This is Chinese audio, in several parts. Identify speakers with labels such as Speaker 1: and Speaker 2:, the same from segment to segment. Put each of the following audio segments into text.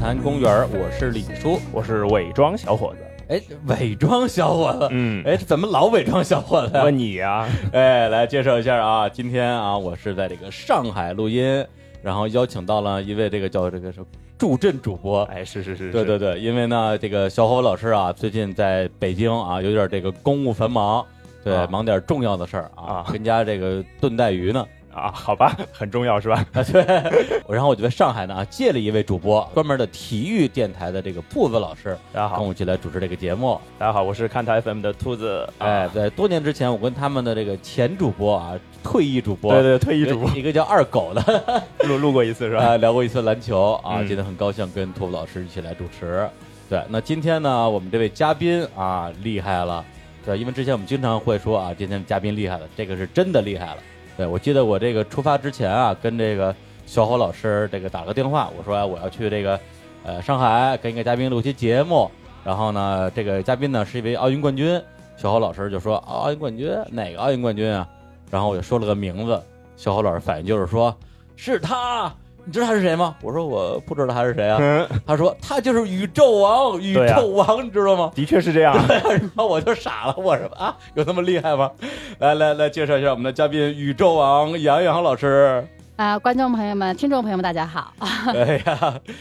Speaker 1: 坛公园，我是李叔。
Speaker 2: 我是伪装小伙子。
Speaker 1: 哎，伪装小伙子，
Speaker 2: 嗯，
Speaker 1: 哎，怎么老伪装小伙子呀？
Speaker 2: 问你啊 呀、
Speaker 1: 哎，来介绍一下啊，今天啊，我是在这个上海录音，然后邀请到了一位这个叫这个是助阵主播。
Speaker 2: 哎，是是是，
Speaker 1: 对
Speaker 2: 是
Speaker 1: 对，对，因为呢，这个小伙老师啊，最近在北京啊，有点这个公务繁忙，对，
Speaker 2: 啊
Speaker 1: 忙点重要的事儿啊
Speaker 2: 啊，
Speaker 1: 跟家这个炖带鱼 呢。
Speaker 2: 啊，好吧，很重要是吧？
Speaker 1: 啊，对。 然后我就在上海呢啊，借了一位主播，专门的体育电台的这个铺子老师，
Speaker 2: 大家
Speaker 1: 跟
Speaker 2: 好，
Speaker 1: 我一起来主持这个节目。
Speaker 2: 大家好，我是看台 FM 的兔子。
Speaker 1: 哎，
Speaker 2: 啊，
Speaker 1: 在多年之前，我跟他们的这个前主播啊，退役主播，
Speaker 2: 对对，退役主播
Speaker 1: 一个叫二狗 的，
Speaker 2: 录录过一次是吧？
Speaker 1: 啊，聊过一次篮球啊，
Speaker 2: 嗯
Speaker 1: 今天很高兴跟托普老师一起来主持。对，那今天呢，我们这位嘉宾啊，厉害了。对，因为之前我们经常会说啊，今天的嘉宾厉害了，这个是真的厉害了。对，我记得我这个出发之前啊，跟这个小侯老师这个打了个电话，我说、啊、我要去这个呃上海跟一个嘉宾录期节目，然后呢，这个嘉宾呢是一位奥运冠军，小侯老师就说、啊奥运冠军哪个奥运冠军啊？然后我就说了个名字，小侯老师反应就是说是他，你知道他是谁吗？我说我不知道他是谁啊。
Speaker 2: 嗯，
Speaker 1: 他说他就是宇宙王，宇
Speaker 2: 对啊
Speaker 1: 宙王，你知道吗？
Speaker 2: 的确是这样。
Speaker 1: 然后我就傻了，我说啊，有那么厉害吗？来来来，介绍一下我们的嘉宾宇宙王杨洋老师。
Speaker 3: 啊、观众朋友们、听众朋友们，大家好！ 啊、
Speaker 1: 哎呀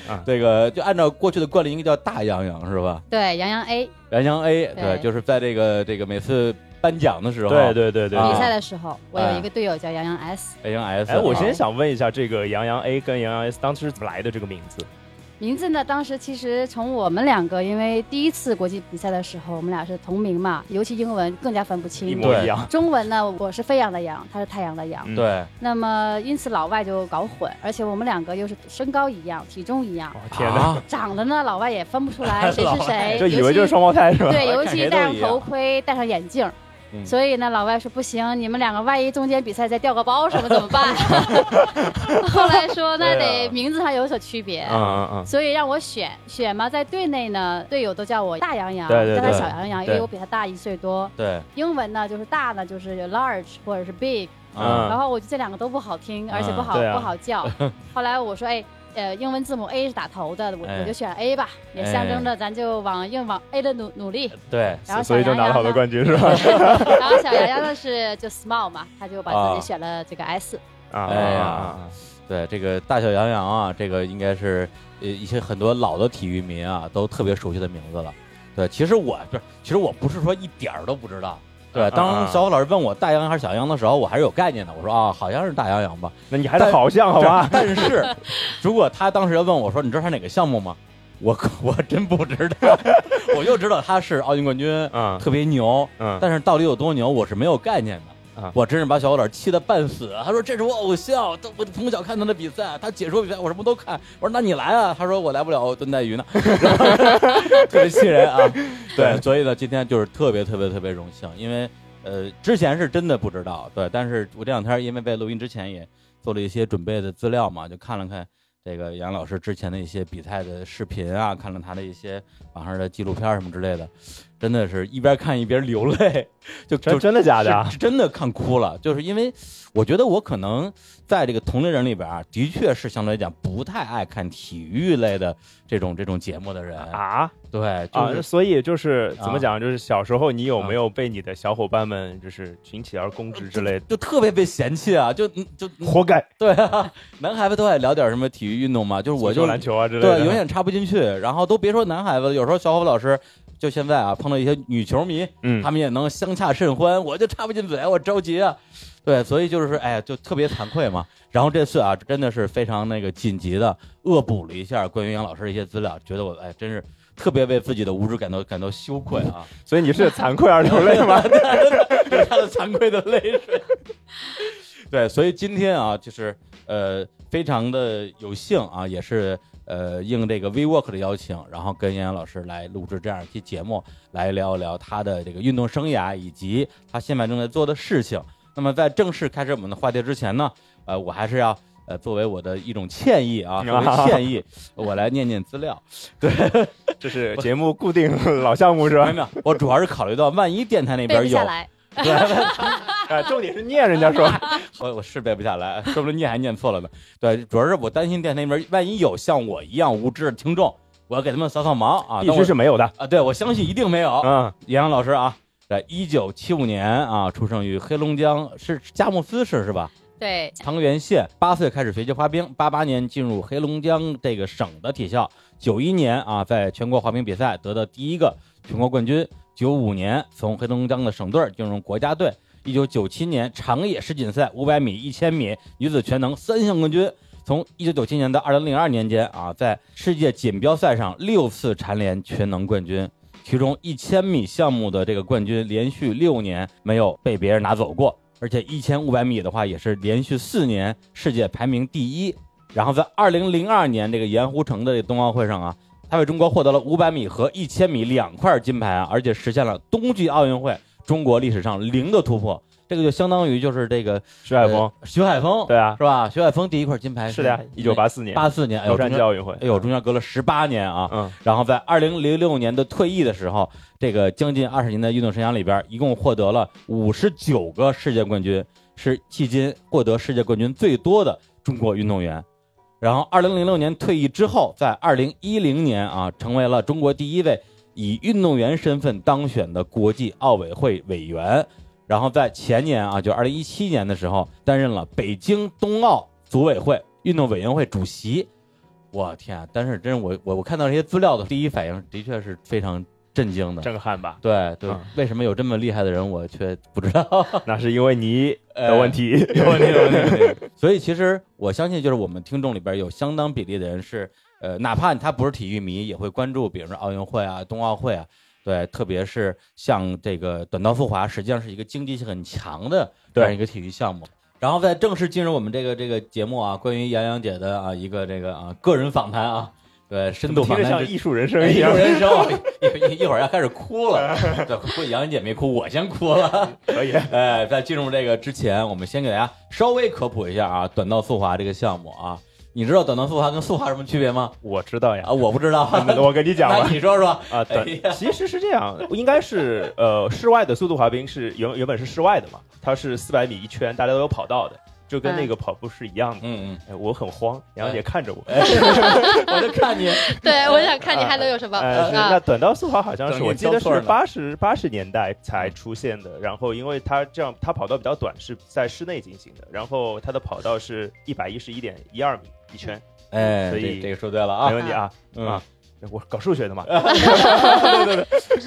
Speaker 2: 啊，
Speaker 1: 这个就按照过去的惯例，应该叫大杨洋是吧？
Speaker 3: 对，杨洋 A
Speaker 1: 杨洋 A，对，
Speaker 3: 对
Speaker 1: 就是在这个这个每次颁奖的时候，
Speaker 2: 对对对对
Speaker 1: 啊
Speaker 3: 比
Speaker 2: 对。
Speaker 3: 赛的时候，我有一个队友叫杨洋 S，、
Speaker 1: 杨洋 S。啊
Speaker 2: 哎，我
Speaker 1: 先
Speaker 2: 先想问一下，这个杨洋 A 跟杨洋 S 当时是怎么来的这个名字？
Speaker 3: 名字呢，当时其实从我们两个，因为第一次国际比赛的时候，我们俩是同名嘛，尤其英文更加分不
Speaker 2: 一
Speaker 3: 清。
Speaker 2: 模一样。
Speaker 3: 中文呢，我是飞扬的扬，他是太阳的阳，
Speaker 2: 嗯，
Speaker 1: 对，
Speaker 3: 那么因此老外就搞混，而且我们两个又是身高一样，体重一样，
Speaker 2: 哦天哪，
Speaker 1: 啊，
Speaker 3: 长得呢老外也分不 出来谁
Speaker 1: 老
Speaker 3: 是
Speaker 1: 外
Speaker 3: 谁，
Speaker 2: 就以
Speaker 3: 哎尤
Speaker 2: 为
Speaker 3: 其
Speaker 2: 就是双胞胎是吧？
Speaker 1: 老
Speaker 3: 对，
Speaker 1: 外
Speaker 3: 尤
Speaker 1: 看
Speaker 3: 其
Speaker 1: 谁都
Speaker 3: 戴上
Speaker 1: 一样
Speaker 3: 头盔、戴上眼镜儿，
Speaker 1: 嗯
Speaker 3: 所以呢，老外说不行，你们两个万一中间比赛再掉个包什么怎么办？啊 后来说
Speaker 2: 对
Speaker 3: 那得
Speaker 2: 啊
Speaker 3: 名字上有所区别，
Speaker 2: 嗯嗯嗯，
Speaker 3: 所以让我选选嘛，在队内呢，队友都叫我大洋洋，
Speaker 2: 对对
Speaker 3: 叫他
Speaker 2: 对
Speaker 3: 小洋洋，因
Speaker 1: 对
Speaker 3: 为我比他大一岁多。
Speaker 1: 对，啊
Speaker 3: 英文呢就是大呢就是有 large 或者是 big，、
Speaker 2: 嗯
Speaker 3: 然后我觉得这两个都不好听，而且不好、
Speaker 2: 对啊
Speaker 3: 不好 叫。后来我说哎。呃，英文字母 A 是打头的，我、
Speaker 1: 哎
Speaker 3: 我就选 A 吧，也象
Speaker 2: 哎
Speaker 3: 征着咱就往硬往 A 的努努力。
Speaker 1: 对，
Speaker 3: 然后
Speaker 2: 所
Speaker 3: 小
Speaker 2: 以就
Speaker 3: 杨
Speaker 2: 拿了好
Speaker 3: 洋
Speaker 2: 多
Speaker 3: 呢，
Speaker 2: 冠军是吧？
Speaker 3: 然后小杨洋呢是就 small 嘛，他就把自己选了这个 S。
Speaker 2: 啊
Speaker 1: 哎呀
Speaker 2: 啊
Speaker 1: 对，这个大小杨洋啊，这个应该是呃一些很多老的体育迷啊都特别熟悉的名字了。对，其实我不是，其实我不是说一点儿都不知道。对，
Speaker 2: 啊
Speaker 1: 当
Speaker 2: 啊
Speaker 1: 小虎老师问我大杨洋还是小杨洋的时候，我还是有概念的。我说啊，好像是大杨 洋吧。
Speaker 2: 那你还得好像好 吧？
Speaker 1: 但是如果他当时要问我说，你知道他哪个项目吗？我 我真不知道， 我就知道他是奥运冠军，
Speaker 2: 嗯
Speaker 1: 特别牛。
Speaker 2: 嗯，
Speaker 1: 但是到底有多牛，我是没有概念的。
Speaker 2: 啊
Speaker 1: 我真是把小伙老师气得半死。他说这是我偶像，都我从小看他的比赛，他解说比赛我什么都看。我说那你来啊，他说我来不了炖带鱼呢，特别气人啊。对，所以呢，今天就是特别特别特别荣幸，因为呃之前是真的不知道，对，但是我这两天因为在录音之前也做了一些准备的资料嘛，就看了看。这个杨老师之前的一些比赛的视频啊，看了他的一些网上的纪录片什么之类的，真的是一边看一边流泪， 就就
Speaker 2: 真真的假的啊？
Speaker 1: 是真的看哭了，就是因为我觉得我可能在这个同龄人里边啊，的确是相对来讲不太爱看体育类的这种这种节目的人。
Speaker 2: 啊？
Speaker 1: 对，就
Speaker 2: 啊，
Speaker 1: 是、
Speaker 2: 所以就是
Speaker 1: 啊
Speaker 2: 怎么讲，就是小时候你有没有被你的小伙伴们就是群起而攻
Speaker 1: 嗯
Speaker 2: 之 之类的？
Speaker 1: 就特别被嫌弃啊，就就
Speaker 2: 活该，
Speaker 1: 对啊，男孩子都爱聊点什么体育运动嘛，就是我
Speaker 2: 足
Speaker 1: 就
Speaker 2: 球篮球啊之类的。
Speaker 1: 对永远插不进去，然后都别说男孩子，有时候小伙老师。就现在啊，碰到一些女球迷，
Speaker 2: 嗯
Speaker 1: 他们也能相洽甚欢，我就插不进嘴，我着急啊。对，所以就是哎，就特别惭愧嘛。然后这次啊，真的是非常那个紧急的恶补了一下关于杨老师的一些资料，觉得我哎，真是特别为自己的无知感到感到羞愧啊，
Speaker 2: 所以你是惭愧而流泪 吗？
Speaker 1: 就是他的惭愧的 泪水。对，所以今天啊，就是呃，非常的有幸啊，也是呃应这个 WeWork 的邀请，然后跟杨洋老师来录制这样一期节目，来聊一聊他的这个运动生涯以及他现在正在做的事情。那么在正式开始我们的话题之前呢，呃，我还是要呃作为我的一种歉意啊，作为歉意，我来念念资料。
Speaker 2: 这是节目固定老项目是吧
Speaker 1: 没有？没有，我主要是考虑到万一电台那
Speaker 3: 背
Speaker 1: 边
Speaker 3: 不
Speaker 1: 有
Speaker 3: 下来，
Speaker 2: 啊，重点是念人家说，
Speaker 1: 我我是背不下来，说不定念还念错了呢。对，主要是我担心电台那边万一有像我一样无知的听众，我要给他们扫扫盲啊。
Speaker 2: 必
Speaker 1: 但
Speaker 2: 须
Speaker 1: 我
Speaker 2: 是没有的。
Speaker 1: 啊，对我相信一定没有。
Speaker 2: 嗯，
Speaker 1: 严阳老师啊，在一九七五年啊，出生于黑龙江，是佳木斯市是吧？
Speaker 3: 对，
Speaker 1: 唐源县，八岁开始学习滑冰，八八年进入黑龙江这个省的体校，九一年啊，在全国滑冰比赛得到第一个全国冠军，九五年从黑龙江的省队儿进入国家队，一九九七年长野世锦赛五百米、一千米女子全能三项冠军。从一九九七年到二零零二年间啊，在世界锦标赛上六次蝉联全能冠军，其中一千米项目的这个冠军连续六年没有被别人拿走过，而且一千五百米的话也是连续四年世界排名第一。然后在二零零二年这个盐湖城的这个冬奥会上啊，他为中国获得了五百米和一千米两块金牌啊，而且实现了冬季奥运会中国历史上零的突破。这个就相当于就是这个
Speaker 2: 徐海峰
Speaker 1: 呃，徐海峰
Speaker 2: 对啊，
Speaker 1: 是吧？徐海峰第一块金牌
Speaker 2: 是的呀，一九八四年
Speaker 1: 八四年，哎呦，
Speaker 2: 洛
Speaker 1: 中
Speaker 2: 杉
Speaker 1: 间
Speaker 2: 矶奥运会。
Speaker 1: 哎呦，中间隔了十八年啊。
Speaker 2: 嗯，
Speaker 1: 然后在二零零六年的退役的时候，这个将近二十年的运动生涯里边，一共获得了五十九个世界冠军，是迄今获得世界冠军最多的中国运动员。然后二零零六年退役之后，在二零一零年啊，成为了中国第一位以运动员身份当选的国际奥委会委员。然后在前年啊，就二零一七年的时候，担任了北京冬奥组委会运动委员会主席。我天、啊！但是真是我我我看到这些资料的第一反应，的确是非常震惊的。
Speaker 2: 震撼吧？
Speaker 1: 对对、
Speaker 2: 嗯
Speaker 1: 为什么有这么厉害的人，我却不知道。
Speaker 2: 那是因为你
Speaker 1: 呃
Speaker 2: 的问题。
Speaker 1: 有问题，有问题。所以其实我相信，就是我们听众里边有相当比例的人是，呃，哪怕他不是体育迷，也会关注，比如说奥运会啊、冬奥会啊。对，特别是像这个短道速滑，实际上是一个竞技性很强的这样一个体育项目。然后在正式进入我们这个这个节目啊，关于杨洋姐的啊一个这个啊个人访谈啊，对深度
Speaker 2: 听
Speaker 1: 访
Speaker 2: 着
Speaker 1: 谈
Speaker 2: 像
Speaker 1: 之
Speaker 2: 艺术人生一
Speaker 1: 艺
Speaker 2: 样
Speaker 1: 术，人生啊，一一一会儿要开始哭 了。对，不，杨洋姐没哭，我先哭了。
Speaker 2: 可以。啊
Speaker 1: 哎，在进入这个之前，我们先给大家稍微科普一下啊，短道速滑这个项目啊，你知道短道速滑跟速滑有什么区别吗？
Speaker 2: 我知道呀
Speaker 1: 啊，，我不知 道，
Speaker 2: 我跟你讲吧
Speaker 1: 那。你说说，
Speaker 2: 啊，对
Speaker 1: 哎，呀
Speaker 2: 其实是这样，应该是呃，室外的速度滑冰是原原本是室外的嘛，它是四百米一圈，大家都有跑道的，就跟那个跑步是一样的。
Speaker 1: 嗯
Speaker 2: 哎，我很慌，杨姐看着我。
Speaker 1: 嗯，哎我就看你，
Speaker 3: 对，我想看你还能有什么
Speaker 2: 哎，是
Speaker 3: 啊
Speaker 2: 那？短道速滑好像
Speaker 1: 等
Speaker 2: 是
Speaker 1: 你
Speaker 2: 我记得
Speaker 1: 交错嗯
Speaker 2: 是
Speaker 1: 呢
Speaker 2: 八十八十年代才出现的，然后因为它这样，它跑道比较短，是在室内进行的，然后它的跑道是一百一十一点一二米一圈，
Speaker 1: 哎，
Speaker 2: 所
Speaker 1: 这
Speaker 2: 以
Speaker 1: 这个说对了
Speaker 2: 没
Speaker 1: 啊，
Speaker 2: 问题啊
Speaker 1: 嗯啊
Speaker 2: 啊，！我搞数学的嘛，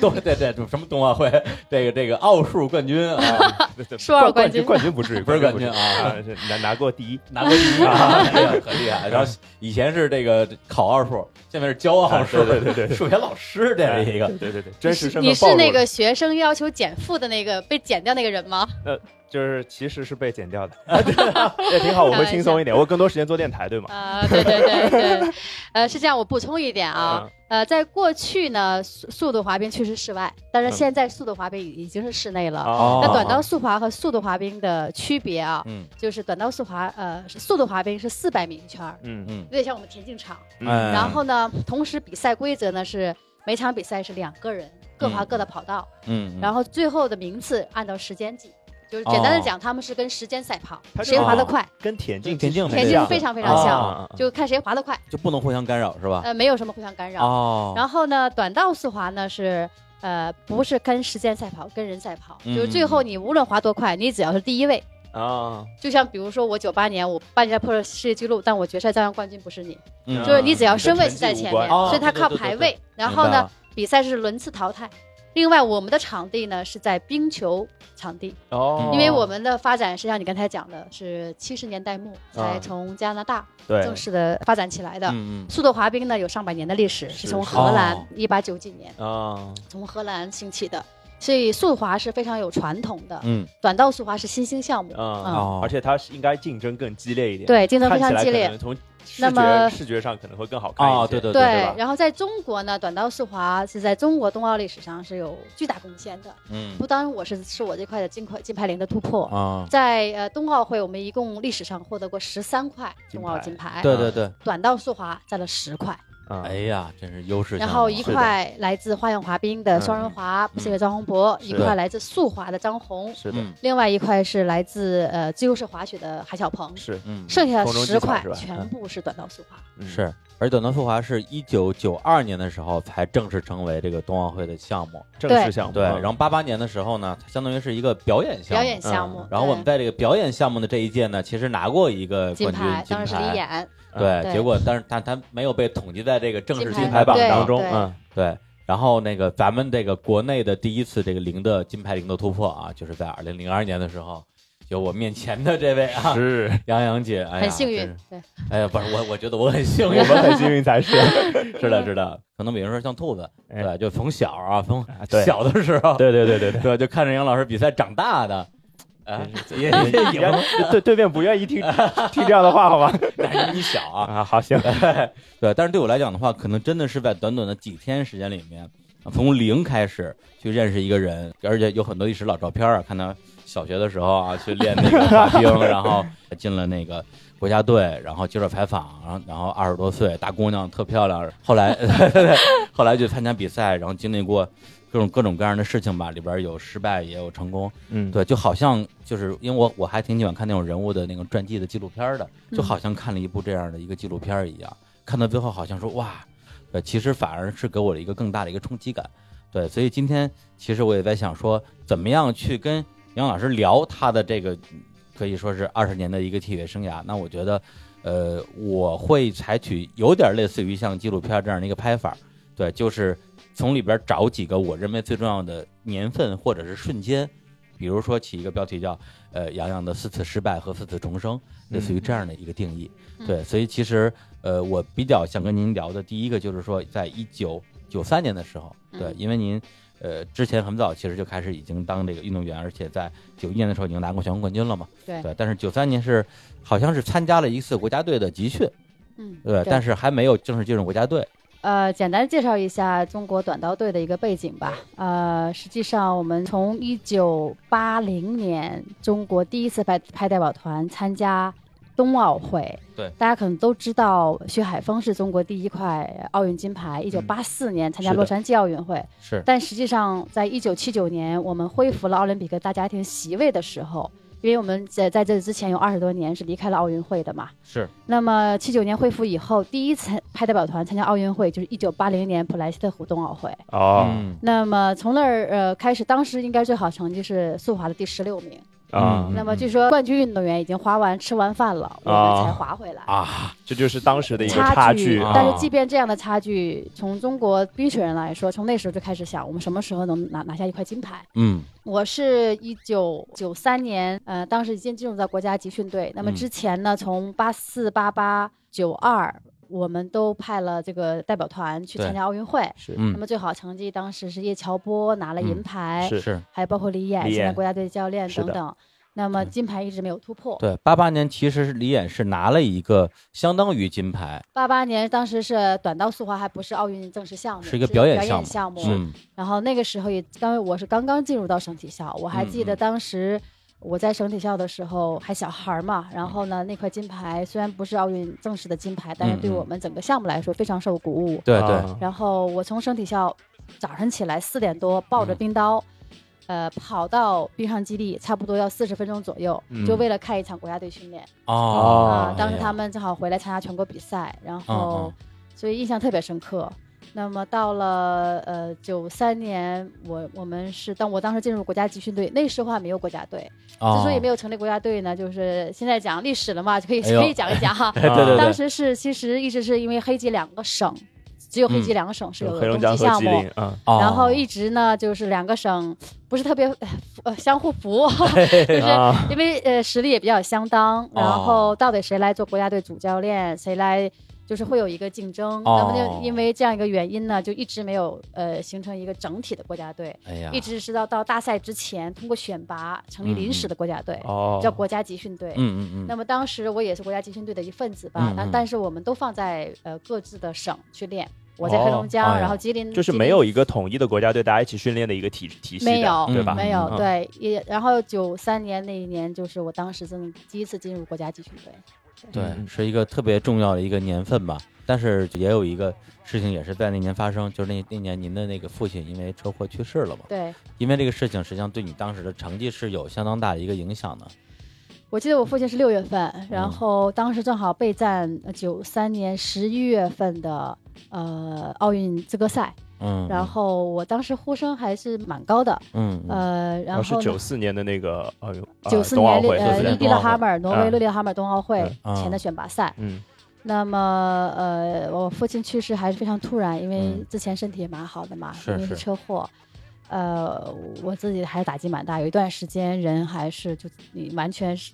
Speaker 1: 冬 对对对，什么冬奥会， 这个这个奥数冠军啊，
Speaker 3: 数二冠
Speaker 2: 军
Speaker 3: 军
Speaker 2: 冠军不至于，
Speaker 1: 不是冠
Speaker 2: 不至
Speaker 1: 军
Speaker 2: 于
Speaker 1: 啊。
Speaker 2: 啊，是 拿拿过第一，
Speaker 1: 拿过第一 啊，这个很厉害。然后以前是这个考奥数，现在是教奥数，
Speaker 2: 啊对对对 对
Speaker 1: 数学老师这样一个，
Speaker 2: 对对对，真实身份
Speaker 3: 你
Speaker 2: 暴
Speaker 3: 是
Speaker 2: 露
Speaker 3: 那
Speaker 2: 了
Speaker 3: 个学生要求减负的那个被减掉那个人吗？
Speaker 2: 就是其实是被剪掉的， 也挺好，我会轻松一点，我更多时间做电台，对吗？
Speaker 3: 啊、对对对对，呃，是这样，我补充一点啊，
Speaker 2: 嗯
Speaker 3: 呃，在过去呢，速速度滑冰确实室外，但
Speaker 2: 嗯
Speaker 3: 是现在速度滑冰已已经是室内了。
Speaker 2: 啊
Speaker 3: 那短道速滑和速度滑冰的区别啊，
Speaker 1: 嗯
Speaker 3: 就是短道速滑，呃，是速度滑冰是四百米一圈儿，
Speaker 2: 嗯
Speaker 1: 嗯
Speaker 3: 有点像我们田径场。
Speaker 1: 哎
Speaker 2: 嗯，
Speaker 3: 然后呢，同时比赛规则呢是每场比赛是两个人各滑各的跑道，
Speaker 1: 嗯，
Speaker 3: 然后最后的名次按照时间计。就是简单的讲，他们是跟时间赛跑，
Speaker 1: 哦
Speaker 2: 它就是
Speaker 3: 谁滑得快，
Speaker 2: 跟田径
Speaker 1: 田径
Speaker 2: 其实
Speaker 3: 田
Speaker 2: 很
Speaker 3: 径
Speaker 2: 像
Speaker 3: 非常非常像，
Speaker 1: 啊
Speaker 3: 就看谁滑得快，
Speaker 1: 就不能互相干扰是吧？
Speaker 3: 呃，没有什么互相干扰。
Speaker 1: 哦，
Speaker 3: 然后呢，短道速滑呢是。呃，不是跟时间赛跑，跟人赛跑，
Speaker 1: 嗯
Speaker 3: 就是最后你无论滑多快，你只要是第一位，
Speaker 2: 啊，
Speaker 3: 就像比如说我九八年我半年破了世界纪录，但我决赛照样冠军不是你，
Speaker 1: 嗯
Speaker 3: 就是你只要
Speaker 2: 你的
Speaker 3: 身位
Speaker 2: 成
Speaker 3: 是
Speaker 2: 绩
Speaker 3: 在
Speaker 2: 无
Speaker 3: 前
Speaker 2: 关
Speaker 3: 面，
Speaker 1: 哦
Speaker 3: 所以它
Speaker 1: 对对
Speaker 3: 靠
Speaker 1: 对对
Speaker 3: 排
Speaker 1: 对
Speaker 3: 位。然
Speaker 1: 明
Speaker 3: 后
Speaker 1: 白
Speaker 3: 呢
Speaker 1: 了，，
Speaker 3: 比赛是轮次淘汰。另外，我们的场地呢是在冰球场地，
Speaker 2: 哦，
Speaker 3: 因为我们的发展是像你刚才讲的，是七十年代末才从加拿大
Speaker 2: 对
Speaker 3: 正式的发展起来的。
Speaker 1: 啊嗯嗯
Speaker 3: 速度滑冰呢有上百年的历史，
Speaker 2: 是
Speaker 3: 是从
Speaker 2: 是
Speaker 3: 荷兰
Speaker 1: 哦
Speaker 3: 一八九几年
Speaker 2: 啊，
Speaker 3: 从荷兰兴起的，所以速滑是非常有传统的，
Speaker 1: 嗯
Speaker 3: 短道速滑是新兴项目，
Speaker 2: 啊，
Speaker 1: 哦
Speaker 2: 而且它是应该竞争更激烈一点，，
Speaker 3: 嗯对，竞争
Speaker 2: 看起
Speaker 3: 非常
Speaker 2: 来
Speaker 3: 激
Speaker 2: 可
Speaker 3: 烈
Speaker 2: 能。从视
Speaker 3: 那
Speaker 2: 觉
Speaker 3: 么
Speaker 2: 视觉上可能会更好看一
Speaker 1: 哦，对
Speaker 2: 些，
Speaker 1: 对
Speaker 3: 对
Speaker 1: 对吧？
Speaker 3: 然后在中国呢，短道速滑是在中国冬奥历史上是有巨大贡献的。
Speaker 1: 嗯
Speaker 3: 不单我是是我这块的金块金牌零的突破，
Speaker 1: 啊，
Speaker 3: 在呃冬奥会，我们一
Speaker 1: 嗯
Speaker 3: 共历史上获得过十三块冬奥金牌，
Speaker 1: 对对对，
Speaker 3: 短道速滑占了十块，
Speaker 2: 啊，
Speaker 1: 哎呀，真是嗯优势相啊
Speaker 3: 然
Speaker 1: 当。
Speaker 3: 后一
Speaker 2: 是的
Speaker 3: 块来自花样滑冰的双人滑，不写给张宏博；一
Speaker 2: 是
Speaker 3: 块来自速滑的张红，
Speaker 2: 是的，
Speaker 1: 嗯
Speaker 3: 另外一块是来自呃自由式滑雪的韩小鹏。
Speaker 2: 是
Speaker 1: 嗯
Speaker 3: 剩下
Speaker 2: 空中
Speaker 3: 十
Speaker 2: 技巧
Speaker 3: 块
Speaker 2: 是吧
Speaker 3: 全
Speaker 2: 嗯
Speaker 3: 部是短道速滑。
Speaker 2: 嗯
Speaker 1: 是，而短道速滑是一九九二年的时候才正式成为这个冬奥会的项目，
Speaker 2: 正
Speaker 3: 对
Speaker 2: 式项目，
Speaker 1: 对。
Speaker 2: 嗯
Speaker 1: 然后八八年的时候呢，它相当于是一个表演项目，嗯
Speaker 3: 表演项目，
Speaker 1: 然后我们
Speaker 3: 对
Speaker 1: 在这个表演项目的这一届呢，其实拿过一个
Speaker 3: 金
Speaker 1: 冠军
Speaker 3: 牌，
Speaker 1: 金
Speaker 3: 当时是李
Speaker 1: 牌，哎
Speaker 3: 演，
Speaker 1: 对，
Speaker 3: 对
Speaker 1: 结果但是但他没有被统计在这个正式
Speaker 3: 金牌
Speaker 1: 金
Speaker 2: 金牌榜
Speaker 3: 对
Speaker 2: 当中，
Speaker 3: 对
Speaker 2: 嗯，
Speaker 1: 对。然后那个咱们这个国内的第一次这个零的金牌零的突破啊，就是在二零零二年的时候，有我面前的这位啊，
Speaker 2: 是，
Speaker 1: 杨洋姐，哎呀
Speaker 3: 很幸
Speaker 1: 真
Speaker 3: 运
Speaker 1: 是，
Speaker 3: 对，
Speaker 1: 哎呀，不是我，我觉得我很幸
Speaker 2: 我
Speaker 1: 运
Speaker 2: 们，很幸运才 是，
Speaker 1: 是的，是的，可能比如说像兔子，
Speaker 2: 哎
Speaker 1: 对，就从小啊，从
Speaker 2: 对
Speaker 1: 小的时候，
Speaker 2: 对对对对对。
Speaker 1: 对，就看着杨老师比赛长大的，哎，也也也不能
Speaker 2: 对对面不愿意听听这样的话，好吗？
Speaker 1: 但是你小啊，
Speaker 2: 啊，好行，
Speaker 1: 对，但是对我来讲的话，可能真的是在短短的几天时间里面，啊从零开始去认识一个人，而且有很多历史老照片啊，看他小学的时候啊去练那个滑冰，然后进了那个国家队，然后接受采访，然后然后二十多岁大姑娘特漂亮，后来 后来去参加比赛，然后经历过。各种各种各样的事情吧，里边有失败也有成功，
Speaker 2: 嗯，
Speaker 1: 对，就好像就是因为我我还挺喜欢看那种人物的那种传记的纪录片儿的，就好像看了一部这样的一个纪录片儿一样，看到最后好像说哇，呃，其实反而是给我了一个更大的一个冲击感。对，所以今天其实我也在想说，怎么样去跟杨老师聊他的这个可以说是二十年的一个体育生涯。那我觉得，呃，我会采取有点类似于像纪录片这样的一个拍法，对，就是从里边找几个我认为最重要的年份或者是瞬间，比如说起一个标题叫“呃杨洋的四次失败和四次重生”，类似于这样的一个定义。
Speaker 3: 嗯
Speaker 1: 对，所以其实呃，我比较想跟您聊的第一个就是说，在一九九三年的时候，对
Speaker 3: 嗯，
Speaker 1: 因为您。呃，之前很早其实就开始已经当这个运动员，而且在九一年的时候已经拿过全国冠军了嘛。
Speaker 3: 对
Speaker 1: 对，但是九三年是好像是参加了一次国家队的集训，
Speaker 3: 嗯，
Speaker 1: 对，但是还没有正式进入国家队。
Speaker 3: 呃，简单介绍一下中国短道队的一个背景吧。呃，实际上我们从一九八零年中国第一次派派代表团参加冬奥会，
Speaker 1: 对，
Speaker 3: 大家可能都知道，徐海峰是中国第一块奥运金牌，一九八四年参
Speaker 1: 嗯
Speaker 3: 加
Speaker 1: 是的
Speaker 3: 洛杉矶奥运会。
Speaker 1: 是
Speaker 3: 但实际上，在一九七九年我们恢复了奥林匹克大家庭席位的时候，因为我们在在这之前有二十多年是离开了奥运会的嘛，
Speaker 1: 是，
Speaker 3: 那么七九年恢复以后，第一次派代表团参加奥运会就是一九八零年普莱斯特湖冬奥会。
Speaker 2: 哦
Speaker 1: 嗯
Speaker 3: 那么从那儿呃开始，当时应该最好成绩是速滑的第十六名。
Speaker 2: 啊
Speaker 1: 嗯，
Speaker 3: 那么据说冠军运动员已经滑完吃完饭了，我们才滑回来。
Speaker 1: 啊，
Speaker 2: 这就是当时的一个
Speaker 3: 差
Speaker 2: 距，
Speaker 1: 啊
Speaker 3: 但是即便这样的差距，从中国冰雪人来说，从那时候就开始想，我们什么时候能拿拿下一块金牌？
Speaker 1: 嗯
Speaker 3: 我是一九九三年，呃，当时已经进入到国家集训队。那么
Speaker 1: 嗯
Speaker 3: 之前呢，从八四、八八、九二，我们都派了这个代表团去
Speaker 1: 对
Speaker 3: 参加奥运会。
Speaker 2: 是
Speaker 3: 那
Speaker 1: 嗯，
Speaker 3: 么最好成绩当时是叶乔波拿了银
Speaker 1: 嗯
Speaker 3: 牌，
Speaker 2: 是
Speaker 1: 是
Speaker 3: 还有包括李演
Speaker 2: 李
Speaker 3: 现在
Speaker 2: 艳
Speaker 3: 国家队教练
Speaker 2: 是
Speaker 3: 等
Speaker 2: 的
Speaker 3: 等。那么
Speaker 1: 对
Speaker 3: 金牌一直没有突破。
Speaker 1: 对。八八年其实是李演是拿了一个相当于金牌，
Speaker 3: 八八年当时是短道速滑还不是奥运正式项目，
Speaker 1: 是一个表演项
Speaker 3: 项
Speaker 1: 目嗯
Speaker 3: 然后那个时候也刚，我是刚刚进入到省体校，我还记
Speaker 1: 嗯
Speaker 3: 得
Speaker 1: 嗯
Speaker 3: 当时我在省体校的时候还小孩儿嘛，然后呢那块金牌虽然不是奥运正式的金牌，但是对
Speaker 1: 嗯嗯
Speaker 3: 我们整个项目来说非常受鼓舞。
Speaker 1: 对对，
Speaker 2: 啊
Speaker 3: 然后我从省体校早上起来四点多抱着
Speaker 1: 嗯
Speaker 3: 冰刀。呃，跑到冰上基地差不多要四十分钟左右，
Speaker 2: 嗯
Speaker 3: 就为了看一场国家队训练
Speaker 1: 哦
Speaker 3: 啊、
Speaker 2: 哦
Speaker 3: 当时他们正好回来参加全国比赛，然后、
Speaker 1: 嗯
Speaker 3: 所以印象特别深刻。那么到了呃九三年，我我们是当我当时进入国家集训队，那时候还没有国家队，之所以没
Speaker 1: 有，
Speaker 3: 有成立国家队呢，就是现在讲历史了嘛，就可以、
Speaker 1: 哎呦
Speaker 3: 可以讲一讲哈。
Speaker 1: 对对对，
Speaker 3: 当时是其实一直是因为黑吉两个省，只有黑吉
Speaker 1: 嗯
Speaker 3: 两个省是有
Speaker 2: 黑龙
Speaker 3: 冬
Speaker 2: 江
Speaker 3: 季
Speaker 2: 和
Speaker 3: 项
Speaker 2: 吉
Speaker 3: 目，
Speaker 2: 林啊，
Speaker 1: 哦
Speaker 3: 然后一直呢就是两个省不是特别呃服呃相互 服，就是
Speaker 2: 啊
Speaker 3: 因为呃实力也比较相
Speaker 1: 哦
Speaker 3: 当，然后到底谁来做国家队主教练，谁来就是会有一个竞争。那么
Speaker 1: 哦
Speaker 3: 就因为这样一个原因呢，就一直没有呃形成一个整体的国家队，
Speaker 1: 哎呀，
Speaker 3: 一直是到到大赛之前通过选拔成立临时的国家队，
Speaker 2: 哦，
Speaker 3: 叫国家集训队。
Speaker 1: 嗯嗯嗯，
Speaker 3: 那么当时我也是国家集训队的一份子吧
Speaker 1: 嗯，
Speaker 3: 但、
Speaker 1: 嗯
Speaker 3: 但是我们都放在呃各自的省去练，我在黑龙
Speaker 1: 哦
Speaker 3: 江，
Speaker 1: 哎呀
Speaker 3: 然后吉林
Speaker 2: 就是
Speaker 3: 吉
Speaker 2: 没
Speaker 3: 林
Speaker 2: 有一个统一的国家队，大家一起训练的一个体体系的，
Speaker 3: 没有
Speaker 2: 对吧？
Speaker 1: 嗯
Speaker 3: 没有
Speaker 2: 嗯，
Speaker 3: 对，也然后九三年那一年，就是我当时真的第一次进入国家集训队。
Speaker 1: 对，
Speaker 2: 嗯
Speaker 1: 是一个特别重要的一个年份吧。但是也有一个事情也是在那年发生，就是那那年您的那个父亲因为车祸去世了嘛。
Speaker 3: 对，
Speaker 1: 因为这个事情，实际上对你当时的成绩是有相当大的一个影响的。
Speaker 3: 我记得我父亲是六月份，然
Speaker 2: 嗯
Speaker 3: 后当时正好备战呃九三年十一月份的呃奥运资格赛，
Speaker 1: 嗯，
Speaker 3: 然后我当时呼声还是蛮高的，
Speaker 1: 嗯，嗯
Speaker 3: 呃，然
Speaker 2: 然后是
Speaker 3: 后
Speaker 2: 九四年的那个奥运，呃
Speaker 3: 九四
Speaker 2: 冬奥
Speaker 3: 年利
Speaker 2: 会，
Speaker 3: 呃
Speaker 1: 94年
Speaker 3: 利
Speaker 1: 冬奥
Speaker 3: 勒
Speaker 1: 会
Speaker 3: 哈默尔挪威
Speaker 2: 嗯
Speaker 3: 利勒哈默尔冬奥会
Speaker 1: 嗯
Speaker 3: 前的选拔赛，
Speaker 2: 嗯
Speaker 3: 那么呃，我父亲去世还是非常突然，因为
Speaker 1: 嗯
Speaker 3: 之前身体也蛮好的嘛，
Speaker 1: 是
Speaker 3: 因为
Speaker 1: 是
Speaker 3: 是车祸。呃，我自己还是打击蛮大，有一段时间人还是就你完全是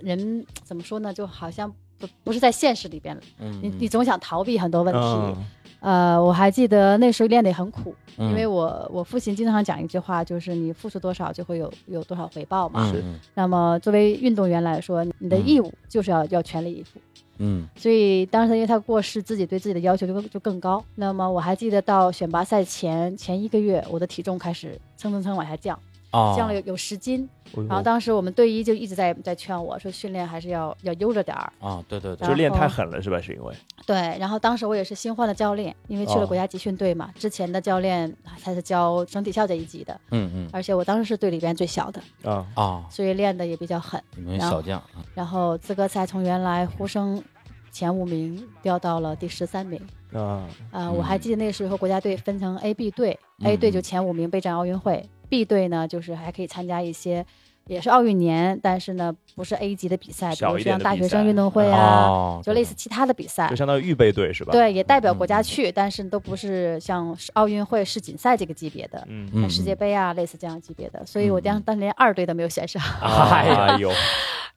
Speaker 3: 人怎么说呢，就好像不不是在现实里边了，
Speaker 1: 嗯
Speaker 3: 你你总想逃避很多问题。
Speaker 2: 嗯
Speaker 3: 呃，我还记得那时候练得也很苦，
Speaker 1: 嗯
Speaker 3: 因为我我父亲经常讲一句话，就是你付出多少就会有有多少回报嘛。
Speaker 1: 嗯
Speaker 2: 是
Speaker 1: 嗯
Speaker 3: 那么作为运动员来说，你的
Speaker 1: 嗯
Speaker 3: 义务就是要、要全力以赴。
Speaker 1: 嗯
Speaker 3: 所以当时因为他过世，自己对自己的要求就更就更高。那么我还记得到选拔赛前前一个月，我的体重开始蹭蹭蹭往下降，
Speaker 1: 哦，
Speaker 3: 降了有有十斤。
Speaker 2: 嗯
Speaker 3: 然后当时我们队医就一直在在劝我说，训练还是要要悠着点儿。
Speaker 1: 啊，对对对
Speaker 3: 然
Speaker 2: 就
Speaker 3: 后
Speaker 2: 练太狠了是吧？是因为
Speaker 3: 对，然后当时我也是新换的教练，因为去
Speaker 2: 哦
Speaker 3: 了国家集训队嘛，之前的教练啊他是教整体校这一级的，
Speaker 1: 嗯嗯
Speaker 3: 而且我当时是队里边最小的，
Speaker 2: 啊，
Speaker 1: 啊，
Speaker 3: 所以练的也比较狠。
Speaker 1: 你们小将
Speaker 3: 然后资格赛从原来呼声前五名掉到了第十三名。
Speaker 2: 啊，
Speaker 3: 呃，我还
Speaker 1: 嗯
Speaker 3: 记得那时候国家队分成 A、B 队、a
Speaker 1: 嗯
Speaker 3: 队
Speaker 1: 嗯
Speaker 3: 就前五名备战奥运会，B 队呢就是还可以参加一些也是奥运年，但是呢不是 A 级的比赛，比
Speaker 2: 小
Speaker 3: 如
Speaker 2: 一点
Speaker 3: 像
Speaker 2: 的
Speaker 3: 大
Speaker 2: 比
Speaker 3: 学生
Speaker 2: 赛
Speaker 3: 运动会
Speaker 2: 嗯
Speaker 3: 啊，
Speaker 1: 哦，
Speaker 3: 就类似其他的比赛
Speaker 2: 就。相当于预备队是吧？，
Speaker 3: 对，也代表
Speaker 1: 嗯
Speaker 3: 国家
Speaker 1: 嗯
Speaker 3: 去，但是都不是像是奥运会世锦赛这个级别的，
Speaker 2: 嗯，
Speaker 1: 嗯
Speaker 3: 世界，杯啊类似这样级别的，所以我
Speaker 1: 嗯
Speaker 3: 当
Speaker 1: 嗯
Speaker 3: 当时连二队都没 有选上。
Speaker 2: 哎呦，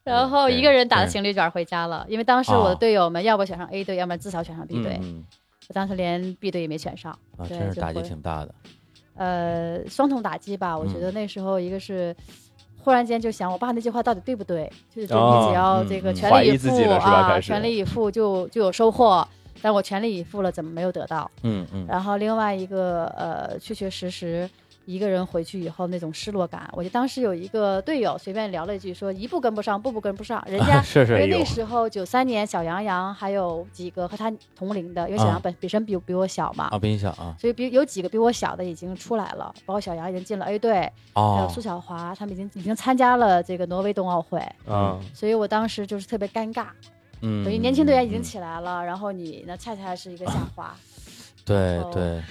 Speaker 3: 然后一个人打
Speaker 1: 对
Speaker 3: 着行李卷儿回家了，因为当时我
Speaker 1: 啊
Speaker 3: 的队友们要不选上 A 队，要不然至少选上 B
Speaker 1: 嗯
Speaker 3: 队。
Speaker 1: 嗯
Speaker 3: 我当时连 B 队也没选上，
Speaker 1: 嗯啊，
Speaker 3: 对
Speaker 1: 真是
Speaker 3: 就
Speaker 1: 打击
Speaker 3: 会
Speaker 1: 挺大的，
Speaker 3: 呃，双重打击吧。
Speaker 2: 嗯
Speaker 3: 我觉得那时候一个是。忽然间就想，我爸那句话到底对不对？就是说你
Speaker 2: 哦
Speaker 3: 只要
Speaker 1: 嗯
Speaker 3: 这个
Speaker 1: 嗯
Speaker 3: 全
Speaker 2: 怀
Speaker 3: 力
Speaker 2: 疑
Speaker 3: 以
Speaker 2: 自
Speaker 3: 赴
Speaker 2: 己了是吧
Speaker 3: 啊，
Speaker 2: 开始
Speaker 3: 全力以赴就就有收获。但我全力以赴了，怎么没有得到？
Speaker 1: 嗯嗯
Speaker 3: 然后另外一个呃，确确实实一个人回去以后那种失落感，我就当时有一个队友随便聊了一句说，一步跟不上，步步跟不上，人 家
Speaker 1: 是是
Speaker 3: 因为
Speaker 1: 有
Speaker 3: 那时候九三年，小杨洋还有几个和他同龄的，因为小
Speaker 1: 啊
Speaker 2: 嗯
Speaker 3: 杨本本身比比我小嘛，
Speaker 1: 啊，比你小啊，
Speaker 3: 所以比有几个比我小的已经出来了，包括小杨已经进了 A 队，还有
Speaker 1: 哦
Speaker 3: 苏，小华他们已经已经参加了这个挪威冬奥会，
Speaker 2: 啊，
Speaker 3: 所以我当时就是特别尴尬，
Speaker 1: 嗯，
Speaker 3: 等于年轻队员已
Speaker 1: 嗯啊
Speaker 3: 经起来了，然后你呢恰恰是一个下滑，
Speaker 1: 嗯对
Speaker 3: 头
Speaker 1: 对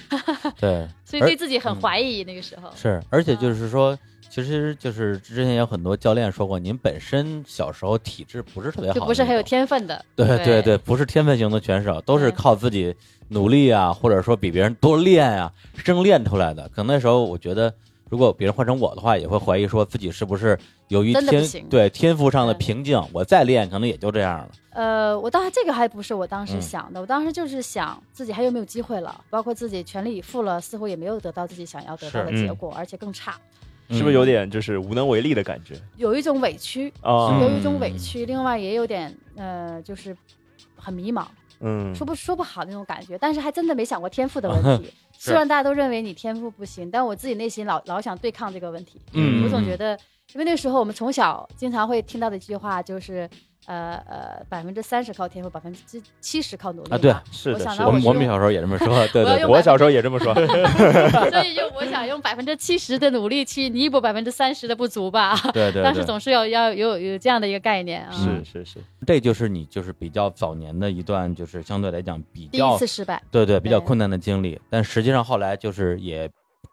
Speaker 1: 对
Speaker 3: 所
Speaker 1: 以对
Speaker 3: 自己
Speaker 1: 很
Speaker 3: 怀疑那个时候
Speaker 1: 嗯是，而且
Speaker 3: 嗯
Speaker 1: 就是说。其实就是之前有很多教练说过，您本身小时候体质不是特别好的那种，
Speaker 3: 就不是很有天分的，
Speaker 1: 对对
Speaker 3: 对嗯
Speaker 1: 对，不是天分型的选手，都是
Speaker 3: 对
Speaker 1: 靠自己努力啊，或者说比别人多练啊，生练出来的。可能那时候我觉得，如果别人换成我的话，也会怀疑说自己是不是由于
Speaker 3: 真的不
Speaker 1: 天
Speaker 3: 行
Speaker 1: 对天赋上的
Speaker 3: 对
Speaker 1: 瓶颈，我再练可能也就这样了。
Speaker 3: 呃，我当时这个还不是我当时
Speaker 1: 嗯
Speaker 3: 想的，我当时就是想自己还有没有机会了，包括自己全力以赴了，似乎也没有得到自己想要得到的
Speaker 2: 是嗯
Speaker 3: 结果，而且更差，
Speaker 2: 是不是有
Speaker 1: 点
Speaker 2: 点就是无能为力的感觉
Speaker 3: 有一种委屈，
Speaker 2: 啊？
Speaker 3: 有一种委屈，另外也有点呃，就是很迷茫，
Speaker 2: 嗯，
Speaker 3: 说不说不好那种感觉，但是还真的没想过天赋的问题。虽然大家都认为你天赋不行，但我自己内心老老想对抗这个问题。
Speaker 1: 嗯
Speaker 3: 我总觉
Speaker 1: 得
Speaker 3: 得，因为那时候我们从小经常会听到的一句话就是，呃呃，百分之三十靠天赋，百分之七十靠努力嘛。
Speaker 1: 啊对
Speaker 2: 是
Speaker 3: 我
Speaker 2: 的，
Speaker 3: 想
Speaker 2: 是
Speaker 3: 到
Speaker 1: 我
Speaker 3: 我
Speaker 1: 们
Speaker 3: 是
Speaker 1: 我们
Speaker 3: 用
Speaker 1: 小时候也这么 说，对
Speaker 3: 我
Speaker 1: 对
Speaker 3: 要用
Speaker 2: 的，
Speaker 1: 对，
Speaker 2: 我小时候也这么说，
Speaker 3: 所以就我想用百分之七十的努力去弥补百分之三十的不足吧。
Speaker 1: 对对
Speaker 3: 当时
Speaker 1: 对，
Speaker 3: 总是要要有有这样的一个概念啊。
Speaker 1: 嗯
Speaker 2: 是是是，
Speaker 1: 这就是你就是比较早年的一段，就是相对来讲比
Speaker 3: 第一
Speaker 1: 较
Speaker 3: 次失败，
Speaker 1: 对对，比较
Speaker 3: 对
Speaker 1: 困难的经历。但实际上后来就是也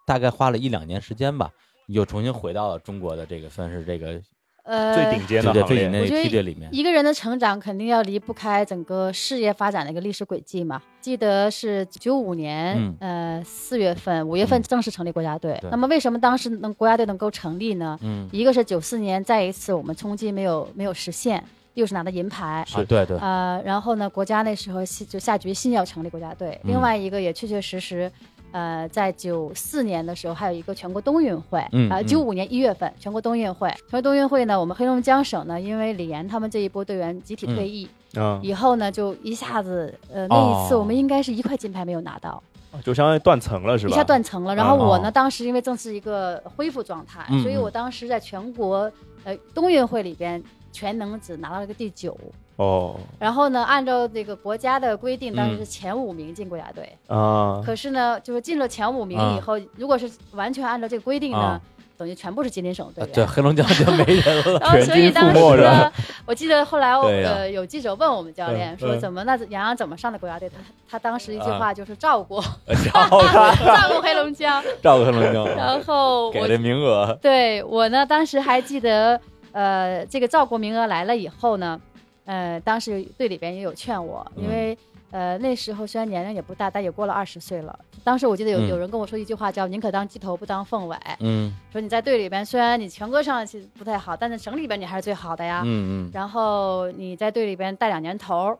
Speaker 1: 大概花了一两年时间吧，你又重新回到了中国的这个算是这个
Speaker 3: 呃，
Speaker 2: 最顶尖
Speaker 1: 对
Speaker 2: 的
Speaker 1: 对最
Speaker 2: 行列
Speaker 1: 顶，那个
Speaker 3: 我觉得
Speaker 1: 梯队里面，
Speaker 3: 一个人的成长肯定要离不开整个事业发展的一个历史轨迹嘛。记得是九五年，
Speaker 1: 嗯
Speaker 3: 呃，四月份、五月份
Speaker 1: 嗯
Speaker 3: 正式成立国家队。
Speaker 1: 对
Speaker 3: 那么为什么当时能国家队能够成立呢？
Speaker 1: 嗯
Speaker 3: 一个是九四年再一次我们冲击没有没有实现，又是拿的银牌。
Speaker 1: 啊，对对，
Speaker 3: 呃，然后呢，国家那时候新就下决心要成立国家队。
Speaker 1: 嗯
Speaker 3: 另外一个也确确实实，呃，在九四年的时候还有一个全国冬运会，
Speaker 1: 嗯
Speaker 3: 啊，
Speaker 1: 嗯
Speaker 3: 九五年一月份全国冬运会。全国冬运会呢，我们黑龙江省呢，因为李岩他们这一波队员集体退役、
Speaker 2: 嗯，
Speaker 3: 以后呢，就一下子，呃，
Speaker 1: 哦
Speaker 3: 那一次我们应该是一块金牌没有拿到，
Speaker 2: 就相当于断层了是
Speaker 3: 一
Speaker 2: 吧？
Speaker 3: 下断层了。然后我呢，
Speaker 1: 哦
Speaker 3: 当时因为正是一个恢复状态，
Speaker 1: 嗯
Speaker 3: 所以
Speaker 1: 嗯
Speaker 3: 我当时在全国呃冬运会里边全能只拿到了个第九。
Speaker 2: 哦
Speaker 3: 然后呢，按照这个国家的规定，当时
Speaker 4: 嗯
Speaker 3: 是前五名进国家队。
Speaker 2: 啊，
Speaker 3: 可是呢，就是进了前五名以后，如果是完全按照这个规定呢，
Speaker 4: 啊
Speaker 3: 等于全部是吉林省队
Speaker 4: 啊
Speaker 3: 员。
Speaker 4: 对，黑龙江就没人了。
Speaker 3: 然后，所以当时
Speaker 2: 是
Speaker 3: 呢， 我记得后来我
Speaker 4: 对呀
Speaker 3: 呃有记者问我们教练
Speaker 4: 嗯嗯
Speaker 3: 说
Speaker 4: 啊
Speaker 3: 怎么那杨洋怎么上的国家队？他他当时一句话就是 照顾
Speaker 4: 照顾
Speaker 3: 照顾黑龙江，
Speaker 4: 照顾黑龙江，
Speaker 3: 然后
Speaker 4: 给
Speaker 3: 我
Speaker 4: 这名额，
Speaker 3: 对我呢当时还记得呃这个赵国名额来了以后呢，呃当时队里边也有劝我，
Speaker 2: 嗯
Speaker 3: 因为。呃，那时候虽然年龄也不大，但也过了二十岁了。当时我记得有、
Speaker 4: 嗯
Speaker 3: 有人跟我说一句话，叫“宁可当鸡头，不当凤尾”。
Speaker 4: 嗯
Speaker 3: 说你在队里边，虽然你全国上其实不太好，但是省里边你还是最好的呀。
Speaker 4: 嗯
Speaker 3: 然后你在队里边带两年头儿，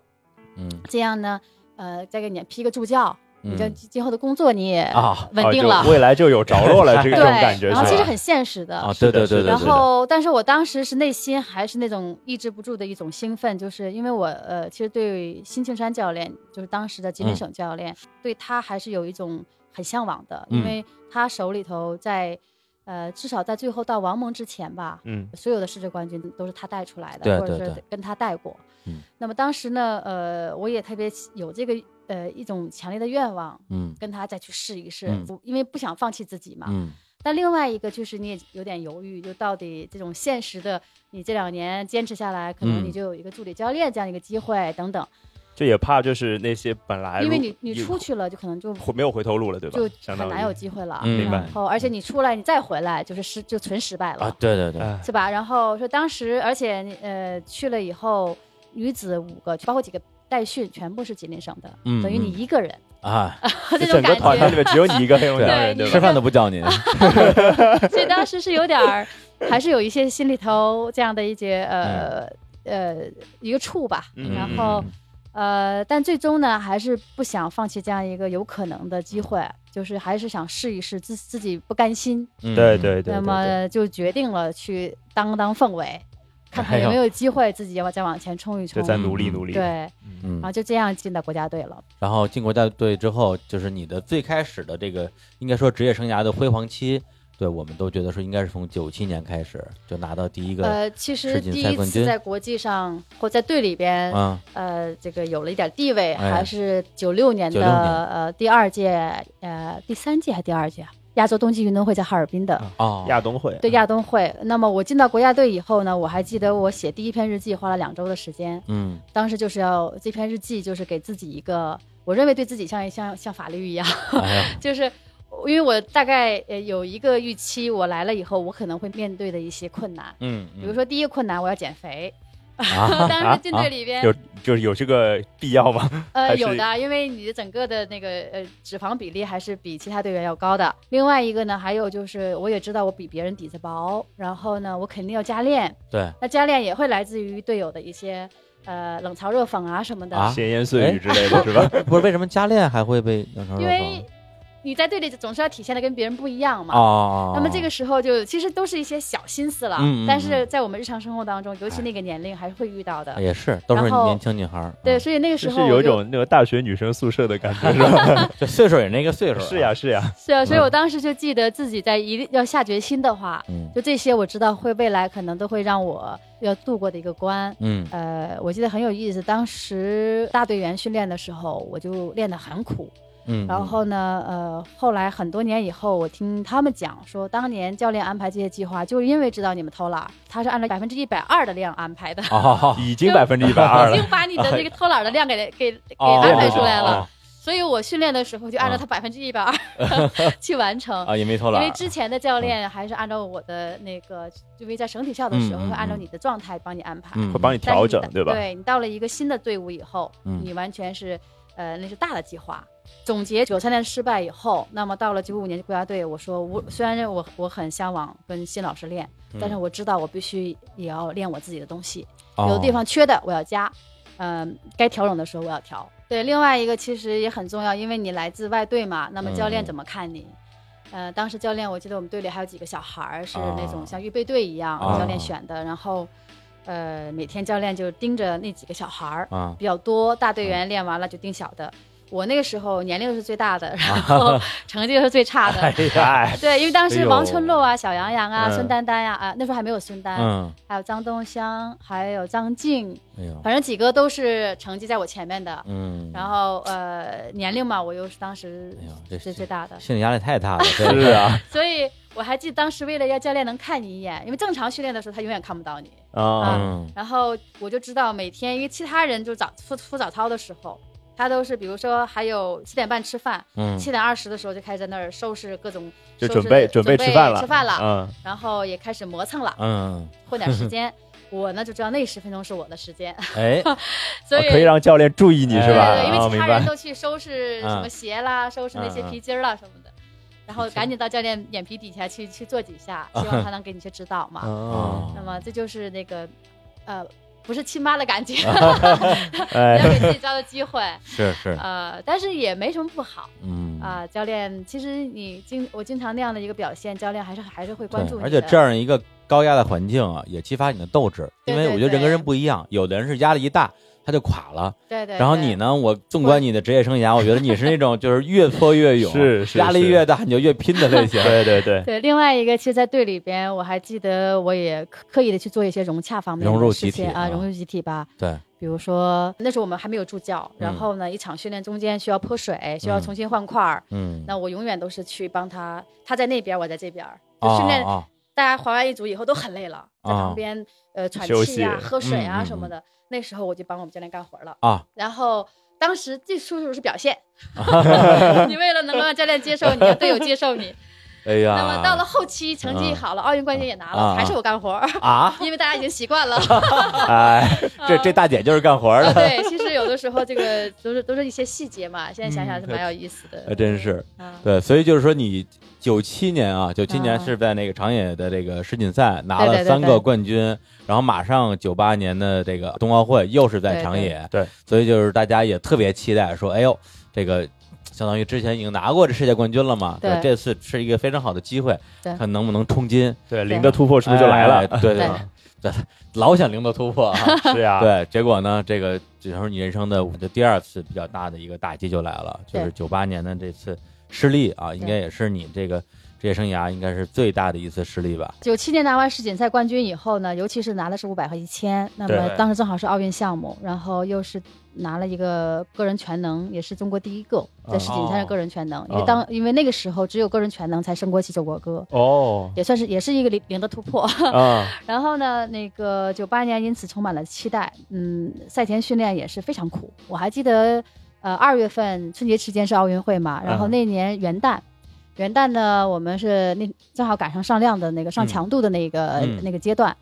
Speaker 4: 嗯
Speaker 3: 这样呢，呃，再给你批个助教，你这
Speaker 4: 嗯
Speaker 3: 今后的工作你也
Speaker 4: 啊
Speaker 3: 稳定了。
Speaker 2: 啊就未来就有着落了，这 个
Speaker 3: 对，
Speaker 2: 这种感觉
Speaker 3: 然后
Speaker 2: 是
Speaker 3: 其实
Speaker 2: 吧？
Speaker 3: 很现实的。
Speaker 4: 啊，对
Speaker 2: 是的
Speaker 4: 对对
Speaker 2: 是
Speaker 4: 对
Speaker 2: 的
Speaker 4: 对，
Speaker 3: 然
Speaker 4: 对
Speaker 3: 后，但是我当时是内心还是那种抑制不住的一种兴奋，就是因为我呃，其实对辛庆山教练，就是当时的吉
Speaker 4: 嗯
Speaker 3: 林省教练，对他还是有一种很向往的，
Speaker 4: 嗯
Speaker 3: 因为他手里头在，呃，至少在最后到王蒙之前吧，
Speaker 2: 嗯
Speaker 3: 所有的世界冠军都是他带出来的，
Speaker 4: 对
Speaker 3: 或者
Speaker 4: 对
Speaker 3: 是
Speaker 4: 对
Speaker 3: 跟他带过。
Speaker 4: 嗯
Speaker 3: 那么当时呢，呃，我也特别有这个呃一种强烈的愿望，
Speaker 4: 嗯
Speaker 3: 跟他再去试一试，
Speaker 4: 嗯
Speaker 3: 不因为不想放弃自己嘛。
Speaker 4: 嗯
Speaker 3: 但另外一个就是你也有点犹豫，就到底这种现实的，你这两年坚持下来，可能
Speaker 4: 嗯
Speaker 3: 你就有一个助理教练这样一个机会等等，
Speaker 2: 就也怕就是那些本来
Speaker 3: 因为
Speaker 2: 如
Speaker 3: 你你
Speaker 2: 有
Speaker 3: 出去了，就可能就
Speaker 2: 回没有回头路了，对吧
Speaker 3: 就？
Speaker 2: 相
Speaker 3: 很
Speaker 2: 当于
Speaker 3: 难有机会了。
Speaker 4: 嗯
Speaker 2: 明白
Speaker 3: 然后而且你出来，你再回来就是失就纯失败了。
Speaker 4: 啊，对对对，
Speaker 2: 哎
Speaker 3: 是吧？然后说当时，而且你呃去了以后，女子五个，包括几个代训，全部是吉林省的，
Speaker 4: 嗯
Speaker 3: 等于你
Speaker 4: 嗯
Speaker 3: 一个人，
Speaker 4: 啊，
Speaker 3: 这
Speaker 2: 整
Speaker 3: 种
Speaker 2: 个
Speaker 3: 感
Speaker 2: 团队里
Speaker 3: 觉。
Speaker 2: 面只有你一个黑 龙江人，
Speaker 3: 对
Speaker 2: 对
Speaker 4: 吃
Speaker 2: 吧？
Speaker 4: 饭都不 叫您，
Speaker 3: 所以当时是有点儿，还是有一些心里头这样的一些呃、呃一个怵吧。
Speaker 2: 嗯
Speaker 3: 然后呃，但最终呢，还是不想放弃这样一个有可能的机会，就是还是想试一试，自自己不甘心，
Speaker 4: 嗯
Speaker 2: 对对对，对
Speaker 3: 那么就决定了去当当凤尾，看看有没有机会自己要再往前冲一
Speaker 2: 就
Speaker 3: 冲。
Speaker 2: 在努力努力。
Speaker 3: 对，
Speaker 2: 嗯，
Speaker 4: 嗯
Speaker 3: 然后就这样进到国家队了。
Speaker 4: 然后进国家队之后，就是你的最开始的这个，应该说职业生涯的辉煌期，对我们都觉得说应该是从九七年开始就拿到第一个，
Speaker 3: 呃，其
Speaker 4: 世
Speaker 3: 实
Speaker 4: 锦
Speaker 3: 第
Speaker 4: 赛
Speaker 3: 一
Speaker 4: 冠
Speaker 3: 次
Speaker 4: 军
Speaker 3: 在国际上或在队里边，
Speaker 4: 啊，
Speaker 3: 呃，这个有了一点地位，
Speaker 4: 哎
Speaker 3: 还是九六年的
Speaker 4: 96年
Speaker 3: 呃第二届呃第三届还是第二届啊亚洲冬季运动会在哈尔滨的。
Speaker 2: 啊
Speaker 4: 哦，
Speaker 2: 亚冬会
Speaker 3: 对亚冬会，那么我进到国家队以后呢，我还记得我写第一篇日记花了两周的时间，
Speaker 4: 嗯
Speaker 3: 当时就是要这篇日记就是给自己一个，我认为对自己像像像法律一样，
Speaker 4: 哎呀，
Speaker 3: 就是因为我大概呃有一个预期，我来了以后我可能会面对的一些困难，
Speaker 4: 嗯，
Speaker 3: 比如说第一个困难我要减肥，
Speaker 4: 啊，
Speaker 3: 当时进队里边、
Speaker 2: 有就是有这个必要吗？还
Speaker 3: 呃
Speaker 2: 是
Speaker 3: 有的，因为你的整个的那个呃脂肪比例还是比其他队员要高的。另外一个呢，还有就是我也知道我比别人底子薄，然后呢我肯定要加练，
Speaker 4: 对，
Speaker 3: 那加练也会来自于队友的一些呃冷嘲热讽啊什么的，
Speaker 4: 啊
Speaker 2: 闲言碎语之类的是吧？
Speaker 4: 不是为什么加练还会被冷嘲热讽？
Speaker 3: 因为你在队里总是要体现的跟别人不一样嘛。
Speaker 4: 哦，
Speaker 3: 那么这个时候就其实都是一些小心思了，
Speaker 4: 嗯嗯嗯
Speaker 3: 但是在我们日常生活当中，尤其
Speaker 4: 哎
Speaker 3: 那个年龄还是会遇到的。
Speaker 4: 也是都是
Speaker 3: 然后
Speaker 4: 年轻女孩儿，
Speaker 3: 对，
Speaker 4: 嗯
Speaker 3: 所以那个时
Speaker 2: 就
Speaker 3: 候
Speaker 2: 是
Speaker 3: 我
Speaker 2: 有一
Speaker 3: 就
Speaker 2: 种那个大学女生宿舍的感觉是吧？
Speaker 4: 这岁数也那个岁数，
Speaker 2: 是呀，是呀，
Speaker 3: 是啊，所以
Speaker 4: 嗯
Speaker 3: 我当时就记得自己在一定要下决心的话，
Speaker 4: 嗯
Speaker 3: 就这些我知道会未来可能都会让我要度过的一个关。
Speaker 4: 嗯
Speaker 3: 呃，我记得很有意思，当时大队员训练的时候，我就练得很苦。
Speaker 4: 嗯，
Speaker 3: 然后呢，呃，后来很多年以后，我听他们讲说，当年教练安排这些计划，就是因为知道你们偷懒儿，他是按照百分之一百二的量安 排的，
Speaker 4: 哦，
Speaker 2: 已经百分之一百二
Speaker 3: 已
Speaker 2: 了
Speaker 3: 经。把你的这个偷懒儿的量给 给给
Speaker 4: 哦
Speaker 3: 安排出来了。
Speaker 4: 哦哦
Speaker 3: 所以我训练的时候就按照他百分之 一百二 去完成。
Speaker 4: 啊，也没偷
Speaker 3: 因
Speaker 4: 懒
Speaker 3: 为，之前的教练还是按照我的那个，因为在省体校的时候
Speaker 4: 嗯嗯
Speaker 3: 会按照
Speaker 4: 嗯
Speaker 3: 你的状态帮你安排，
Speaker 4: 嗯
Speaker 2: 会帮你
Speaker 3: 但
Speaker 2: 调
Speaker 3: 是你
Speaker 2: 整
Speaker 3: 到，
Speaker 2: 对吧？
Speaker 3: 对你到了一个新的队伍以后，
Speaker 4: 嗯
Speaker 3: 你完全是，呃，那是大的计划。总结九三年失败以后，那么到了九五年国家队，我说我虽然我我很向往跟新老师练，
Speaker 2: 嗯
Speaker 3: 但是我知道我必须也要练我自己的东西，
Speaker 4: 哦
Speaker 3: 有的地
Speaker 1: 哦
Speaker 3: 方缺的我要加，嗯、该调整的时候我要调。对，另外一个其实也很重要，因为你来自外队嘛，那么教
Speaker 4: 嗯
Speaker 3: 练怎么看你？呃，当时教练我记得我们队里还有几个小孩儿是
Speaker 4: 啊
Speaker 3: 那
Speaker 1: 哦
Speaker 3: 种像预备队一样，
Speaker 4: 啊
Speaker 3: 教练选的，然后，呃，每天教练就盯着那几个小孩儿
Speaker 4: 啊
Speaker 3: 比较多，大队员练完了就盯小的。我那个时候年龄是最大的，然后 成绩又是最差的。
Speaker 2: 哎，
Speaker 3: 对，因为当
Speaker 1: 哦哎
Speaker 3: 时
Speaker 1: 呦
Speaker 3: 王春露啊、小杨洋啊、
Speaker 1: 嗯
Speaker 3: 孙丹丹呀、啊，那时候还没有孙丹，
Speaker 1: 嗯，
Speaker 3: 还有张东香，还有张静，
Speaker 1: 哎呦，
Speaker 3: 反正几个都是成绩在我前面的。
Speaker 1: 嗯，
Speaker 3: 然后呃，年龄嘛，我又是当时
Speaker 1: 哎呦这
Speaker 3: 是最大的，
Speaker 1: 心理压力太大了，是
Speaker 2: 是啊，
Speaker 3: 所以我还记得当时为了要教练能看你一眼，因为正常训练的时候他永远看不到你。
Speaker 2: 啊，
Speaker 1: 嗯
Speaker 3: 然后我就知道每天，因为其他人就早出出早操的时候，他都是比如说还有七点半吃饭，
Speaker 1: 嗯
Speaker 3: 七点二十的时候就开始在那儿收拾各种，
Speaker 2: 就
Speaker 3: 收
Speaker 2: 准
Speaker 3: 拾
Speaker 2: 备
Speaker 3: 准
Speaker 2: 备
Speaker 3: 备
Speaker 2: 吃饭了，啊
Speaker 3: 吃饭了
Speaker 2: 嗯，
Speaker 3: 然后也开始磨蹭了，
Speaker 1: 嗯，
Speaker 3: 混 点时间。我呢就知道那十分钟是我的时间，
Speaker 1: 哎，
Speaker 3: 所以、
Speaker 2: 哦可以让教练注意你是吧？
Speaker 3: 对对对，因
Speaker 1: 哦
Speaker 2: 啊，
Speaker 3: 为其
Speaker 2: 明
Speaker 3: 他人
Speaker 2: 白。
Speaker 3: 都去收拾什么鞋啦，收拾那些
Speaker 1: 嗯嗯嗯
Speaker 3: 皮筋儿啦什么的，然后赶紧到教练眼皮底下去去做几 下，希望他能给你些指导嘛。
Speaker 1: 嗯
Speaker 2: 哦，
Speaker 3: 那么这就是那个，呃，不是亲妈的 感觉，
Speaker 2: 哎
Speaker 3: 要，给自己找的机会，
Speaker 1: 是是，
Speaker 3: 呃，但是也没什么不好
Speaker 1: 嗯
Speaker 3: 啊、教练，其实你经我经常那样的一个表现，教练还是还是会
Speaker 1: 对
Speaker 3: 关注你的。
Speaker 1: 而且这样一个高压的环境啊，也激发你的斗志，因
Speaker 3: 对
Speaker 1: 为
Speaker 3: 对
Speaker 1: 我觉得人跟
Speaker 3: 对
Speaker 1: 人不一样，有的人是压力一大他就垮了，
Speaker 3: 对对。
Speaker 1: 然后你
Speaker 3: 对？
Speaker 1: 呢，我纵观你的职业生涯，我觉得你是那种就是越挫越勇，
Speaker 2: 是是
Speaker 1: 压力
Speaker 2: 是
Speaker 1: 越大你就越拼的 类型。
Speaker 2: 对对对，
Speaker 3: 对，另外一个，其实，在队里边，我还记得，我也刻刻意的去做一些融洽方面
Speaker 1: 融入
Speaker 3: 的
Speaker 1: 集
Speaker 3: 事
Speaker 1: 体
Speaker 3: 情啊，
Speaker 1: 啊
Speaker 3: 融入集体吧。
Speaker 1: 对，
Speaker 3: 比如说，那时候我们还没有助教，然
Speaker 1: 嗯
Speaker 3: 后呢，一场训练中间需要泼水，需要
Speaker 1: 嗯
Speaker 3: 重新换块儿，
Speaker 1: 嗯，
Speaker 3: 那我永远都是去帮他，他在那边，我在这边儿，就
Speaker 1: 啊
Speaker 3: 训练
Speaker 1: 啊，
Speaker 3: 大家滑完一组以后都很累了，在
Speaker 1: 啊
Speaker 3: 旁边呃喘
Speaker 2: 休
Speaker 3: 气呀、
Speaker 2: 息
Speaker 3: 喝水
Speaker 1: 嗯
Speaker 3: 啊
Speaker 1: 嗯
Speaker 3: 什么的。那时候我就帮我们教练干活了
Speaker 1: 啊。
Speaker 3: 然后当时最输入是 表现，你为了能够让教练接受你，让队友接受你。
Speaker 1: 哎呀，
Speaker 3: 那么到了后期成绩好了，奥运冠军也拿
Speaker 1: 嗯啊
Speaker 3: 了，还是我干活，
Speaker 1: 啊，
Speaker 3: 因为大家已经习惯了。
Speaker 2: 哎，
Speaker 1: 这这大姐就是干活
Speaker 3: 啊
Speaker 1: 的，
Speaker 3: 对，其实有的时候这个都是都是一些细节嘛，现在想想是蛮有意思
Speaker 1: 呃
Speaker 3: 的。
Speaker 1: 真是
Speaker 3: 啊，
Speaker 1: 对，所以就是说你。九七年啊，九七年
Speaker 3: 啊
Speaker 1: 是在那个长野的这个世锦赛拿
Speaker 3: 对对
Speaker 1: 了
Speaker 3: 对
Speaker 1: 三个
Speaker 3: 对
Speaker 1: 冠军，然后马上九八年的这个冬奥会又是在
Speaker 3: 对
Speaker 1: 长
Speaker 3: 对
Speaker 1: 野，
Speaker 2: 对
Speaker 1: 所以就是大家也特别期待说，哎呦，这个相当于之前已经拿过这世界冠军了嘛，
Speaker 3: 对
Speaker 1: 这次是一个非常好的机会，
Speaker 3: 对
Speaker 1: 看能不能冲金，
Speaker 2: 对，零的突破是不是就来
Speaker 1: 哎
Speaker 2: 了？
Speaker 1: 对对
Speaker 3: 对
Speaker 1: 对，老想零的突破啊，
Speaker 2: 是呀，
Speaker 1: 对，结果呢，这个只能说你人生的我的第二次比较大的一个打击就来了，就是九八年的这次失利啊，应该也是你这个职业生涯应该是最大的一次失利吧？
Speaker 3: 九七年拿完世锦赛冠军以后呢，尤其是拿的是五百和一千，那么
Speaker 2: 对
Speaker 3: 当时正好是奥运项目，然后又是拿了一个个人全能，也是中国第一个
Speaker 1: 啊
Speaker 3: 在世锦赛
Speaker 1: 哦
Speaker 3: 上个人全能，因为当因为那个时候只有个人全能才胜过起九国歌。
Speaker 2: 哦，
Speaker 3: 也算是也是一个零零的突破，
Speaker 2: 啊，
Speaker 3: 然后呢，那个九八年因此充满了期待，嗯，赛前训练也是非常苦。我还记得，呃，二月份春节期间是奥运会嘛，然后
Speaker 2: 嗯
Speaker 3: 那年元旦，元旦呢，我们是那正好赶上上量的那个上强度的那个、
Speaker 1: 嗯
Speaker 3: 那个阶段，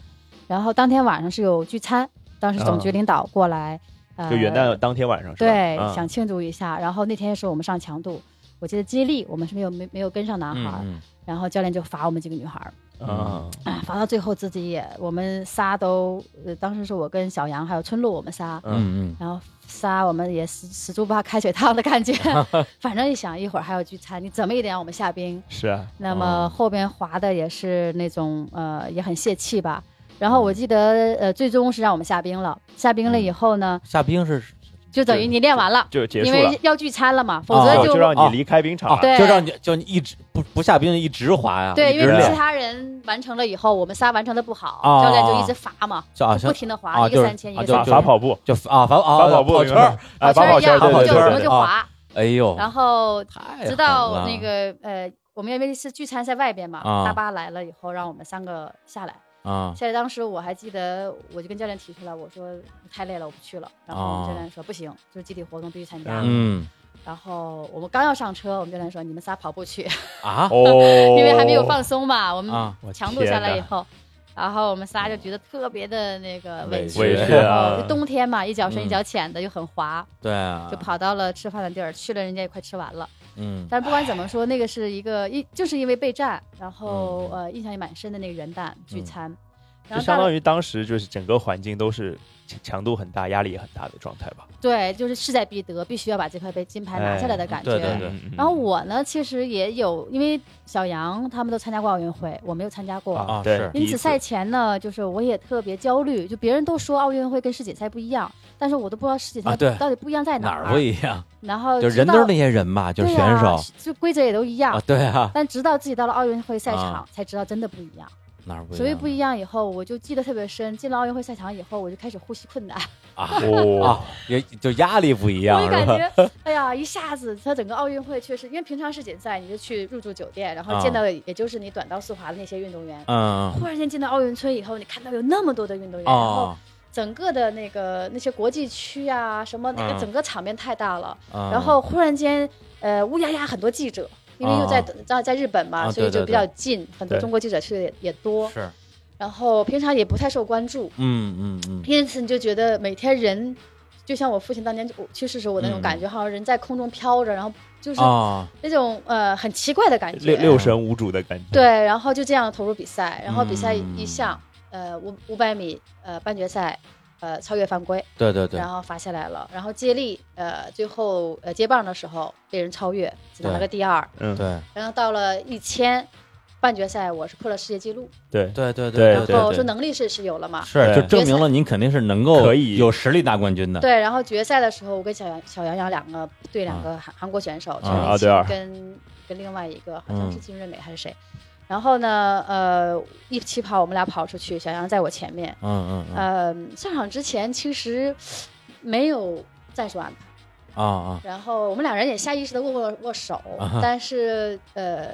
Speaker 3: 然后当天晚上是有聚餐，当时总局领导过来，呃，
Speaker 2: 就元旦当天晚上是吧？
Speaker 3: 对，
Speaker 2: 啊
Speaker 3: 想庆祝一下。然后那天是我们上强度，我记得接力我们是没有没没有跟上男孩儿，
Speaker 1: 嗯
Speaker 3: 然后教练就罚我们几个女孩儿。
Speaker 2: 啊，
Speaker 3: 啊，罚到最后自己也，我们仨都，呃，当时是我跟小杨还有春露我们仨，
Speaker 2: 嗯，
Speaker 1: 嗯
Speaker 3: 然后仨我们也死死猪不怕开水烫的感觉，反正一想一会儿还要聚餐，你怎么也得让我们下冰。
Speaker 2: 是啊，
Speaker 3: 那
Speaker 1: 哦
Speaker 3: 么后边滑的也是那种呃也很泄气吧。然后我记得呃最终是让我们下冰了，下冰了以后呢，
Speaker 1: 嗯，夏冰是
Speaker 3: 就等于你练完了，
Speaker 2: 就结
Speaker 3: 因
Speaker 2: 束了
Speaker 3: 为，要聚餐了嘛，否
Speaker 1: 哦
Speaker 3: 则
Speaker 2: 就
Speaker 3: 就、
Speaker 2: 让你离开冰场
Speaker 1: 啊，
Speaker 2: 了。
Speaker 3: 对
Speaker 1: 就让你就你一直不不下冰就一直滑呀，
Speaker 3: 对，
Speaker 1: 一
Speaker 3: 因
Speaker 1: 直
Speaker 3: 为
Speaker 2: 练
Speaker 3: 其他人完成了以后，我们仨完成的不好，
Speaker 1: 哦
Speaker 3: 教练就一直罚嘛，
Speaker 1: 就啊
Speaker 3: 就不停的滑，
Speaker 1: 啊
Speaker 3: 一
Speaker 1: 就
Speaker 3: 个
Speaker 1: 是
Speaker 3: 三千，一
Speaker 1: 啊
Speaker 3: 个
Speaker 1: 就
Speaker 2: 罚
Speaker 3: 三
Speaker 1: 是
Speaker 3: 千，
Speaker 2: 罚跑步，
Speaker 1: 就啊罚
Speaker 2: 罚
Speaker 1: 啊
Speaker 2: 跑步，
Speaker 1: 跑圈儿，
Speaker 2: 哎，罚跑
Speaker 3: 圈
Speaker 2: 圈
Speaker 3: 儿
Speaker 2: 儿，
Speaker 1: 跑
Speaker 2: 对对
Speaker 3: 一啊样，
Speaker 1: 圈
Speaker 3: 就
Speaker 1: 儿
Speaker 3: 我
Speaker 2: 对
Speaker 3: 们
Speaker 2: 对
Speaker 3: 就滑，
Speaker 1: 哎呦，
Speaker 3: 然后
Speaker 1: 太
Speaker 3: 直
Speaker 1: 狠
Speaker 3: 到
Speaker 1: 了
Speaker 3: 那个呃，我们因为是聚餐在外边嘛，
Speaker 1: 啊
Speaker 3: 大巴来了以后，让我们三个下来。
Speaker 1: 啊
Speaker 3: 下来当时我还记得，我就跟教练提出来，我说太累了，我不去了。然后我
Speaker 1: 哦
Speaker 3: 们教练说不行，就是集体活动必须参加。
Speaker 1: 嗯
Speaker 3: 然后我们刚要上车，我们教练说你们仨跑步去，
Speaker 1: 啊
Speaker 2: 哦，
Speaker 3: 因为还没有放松嘛，我们
Speaker 1: 啊
Speaker 2: 我
Speaker 3: 强度下来以
Speaker 2: 天哪，
Speaker 3: 后。然后我们仨就觉得特别的那个
Speaker 1: 委
Speaker 3: 委
Speaker 1: 屈
Speaker 3: 屈，
Speaker 2: 委屈啊
Speaker 3: 然后就冬天嘛，一脚深一
Speaker 1: 嗯
Speaker 3: 脚浅的，又很滑，
Speaker 1: 对啊
Speaker 3: 就跑到了吃饭的地儿，去了人家也快吃完了。
Speaker 1: 嗯
Speaker 3: 但是不管怎么说，那个
Speaker 1: 嗯
Speaker 3: 是一个一就是因为备战，然后呃印象也蛮深的那个元旦聚餐，然
Speaker 2: 就
Speaker 3: 后大
Speaker 2: 相
Speaker 3: 概
Speaker 2: 当于当时就是整个环境都是强强度很大、压力也很大的状态吧。
Speaker 3: 对，就是势在必得，必须要把这块杯金牌拿下来的感觉。
Speaker 1: 哎对对
Speaker 2: 嗯，嗯嗯
Speaker 3: 然后我呢，其实也有，因为小杨他们都参加过奥运会，我没有参加过。
Speaker 1: 啊
Speaker 2: 对
Speaker 1: 是
Speaker 2: 第
Speaker 3: 因
Speaker 2: 一
Speaker 3: 此
Speaker 2: 次
Speaker 3: 赛前呢，就是我也特别焦虑，就别人都说奥运会跟世锦赛不一样，但是我都不知道世锦
Speaker 1: 啊
Speaker 3: 赛
Speaker 1: 对
Speaker 3: 到底不一样在
Speaker 1: 哪
Speaker 3: 儿。
Speaker 1: 儿不一样？
Speaker 3: 然后
Speaker 1: 就
Speaker 3: 直
Speaker 1: 人都是
Speaker 3: 到
Speaker 1: 那些人吧，就是
Speaker 3: 对
Speaker 1: 选手
Speaker 3: 啊，就规则也都一样。
Speaker 1: 啊，对啊，
Speaker 3: 但直到自己到了奥运会赛场
Speaker 1: 啊，
Speaker 3: 才知道真的不一样。
Speaker 1: 哪儿不一样？
Speaker 3: 所谓不一样以后，我就记得特别深。进了奥运会赛场以后，我就开始呼吸困难，
Speaker 1: 啊
Speaker 2: 哦
Speaker 1: 啊，也就压力不一
Speaker 3: 我
Speaker 1: 样
Speaker 3: 就是感
Speaker 1: 吧？
Speaker 3: 觉，哎呀，一下子它整个奥运会确实，因为平常世锦赛你就去入住酒店，然后
Speaker 1: 啊
Speaker 3: 见到也就是你短道速滑的那些运动员。
Speaker 1: 嗯
Speaker 3: 忽然间进到奥运村以后，你看到有那么多的运动员，
Speaker 1: 嗯
Speaker 3: 然后
Speaker 1: 啊
Speaker 3: 整个的那个那些国际区啊，什么那
Speaker 1: 嗯
Speaker 3: 个整个场面太大了。
Speaker 1: 嗯
Speaker 3: 然后忽然间，呃，乌压压很多记者，因为又在在在日本嘛，
Speaker 1: 啊
Speaker 3: 所以
Speaker 1: 对对
Speaker 3: 就比较近，很多
Speaker 2: 对
Speaker 3: 中国记者去的也也多。
Speaker 1: 是
Speaker 3: 然后平常也不太受关注，
Speaker 1: 嗯嗯嗯
Speaker 3: 因此你就觉得每天人，就像我父亲当年去世时候我那种感觉，好像人在空中飘着，然后就是
Speaker 1: 啊
Speaker 3: 那种、呃很奇怪的 感
Speaker 2: 六
Speaker 3: 觉。
Speaker 2: 六神无主的感觉。
Speaker 3: 对，然后就这样投入比赛，然后比赛
Speaker 1: 嗯
Speaker 3: 一项，呃五五百米呃半决赛，呃超越犯规，
Speaker 1: 对对对
Speaker 3: 然后罚下来了，然后接力呃最后呃接棒的时候被人超越，只拿了
Speaker 1: 对
Speaker 3: 个第二，
Speaker 2: 嗯，
Speaker 1: 对
Speaker 3: 然后到了一千半决赛我是破了世界纪录，
Speaker 2: 对
Speaker 1: 对对
Speaker 2: 对
Speaker 3: 然后说能力是是有了嘛，
Speaker 1: 是就
Speaker 2: 对
Speaker 1: 证明了您肯定是能够
Speaker 2: 可以
Speaker 1: 有实力拿冠军的。
Speaker 3: 对，然后决赛的时候，我跟小杨、小杨洋两个对两个韩韩国选手，
Speaker 1: 嗯
Speaker 3: 陈
Speaker 1: 啊嗯
Speaker 2: 二
Speaker 3: 立
Speaker 2: 对二
Speaker 3: 青跟跟另外一个好像是金瑞美还是谁，然后呢，呃，一起跑，我们俩跑出去，小杨在我前面，
Speaker 1: 嗯嗯嗯
Speaker 3: 呃，上场之前其实没有战术安排，
Speaker 1: 啊啊
Speaker 3: 然后我们两人也下意识的握握握手
Speaker 1: 啊哈，
Speaker 3: 但是呃，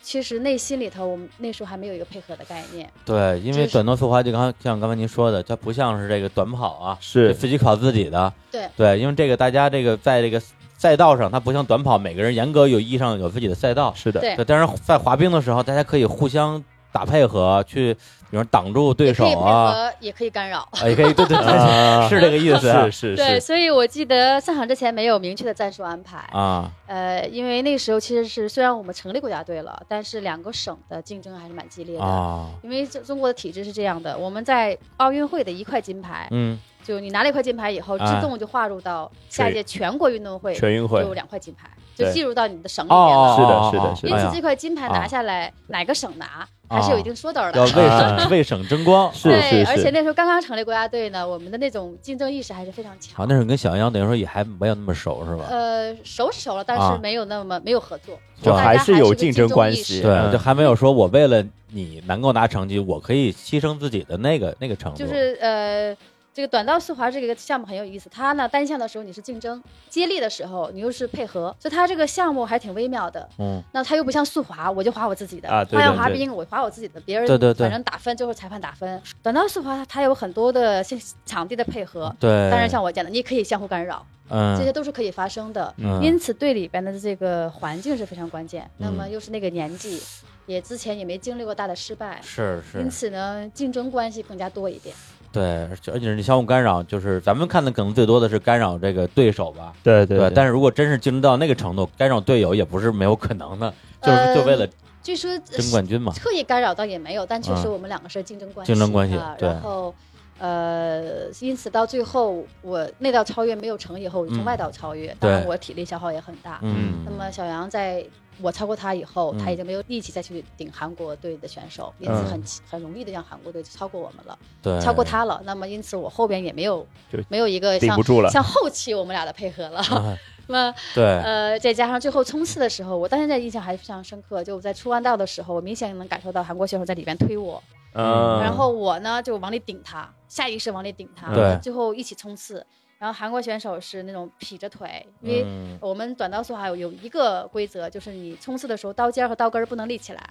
Speaker 3: 其实内心里头，我们那时候还没有一个配合的概念，
Speaker 1: 对，因为
Speaker 3: 就是
Speaker 1: 短道速滑就刚像刚才您说的，它不像是这个短跑啊，
Speaker 2: 是
Speaker 1: 这自己考自己的。
Speaker 3: 对
Speaker 1: 对，因为这个大家这个在这个赛道上，它不像短跑，每个人严格有意义上有自己的赛道。
Speaker 2: 是的，
Speaker 3: 对
Speaker 1: 对，但是在滑冰的时候，大家可以互相打配合，去比如挡住对
Speaker 3: 也
Speaker 1: 手
Speaker 3: 可以配
Speaker 1: 啊，
Speaker 3: 合，也可以干扰。
Speaker 1: 啊也可以，对对对，
Speaker 2: 啊
Speaker 1: 是这个意思 啊
Speaker 2: 是是
Speaker 3: 对，
Speaker 2: 是
Speaker 3: 所以我记得上场之前没有明确的战术安排，
Speaker 1: 啊，
Speaker 3: 呃，因为那时候其实是虽然我们成立国家队了，但是两个省的竞争还是蛮激烈的。
Speaker 1: 啊，
Speaker 3: 因为中中国的体制是这样的，我们在奥运会的一块金牌，
Speaker 1: 嗯，
Speaker 3: 就你拿了一块金牌以后，
Speaker 1: 哎
Speaker 3: 自动就划入到下一届全国运动会，
Speaker 2: 啊全运会
Speaker 3: 就。两块金牌，就
Speaker 2: 对
Speaker 3: 进入到你的省里面
Speaker 1: 哦，
Speaker 3: 了。
Speaker 2: 了是的
Speaker 1: 哦
Speaker 2: 是的是啊
Speaker 3: 因
Speaker 2: 的
Speaker 1: 哎
Speaker 3: 此
Speaker 1: 呀，
Speaker 3: 这块金牌拿下来，哪个省拿还是有一定说道的。
Speaker 1: 哎要为
Speaker 2: 啊
Speaker 1: 省为省争光，
Speaker 2: 是
Speaker 1: 啊
Speaker 3: 对，而且那时候刚刚成立国家队呢，我们的那种竞争意识还是非常
Speaker 1: 啊
Speaker 3: 强。
Speaker 1: 那时候跟小杨等于说也还没有那么熟是
Speaker 2: 啊
Speaker 1: 吧？
Speaker 3: 呃，熟是熟了，但
Speaker 1: 啊
Speaker 3: 是没有那么没有合作，
Speaker 2: 就
Speaker 3: 大
Speaker 2: 还
Speaker 3: 家
Speaker 2: 是
Speaker 3: 是
Speaker 2: 有
Speaker 3: 个
Speaker 2: 竞争
Speaker 3: 争
Speaker 2: 关
Speaker 3: 意
Speaker 2: 系
Speaker 3: 识
Speaker 1: 对，
Speaker 2: 嗯
Speaker 1: 就还没有说我为了你能够拿成绩，我可以牺牲自己的那个那个程度，
Speaker 3: 就是呃，这个短道速滑这个项目很有意思，它呢单项的时候你是竞争，接力的时候你又是配合，所以它这个项目还挺微妙的。
Speaker 1: 嗯，
Speaker 3: 那它又不像速滑，我就滑我自己的；
Speaker 2: 啊对
Speaker 3: 花样
Speaker 2: 对
Speaker 3: 滑
Speaker 2: 对
Speaker 3: 冰我滑我自己的，别人
Speaker 1: 对对对
Speaker 3: 反正打分，最后裁判打分。短道速滑它它有很多的现场地的配合，
Speaker 1: 对，
Speaker 3: 哦当然像我讲的，你也可以相互干扰，
Speaker 1: 哎嗯，
Speaker 3: 这些都是可以发生的。
Speaker 1: 嗯
Speaker 3: 因此，队里边的这个环境是非常关键。那么
Speaker 1: 嗯
Speaker 3: 又是那个年纪，也之前也没经历过大的失败，
Speaker 1: 是
Speaker 3: 因
Speaker 1: 是，
Speaker 3: 此呢，竞争关系更加多一点。
Speaker 1: 对，而且而且你相互干扰，就是咱们看的可能最多的是干扰这个对手吧，
Speaker 2: 对对
Speaker 1: 但是如果真是竞争到那个程度，干扰队友也不是没有可能的，就是
Speaker 3: 呃
Speaker 1: 就为了
Speaker 3: 据说呃
Speaker 1: 争冠军嘛。
Speaker 3: 特意干扰倒也没有，但确实
Speaker 1: 嗯
Speaker 3: 我们两个是竞争关系，
Speaker 1: 竞争关系
Speaker 3: 啊、
Speaker 1: 对
Speaker 3: 然后，呃，因此到最后我内道超越没有成以后，我就
Speaker 1: 嗯
Speaker 3: 从外道超越，当然
Speaker 1: 对
Speaker 3: 我体力消耗也很大。
Speaker 1: 嗯，
Speaker 3: 那么小杨在我超过他以后，
Speaker 1: 嗯
Speaker 3: 他已经没有力气再去顶韩国队的选手，因此很很容易的让韩国队就超过我们了，
Speaker 1: 对，
Speaker 3: 超过他了。那么因此我后边也没有
Speaker 2: 就
Speaker 3: 没有一个
Speaker 2: 顶
Speaker 3: 像
Speaker 2: 不住了
Speaker 3: 像后期我们俩的配合了。
Speaker 1: 啊，
Speaker 3: 那
Speaker 1: 对，
Speaker 3: 呃，再加上最后冲刺的时候，我到现在印象还是非常深刻。就我在出弯道的时候，我明显能感受到韩国选手在里边推我，
Speaker 2: 嗯，
Speaker 3: 然后我呢就往里顶他，下意识往里顶他，
Speaker 1: 对
Speaker 3: 最后一起冲刺。然后韩国选手是那种劈着腿，因为
Speaker 1: 嗯
Speaker 3: 我们短道速滑有有一个规则，就是你冲刺的时候刀尖儿和刀根儿不能立起来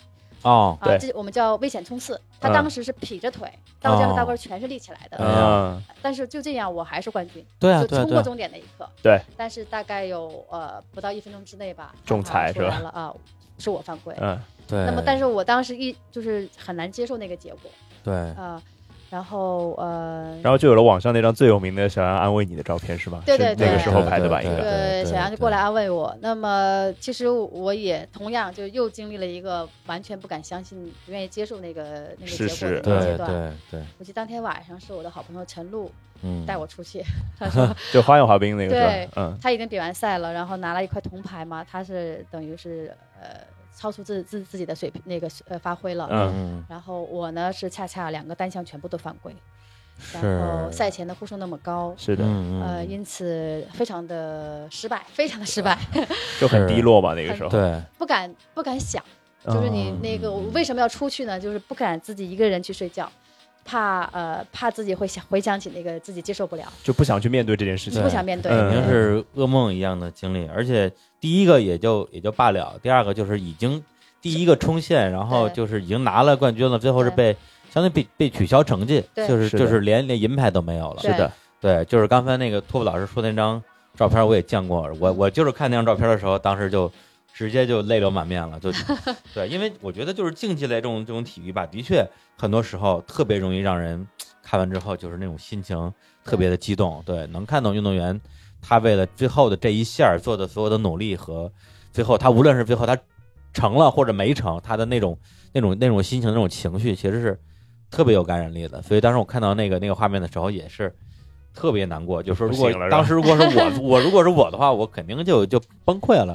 Speaker 1: 哦，
Speaker 3: 啊
Speaker 2: 对，
Speaker 3: 这我们叫危险冲刺。他
Speaker 2: 嗯
Speaker 3: 当时是劈着腿，刀尖儿和刀根儿全是立起来的。
Speaker 1: 哎呀
Speaker 2: 嗯，
Speaker 3: 但是就这样，我还是冠军，
Speaker 1: 对啊，
Speaker 3: 就
Speaker 1: 对啊
Speaker 3: 冲
Speaker 1: 对
Speaker 3: 过
Speaker 1: 啊，
Speaker 3: 终点那一刻。
Speaker 2: 对，
Speaker 3: 但是大概有呃不到一分钟之内吧，
Speaker 2: 仲裁
Speaker 3: 判罚出来
Speaker 2: 是
Speaker 3: 了啊，是我犯规。
Speaker 2: 嗯，
Speaker 1: 对。
Speaker 3: 那么，但是我当时一就是很难接受那个结果
Speaker 1: 对
Speaker 3: 啊、
Speaker 5: 呃然后呃，
Speaker 2: 然后就有了网上那张最有名的小杨安慰你的照片，是吗？
Speaker 5: 对对
Speaker 2: 是
Speaker 5: 对
Speaker 2: 那个时候拍的吧？应
Speaker 1: 对
Speaker 2: 该。
Speaker 5: 对，小杨就
Speaker 1: 对
Speaker 5: 过来安慰我。那么其实我也同样就又经历了一个完全不敢相信、不愿意接受那个那个结果
Speaker 2: 事
Speaker 5: 的
Speaker 2: 实
Speaker 5: 一个阶
Speaker 1: 对
Speaker 5: 段。
Speaker 1: 对对，
Speaker 5: 我记得当天晚上是我的好朋友陈露
Speaker 1: 嗯，
Speaker 5: 带我出去，
Speaker 2: 就花样滑冰那个
Speaker 5: 对
Speaker 2: 是吧？嗯，
Speaker 5: 他已经比完赛了，然后拿了一块铜牌嘛，他是等于是呃超出自自自己的水平那个呃发挥了。
Speaker 2: 嗯
Speaker 1: 嗯，
Speaker 5: 然后我呢是恰恰两个单项全部都犯规，然后
Speaker 1: 是
Speaker 5: 赛前的呼声那么高，
Speaker 2: 是的，
Speaker 1: 嗯
Speaker 5: 呃，
Speaker 1: 嗯，
Speaker 5: 因此非常的失败，非常的失败，
Speaker 2: 就很低落嘛，那个时候。
Speaker 1: 对，
Speaker 5: 不敢不敢想。
Speaker 1: 哦
Speaker 5: 就是你
Speaker 2: 嗯
Speaker 5: 那个我为什么要出去呢？就是不敢自己一个人去睡觉，怕呃怕自己会想回想起那个自己接受不了，
Speaker 2: 就不想去面对这件事
Speaker 5: 你
Speaker 2: 情
Speaker 1: 对。
Speaker 5: 不想面对。
Speaker 2: 嗯
Speaker 1: 肯定是噩梦一样的经历，而且第一个也就也就罢了，第二个就是已经第一个冲线，然后
Speaker 5: 对
Speaker 1: 就是已经拿了冠军了，最后是被相当于被被取消成绩，
Speaker 5: 对
Speaker 1: 就是
Speaker 2: 是
Speaker 1: 就
Speaker 2: 的
Speaker 1: 是连连银牌都没有了。
Speaker 2: 是
Speaker 5: 对
Speaker 2: 的，
Speaker 1: 对，就是刚才那个托布老师说那张照片，我也见过，我我就是看那张照片的时候，当时就直接就泪流满面了，就对，因为我觉得就是竞技类这种这种体育吧，的确很多时候特别容易让人看完之后就是那种心情特别的激动，对，能看懂运动员他为了最后的这一下儿做的所有的努力和最后他无论是最后他成了或者没成，他的那种那种那种心情那种情绪其实是特别有感染力的，所以当时我看到那个那个画面的时候也是。特别难过，就说如果
Speaker 2: 不行了是吧
Speaker 1: 当时如果是我，我如果是我的话，我肯定就就崩溃了。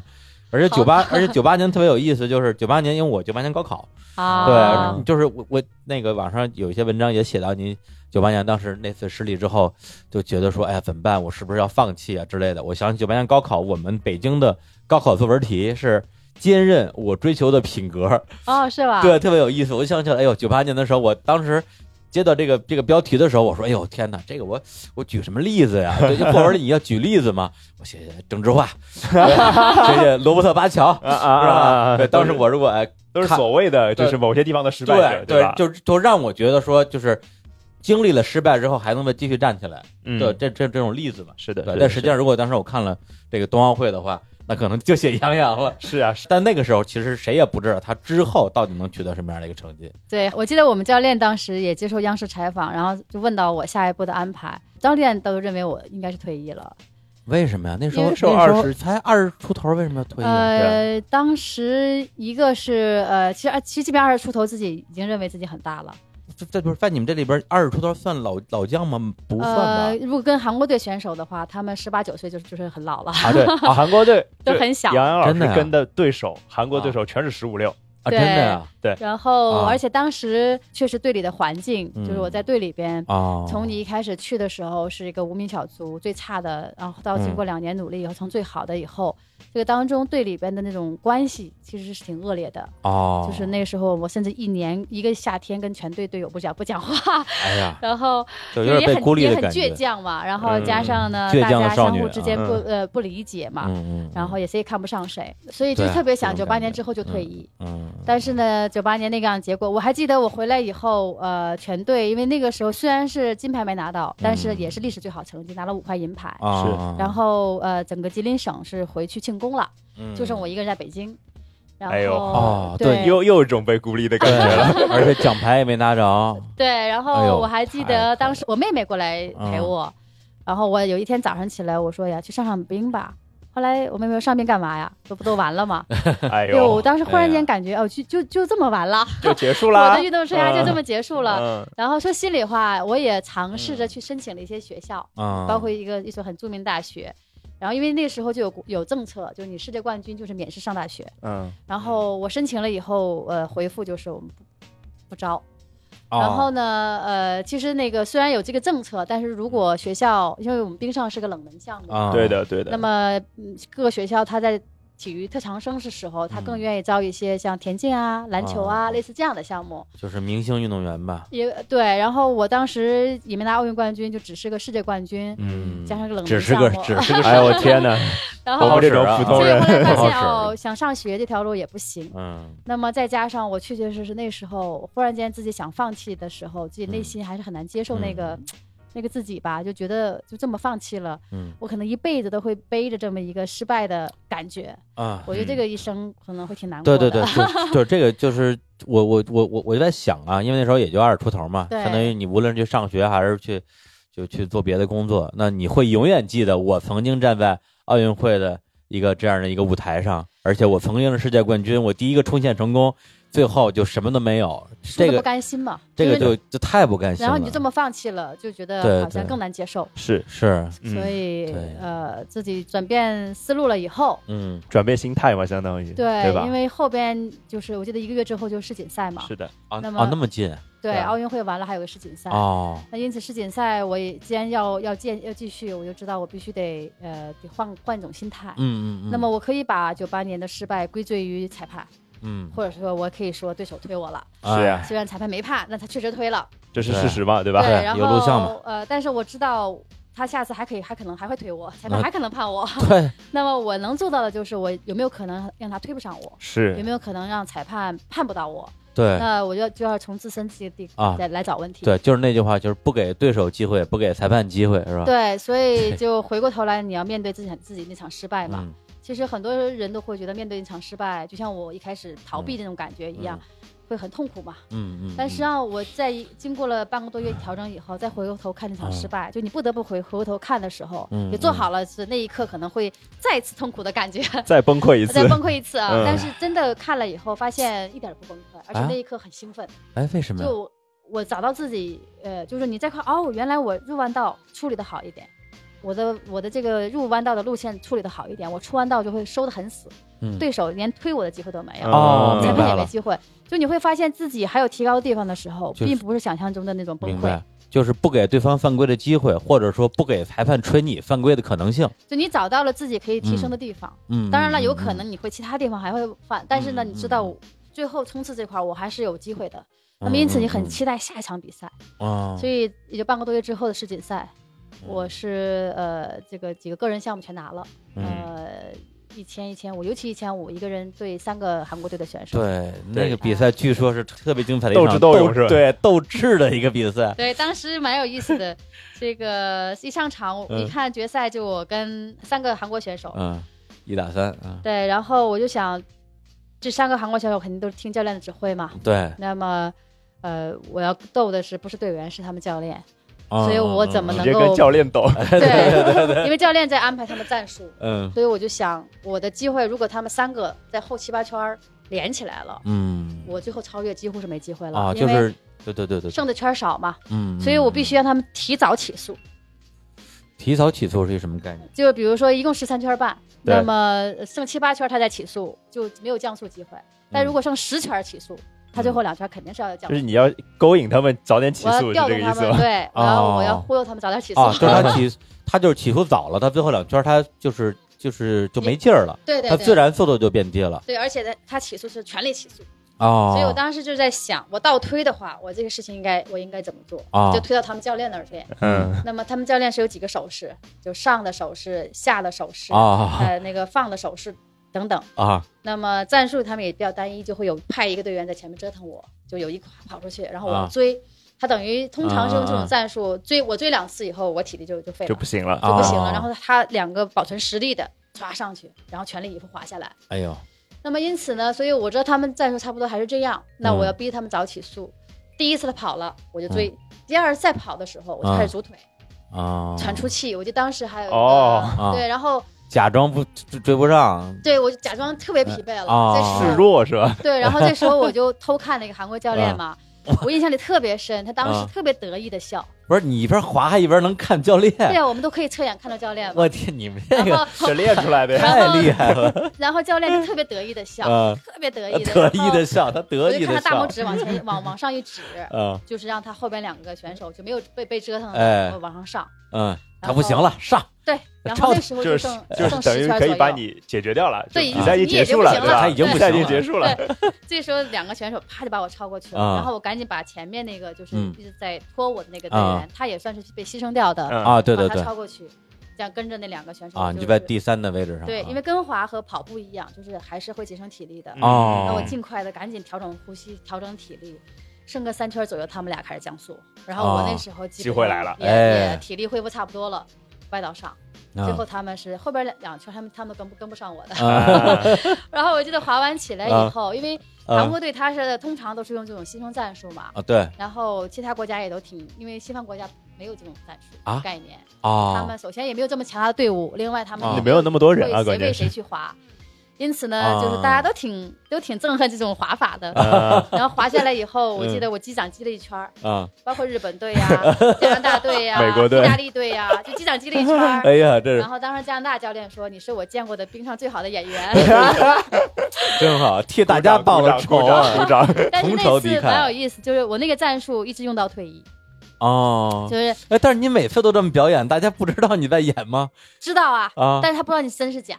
Speaker 1: 而且
Speaker 5: 好
Speaker 1: 九八，而且九八年特别有意思，就是九八年，因为我九八年高考，
Speaker 5: 啊
Speaker 1: 对，，就是我我那个网上有一些文章也写到你九八年当时那次失利之后，就觉得说，哎呀，怎么办？我是不是要放弃啊之类的？我想起九八年高考，我们北京的高考作文题是。坚韧，我追求的品格，
Speaker 5: 哦，是
Speaker 3: 啊
Speaker 5: 吧？
Speaker 1: 对，特别有意思。我就想起来，哎呦，九八年的时候，我当时接到这个这个标题的时候，我说，哎呦，天哪，这个我我举什么例子呀？对，就作文里你要举例子嘛，我写写郑智化， 对写写罗伯特巴乔，
Speaker 2: 啊啊
Speaker 1: 是
Speaker 2: 啊啊
Speaker 1: 吧？
Speaker 2: 啊！
Speaker 1: 对，
Speaker 2: 对
Speaker 1: 当时我如果哎
Speaker 2: 都是
Speaker 1: 看
Speaker 2: 所谓的，就是
Speaker 1: 对
Speaker 2: 某些地方的失败
Speaker 1: 对
Speaker 2: 者，吧？
Speaker 1: 就就让我觉得说，就是经历了失败之后还能够继续站起来，
Speaker 2: 嗯
Speaker 1: 对，这这这种例子嘛。
Speaker 2: 是的，
Speaker 1: 对，
Speaker 2: 是
Speaker 1: 但
Speaker 2: 的
Speaker 1: 实际上，如果当时我看了这个冬奥会的话，那可能就写杨洋了。
Speaker 2: 是啊，是
Speaker 1: 但那个时候，其实谁也不知道他之后到底能取得什么样的一个成绩。
Speaker 3: 对，我记得我们教练当时也接受央视采访，然后就问到我下一步的安排，教练都认为我应该是退役了。
Speaker 1: 为什么呀？那时候
Speaker 3: 因为
Speaker 1: 那时候
Speaker 2: 那时候
Speaker 1: 才二十出头，为什么要退役啊？
Speaker 3: 呃，当时一个是呃，其实啊其实基本上二十出头，自己已经认为自己很大了。
Speaker 1: 这这不是在你们这里边二十出头算老老将吗？不算吧
Speaker 3: 呃，？如果跟韩国队选手的话，他们十八九岁就就是很老了，
Speaker 2: 啊， 对，啊韩国队
Speaker 3: 都
Speaker 2: 对
Speaker 3: 很小。
Speaker 2: 杨洋老
Speaker 1: 真的啊
Speaker 2: 师
Speaker 1: 呀
Speaker 2: 跟的对手，韩国对手全是十五六，
Speaker 1: 啊，真的呀
Speaker 3: 然后，
Speaker 1: 啊
Speaker 3: 而且当时确实队里的环境，
Speaker 1: 嗯
Speaker 3: 就是我在队里边，
Speaker 1: 啊！
Speaker 3: 从你一开始去的时候是一个无名小卒，最差的，然后到经
Speaker 1: 嗯
Speaker 3: 过两年努力以后，从最好的以后，这个当中队里边的那种关系其实是挺恶劣的。
Speaker 1: 哦，
Speaker 3: 就是那时候我甚至一年一个夏天跟全队队友不讲不讲话，
Speaker 1: 哎呀，
Speaker 3: 然后
Speaker 1: 就有
Speaker 3: 也
Speaker 1: 点被
Speaker 3: 很
Speaker 1: 孤立
Speaker 3: 也
Speaker 1: 的
Speaker 3: 很
Speaker 1: 感觉嗯
Speaker 3: 倔。强嘛，然后加上呢，
Speaker 1: 倔
Speaker 3: 大
Speaker 1: 强的
Speaker 3: 家
Speaker 1: 少
Speaker 3: 相
Speaker 1: 女
Speaker 3: 互之间
Speaker 1: 啊
Speaker 3: 不、
Speaker 2: 嗯
Speaker 3: 呃不理解嘛，
Speaker 1: 嗯嗯，
Speaker 3: 然后也谁也看不上谁，所以就
Speaker 1: 对啊
Speaker 3: 特别
Speaker 1: 这
Speaker 3: 想
Speaker 1: 种
Speaker 3: 九
Speaker 1: 感
Speaker 3: 八年
Speaker 1: 觉
Speaker 3: 之后就退
Speaker 1: 嗯
Speaker 3: 役。
Speaker 1: 嗯，嗯
Speaker 3: 但是呢，九八年那个样结果，我还记得我回来以后，呃，全队因为那个时候虽然是金牌没拿到，
Speaker 2: 嗯
Speaker 3: 但是也是历史最好成绩，拿了五块银牌。
Speaker 2: 哦
Speaker 1: 啊，
Speaker 3: 然后呃，整个吉林省是回去庆功了，
Speaker 1: 嗯
Speaker 3: 就剩我一个人在北京。然后、
Speaker 2: 哎呦
Speaker 1: 哦对
Speaker 3: 对
Speaker 2: 又又有一种被孤立的感
Speaker 1: 对
Speaker 2: 觉了。，
Speaker 1: 而且奖牌也没拿着。
Speaker 3: 对，然
Speaker 1: 哎呦
Speaker 3: 后我还记
Speaker 1: 太嗯
Speaker 3: 得当时我妹妹过来陪我，然后我有一天早上起来，我说呀，去上上冰吧。后来我妹妹说上冰干嘛呀？这不都完了吗？
Speaker 2: 哎
Speaker 3: 对，我
Speaker 2: 呦，
Speaker 3: 当时忽然
Speaker 1: 哎呀
Speaker 3: 间感觉，哦，就就就这么完了，
Speaker 2: 就结束
Speaker 3: 我
Speaker 2: 啦
Speaker 3: 的。运动生涯就这么结束了。
Speaker 2: 嗯，
Speaker 3: 然后说心里话，我也尝试
Speaker 1: 嗯
Speaker 3: 着去申请了一些学校，
Speaker 1: 啊，
Speaker 3: 包括一个一所很著名大学。然后因为那时候就有有政策，就是你世界冠军就是免试上大学。
Speaker 2: 嗯，
Speaker 3: 然后我申请了以后，呃，回复就是我们不不招。
Speaker 1: 哦
Speaker 3: 然后呢，呃，其实那个虽然有这个政策，但是如果学校，因为我们冰上是个冷门项目，
Speaker 1: 啊，
Speaker 2: 对，的，对的。
Speaker 3: 那么嗯各个学校它在体育特长生是时候，它更
Speaker 1: 嗯
Speaker 3: 愿意招一些像田径啊、篮球
Speaker 1: 哦
Speaker 3: 啊类似这样的项目。
Speaker 1: 就是明星运动员吧。
Speaker 3: 也对，然后我当时也没拿奥运冠军，就只是个世界冠军，
Speaker 1: 嗯，
Speaker 3: 加上个冷门
Speaker 1: 只是
Speaker 3: 项
Speaker 1: 个
Speaker 3: 目。
Speaker 1: 只 是个
Speaker 2: 哎呦，我 天哪！
Speaker 3: 然
Speaker 2: 我们
Speaker 3: 后
Speaker 2: 这
Speaker 1: 好
Speaker 2: 种
Speaker 1: 使啊
Speaker 2: 普
Speaker 3: 所
Speaker 2: 通
Speaker 3: 以
Speaker 2: 人
Speaker 3: 后，来发
Speaker 1: 好
Speaker 3: 现
Speaker 1: 使
Speaker 3: 哦，想上学这条路也不行。
Speaker 1: 嗯
Speaker 3: 那么再加上我确确实实那时候忽然间自己想放弃的时候，自己内
Speaker 1: 嗯
Speaker 3: 心还是很难接受那
Speaker 1: 嗯
Speaker 3: 个、那个自己吧，就觉得就这么放弃了，
Speaker 1: 嗯
Speaker 3: 我可能一辈子都会背着这么一个失败的感觉。
Speaker 1: 啊，
Speaker 3: 我觉得这个一生可能会挺难过
Speaker 1: 对
Speaker 3: 的。
Speaker 1: 对对，就是就是这个，就是我我我我我就在想啊，因为那时候也就二十出头嘛，
Speaker 3: 对
Speaker 1: 相当于你无论是去上学还是去就去做别的工作，那你会永远记得我曾经站在奥运会的一个这样的一个舞台上，而且我曾经是世界冠军，我第一个冲线成功，最后就什么都没有，
Speaker 3: 输得
Speaker 1: 这
Speaker 3: 不
Speaker 1: 个
Speaker 3: 甘心嘛，
Speaker 1: 这
Speaker 3: 因
Speaker 1: 个
Speaker 3: 为
Speaker 1: 就就太不甘心了。
Speaker 3: 然后你就这么放弃了，就觉
Speaker 1: 对
Speaker 3: 得好像
Speaker 1: 对
Speaker 3: 更难接受。
Speaker 2: 是，
Speaker 1: 是
Speaker 2: 嗯
Speaker 3: 所以
Speaker 1: 对
Speaker 3: 呃，自己转变思路了以后，
Speaker 1: 嗯
Speaker 2: 转变心态嘛，相当于
Speaker 3: 对，
Speaker 2: 吧
Speaker 3: 因？为后边就是我记得一个月之后就世锦赛嘛，
Speaker 2: 是的，
Speaker 1: 啊
Speaker 3: 那么
Speaker 1: 啊那么近
Speaker 3: 对，
Speaker 2: 对啊
Speaker 3: 奥运会完了还有个世锦赛。
Speaker 1: 哦
Speaker 3: 那因此世锦赛，我也既然要要见要继续，我就知道我必须得呃得换换一种心态。
Speaker 1: 嗯嗯嗯，
Speaker 3: 那么我可以把九八年的失败归罪于裁判，
Speaker 1: 嗯
Speaker 3: 或者说我可以说对手推我了，
Speaker 1: 哎
Speaker 2: 是啊呀
Speaker 3: 虽然裁判没判，那他确实推了。
Speaker 2: 这是
Speaker 1: 对
Speaker 2: 事实嘛，对吧？
Speaker 1: 对
Speaker 3: 然
Speaker 1: 有录像嘛
Speaker 3: 后呃，但是我知道他下次还可以，还可能还会推我，裁判
Speaker 1: 那
Speaker 3: 还可能判我。
Speaker 1: 对
Speaker 3: 那么我能做到的就是，我有没有可能让他推不上我？有
Speaker 2: 是
Speaker 3: 没有可能让裁判判不到我？
Speaker 1: 对
Speaker 3: 那我就就要从自身这个地
Speaker 1: 啊
Speaker 3: 来来找问题。
Speaker 1: 对，就是那句话，就是不给对手机会，不给裁判机会，是吧？
Speaker 3: 对，所以就回过头来，你要面对自己自己那场失败嘛。
Speaker 1: 嗯，
Speaker 3: 其实很多人都会觉得面对一场失败，就像我一开始逃避那种感觉一样，会很痛苦嘛。
Speaker 1: 嗯，嗯嗯。
Speaker 3: 但实际啊上，我在一经过了半个多月调整以后，再回过头看那场失败，就你不得不回回过头看的时候，
Speaker 1: 啊嗯
Speaker 3: 也做好了是那一刻可能会再次痛苦的感觉，
Speaker 2: 再崩溃一次
Speaker 3: 再，崩溃一次啊！
Speaker 2: 嗯
Speaker 3: 但是真的看了以后，发现一点儿都不崩溃，而且
Speaker 1: 啊
Speaker 3: 那一刻很兴奋，
Speaker 1: 哎，为什么呀？
Speaker 3: 就我找到自己，呃，就是你再看哦，原来我入弯道处理的好一点。我的我的这个入弯道的路线处理的好一点，我出弯道就会收的很死，
Speaker 1: 嗯
Speaker 3: 对手连推我的机会都没有。
Speaker 1: 哦
Speaker 3: 裁
Speaker 1: 明白
Speaker 3: 判也
Speaker 1: 了
Speaker 3: 没机会。就你会发现自己还有提高的地方的时候，
Speaker 1: 就是
Speaker 3: 并不是想象中的那种崩
Speaker 1: 明
Speaker 3: 溃
Speaker 1: 白。，就是不给对方犯规的机会，或者说不给裁判吹你犯规的可能性。
Speaker 3: 就你找到了自己可以提升的地方。
Speaker 1: 嗯，
Speaker 3: 当然了，
Speaker 1: 嗯
Speaker 3: 有可。能你会其他地方还会犯，但是呢，
Speaker 1: 嗯
Speaker 3: 你知道
Speaker 1: 嗯
Speaker 3: 最后冲刺这块儿我还是有机会的。那么因此你
Speaker 1: 嗯
Speaker 3: 很期待下一场比赛，
Speaker 1: 啊，
Speaker 3: 所
Speaker 1: 以
Speaker 3: 以也就半个多月之后的世锦赛，我是呃这个几个个人项目全拿了，
Speaker 1: 嗯，
Speaker 3: 呃一千一千五，尤其一千五，一个人对三个韩国队的选手。
Speaker 1: 对那
Speaker 2: 对
Speaker 1: 个比赛，据说是特别精彩的一
Speaker 2: 斗
Speaker 1: 场
Speaker 2: 智斗勇是吧
Speaker 1: 对斗智的一个比赛。
Speaker 3: 对，当时蛮有意思 的。这个一上场，我
Speaker 1: 嗯
Speaker 3: 一看决赛就我跟三个韩国选手，
Speaker 1: 嗯，一打三啊，
Speaker 3: 对，然后我就想，这三个韩国选手肯定都是听教练的指挥嘛。
Speaker 1: 对，
Speaker 3: 那么，呃，我要斗的是不是队员，是他们教练，
Speaker 1: 所
Speaker 3: 所以
Speaker 1: 啊
Speaker 3: 我怎么
Speaker 2: 直
Speaker 3: 能
Speaker 2: 接
Speaker 3: 够
Speaker 2: 跟教练斗，
Speaker 3: 对，因为教练在安排他们战术，
Speaker 1: 嗯
Speaker 3: 所以我就想，我的机会如果他们三个在后七八圈儿连起来了，
Speaker 1: 嗯
Speaker 3: 我最后超越几乎是没机会了，
Speaker 1: 啊，
Speaker 3: 因
Speaker 1: 就
Speaker 3: 为
Speaker 1: 是对对对对，
Speaker 3: 剩的圈儿少嘛，
Speaker 1: 嗯，
Speaker 3: 所以我必须
Speaker 1: 嗯
Speaker 3: 让他们提早起速。
Speaker 1: 提早起诉是一什么概念？
Speaker 3: 就比如说一共十三圈半，
Speaker 2: 对
Speaker 3: 那么剩七八圈他再起诉，就没有降速机会。但如果剩十圈起诉，他最后两圈肯定是要
Speaker 2: 嗯
Speaker 3: 降
Speaker 2: 就是
Speaker 3: 速。
Speaker 2: 你要勾引他们早点起
Speaker 3: 我
Speaker 2: 诉，
Speaker 3: 要
Speaker 2: 是这个
Speaker 3: 调动
Speaker 2: 意
Speaker 3: 他
Speaker 2: 思
Speaker 3: 们，
Speaker 2: 吗？哦
Speaker 3: 对，我要
Speaker 1: 哦
Speaker 3: 我要忽悠他们早点起诉
Speaker 1: 啊，。就是 他起，他就是起诉早了，他最后两圈他就是就是就没劲儿了，
Speaker 3: 对对
Speaker 1: 他
Speaker 3: 对，
Speaker 1: 自然速度就变低了。
Speaker 3: 对，而且他他起诉是全力起诉，
Speaker 1: 哦，
Speaker 3: 所以我当时就在想，我倒推的话，我这个事情应该我应该怎么做？
Speaker 2: 哦
Speaker 1: 啊
Speaker 3: 就推到他们教练那儿练。
Speaker 2: 嗯，
Speaker 3: 那么他们教练是有几个手势，就上的手势、下的手势，
Speaker 1: 啊
Speaker 3: 呃，那个放的手势等等。
Speaker 1: 啊
Speaker 3: 那么战术他们也比较单一，就会有派一个队员在前面折腾我，就有一块跑出去，然后我要
Speaker 1: 啊
Speaker 3: 追。他等于通常是用这
Speaker 1: 啊啊啊
Speaker 3: 种战术、追我追两次以后，我体力就就废了，
Speaker 2: 就不行了。
Speaker 1: 啊
Speaker 3: 就不行了。
Speaker 1: 哦
Speaker 3: 然后他两个保存实力的刷上去，然后全力以赴滑下来。
Speaker 1: 哎呦，
Speaker 3: 那么因此呢，所以我知道他们战术差不多还是这样。那
Speaker 1: 嗯
Speaker 3: 我要逼他们早起速。第一次他跑了，我就追；第二次再跑的时候，我就开始
Speaker 1: 啊
Speaker 3: 组腿、
Speaker 1: 啊，
Speaker 3: 喘出气。我就当时还有一个、
Speaker 2: 哦
Speaker 1: 啊
Speaker 3: 对，然后
Speaker 1: 假装不追追不上，
Speaker 3: 对我就假装特别疲惫了，
Speaker 1: 啊
Speaker 3: 这时
Speaker 2: 示
Speaker 3: 候
Speaker 2: 弱是吧？
Speaker 3: 对，然后这时候我就偷看那个韩国教练嘛，我印象里特别深，他当时
Speaker 1: 嗯啊
Speaker 3: 特别得意的笑。
Speaker 1: 不是你一边滑还一边能看教练，
Speaker 3: 对啊，我们都可以侧眼看到教练嘛。
Speaker 1: 我天，你们哎这
Speaker 3: 然
Speaker 1: 个
Speaker 3: 后，
Speaker 2: 就练出来呗。
Speaker 3: 然
Speaker 1: 太
Speaker 3: 后
Speaker 1: 厉害了，
Speaker 3: 然后教练就特别得意的笑，
Speaker 1: 呃，
Speaker 3: 特别得意的，
Speaker 1: 得
Speaker 3: 然
Speaker 1: 意
Speaker 3: 后
Speaker 1: 的笑，他
Speaker 3: 我
Speaker 1: 得
Speaker 3: 就
Speaker 1: 意
Speaker 3: 看
Speaker 1: 的
Speaker 3: 他大
Speaker 1: 笑
Speaker 3: 拇，指往前往往上一指，
Speaker 1: 嗯
Speaker 3: 就是让他后边两个选手就没有被被折腾
Speaker 1: 哎
Speaker 3: 的往上上。
Speaker 1: 嗯，他
Speaker 3: 啊然
Speaker 1: 不
Speaker 3: 后
Speaker 1: 行了，上，
Speaker 3: 对，然
Speaker 1: 超
Speaker 3: 后那时候
Speaker 2: 就是
Speaker 3: 剩
Speaker 2: 就是
Speaker 3: 剩
Speaker 2: 等
Speaker 3: 十
Speaker 2: 于
Speaker 3: 圈
Speaker 2: 可
Speaker 3: 左
Speaker 2: 以把
Speaker 3: 右。
Speaker 2: 你解决掉了，就
Speaker 3: 对
Speaker 2: 比赛已经
Speaker 3: 你
Speaker 2: 结
Speaker 3: 也
Speaker 2: 束了，
Speaker 3: 就不
Speaker 2: 对
Speaker 3: 行了
Speaker 2: 吧？
Speaker 1: 他已经不
Speaker 2: 比赛已
Speaker 1: 行
Speaker 2: 经
Speaker 1: 了
Speaker 2: 结束了，
Speaker 3: 这时候两个选手啪就把我超过去了，
Speaker 1: 啊
Speaker 3: 然后我赶紧把前面那个就是
Speaker 1: 嗯
Speaker 3: 一直在拖我的那个队
Speaker 1: 啊
Speaker 3: 员，他也算是被牺牲掉的，
Speaker 2: 嗯
Speaker 1: 啊，对对
Speaker 3: 把
Speaker 1: 对
Speaker 3: 他，超过去，这样跟着那两个选手
Speaker 1: 啊，你
Speaker 3: 就
Speaker 1: 就在
Speaker 3: 是
Speaker 1: 第三的位置上，
Speaker 3: 对，
Speaker 1: 啊
Speaker 3: 因为跟滑和跑步一样，就是还是会节省体力
Speaker 2: 嗯
Speaker 3: 的。
Speaker 1: 哦
Speaker 3: 那我尽快的赶紧调整呼吸，调整体力，剩个三圈左右，他们俩开始降速。然后我
Speaker 1: 哦
Speaker 3: 那时候基
Speaker 2: 机
Speaker 3: 本
Speaker 2: 会
Speaker 3: 上
Speaker 2: 来了
Speaker 3: 也
Speaker 1: 哎
Speaker 3: 也体力恢复差不多了。歪倒上，
Speaker 1: 啊
Speaker 3: 最后他们是后边两两圈，他们他们跟不跟不上我的。
Speaker 1: 嗯
Speaker 2: 啊
Speaker 3: 然后我记得滑完起来以后，因为
Speaker 2: 呃
Speaker 3: 韩国队他是通常都是用这种新生战术嘛，
Speaker 1: 啊，对
Speaker 3: 然后其他国家也都挺，因为西方国家没有这种战术
Speaker 1: 啊
Speaker 3: 概念，他
Speaker 1: 啊，
Speaker 3: 们首先也没有这么强大的队伍，另外他们
Speaker 1: 啊
Speaker 3: 也
Speaker 2: 哦没有那么多人啊关
Speaker 3: 会谁
Speaker 2: 键
Speaker 3: 为
Speaker 2: 是
Speaker 3: 谁 去滑。因此
Speaker 1: 啊
Speaker 3: 呢，就是大家都挺都挺憎恨这种滑法的。
Speaker 1: 呃
Speaker 2: 啊
Speaker 3: 然后滑下来以 后，我
Speaker 1: 嗯
Speaker 3: 记得我击掌击了一圈儿，
Speaker 1: 啊，
Speaker 3: 包括日本队呀、加拿大队呀、
Speaker 2: 美国队
Speaker 3: 意大利队呀，就击掌击了一圈儿。
Speaker 1: 哎呀，这
Speaker 3: 然
Speaker 1: 是
Speaker 3: 后当时加拿大教练说：“你是我见过的冰上最好的演
Speaker 2: 哎
Speaker 3: 员。
Speaker 1: 真好，替大家报了
Speaker 2: 鼓
Speaker 1: 仇
Speaker 2: 掌，
Speaker 1: 啊！
Speaker 2: 鼓掌，鼓掌”
Speaker 3: 但是
Speaker 1: 同仇
Speaker 3: 那
Speaker 1: 敌
Speaker 3: 次
Speaker 1: 忾
Speaker 3: 蛮有意思，就是我那个战术一直用到退役，
Speaker 1: 哦
Speaker 3: 就，是
Speaker 1: 哎，但是你每次都这么表演，大家不知道你在演吗？
Speaker 3: 知道啊，
Speaker 1: 啊，
Speaker 3: 但是他不知道你真是假，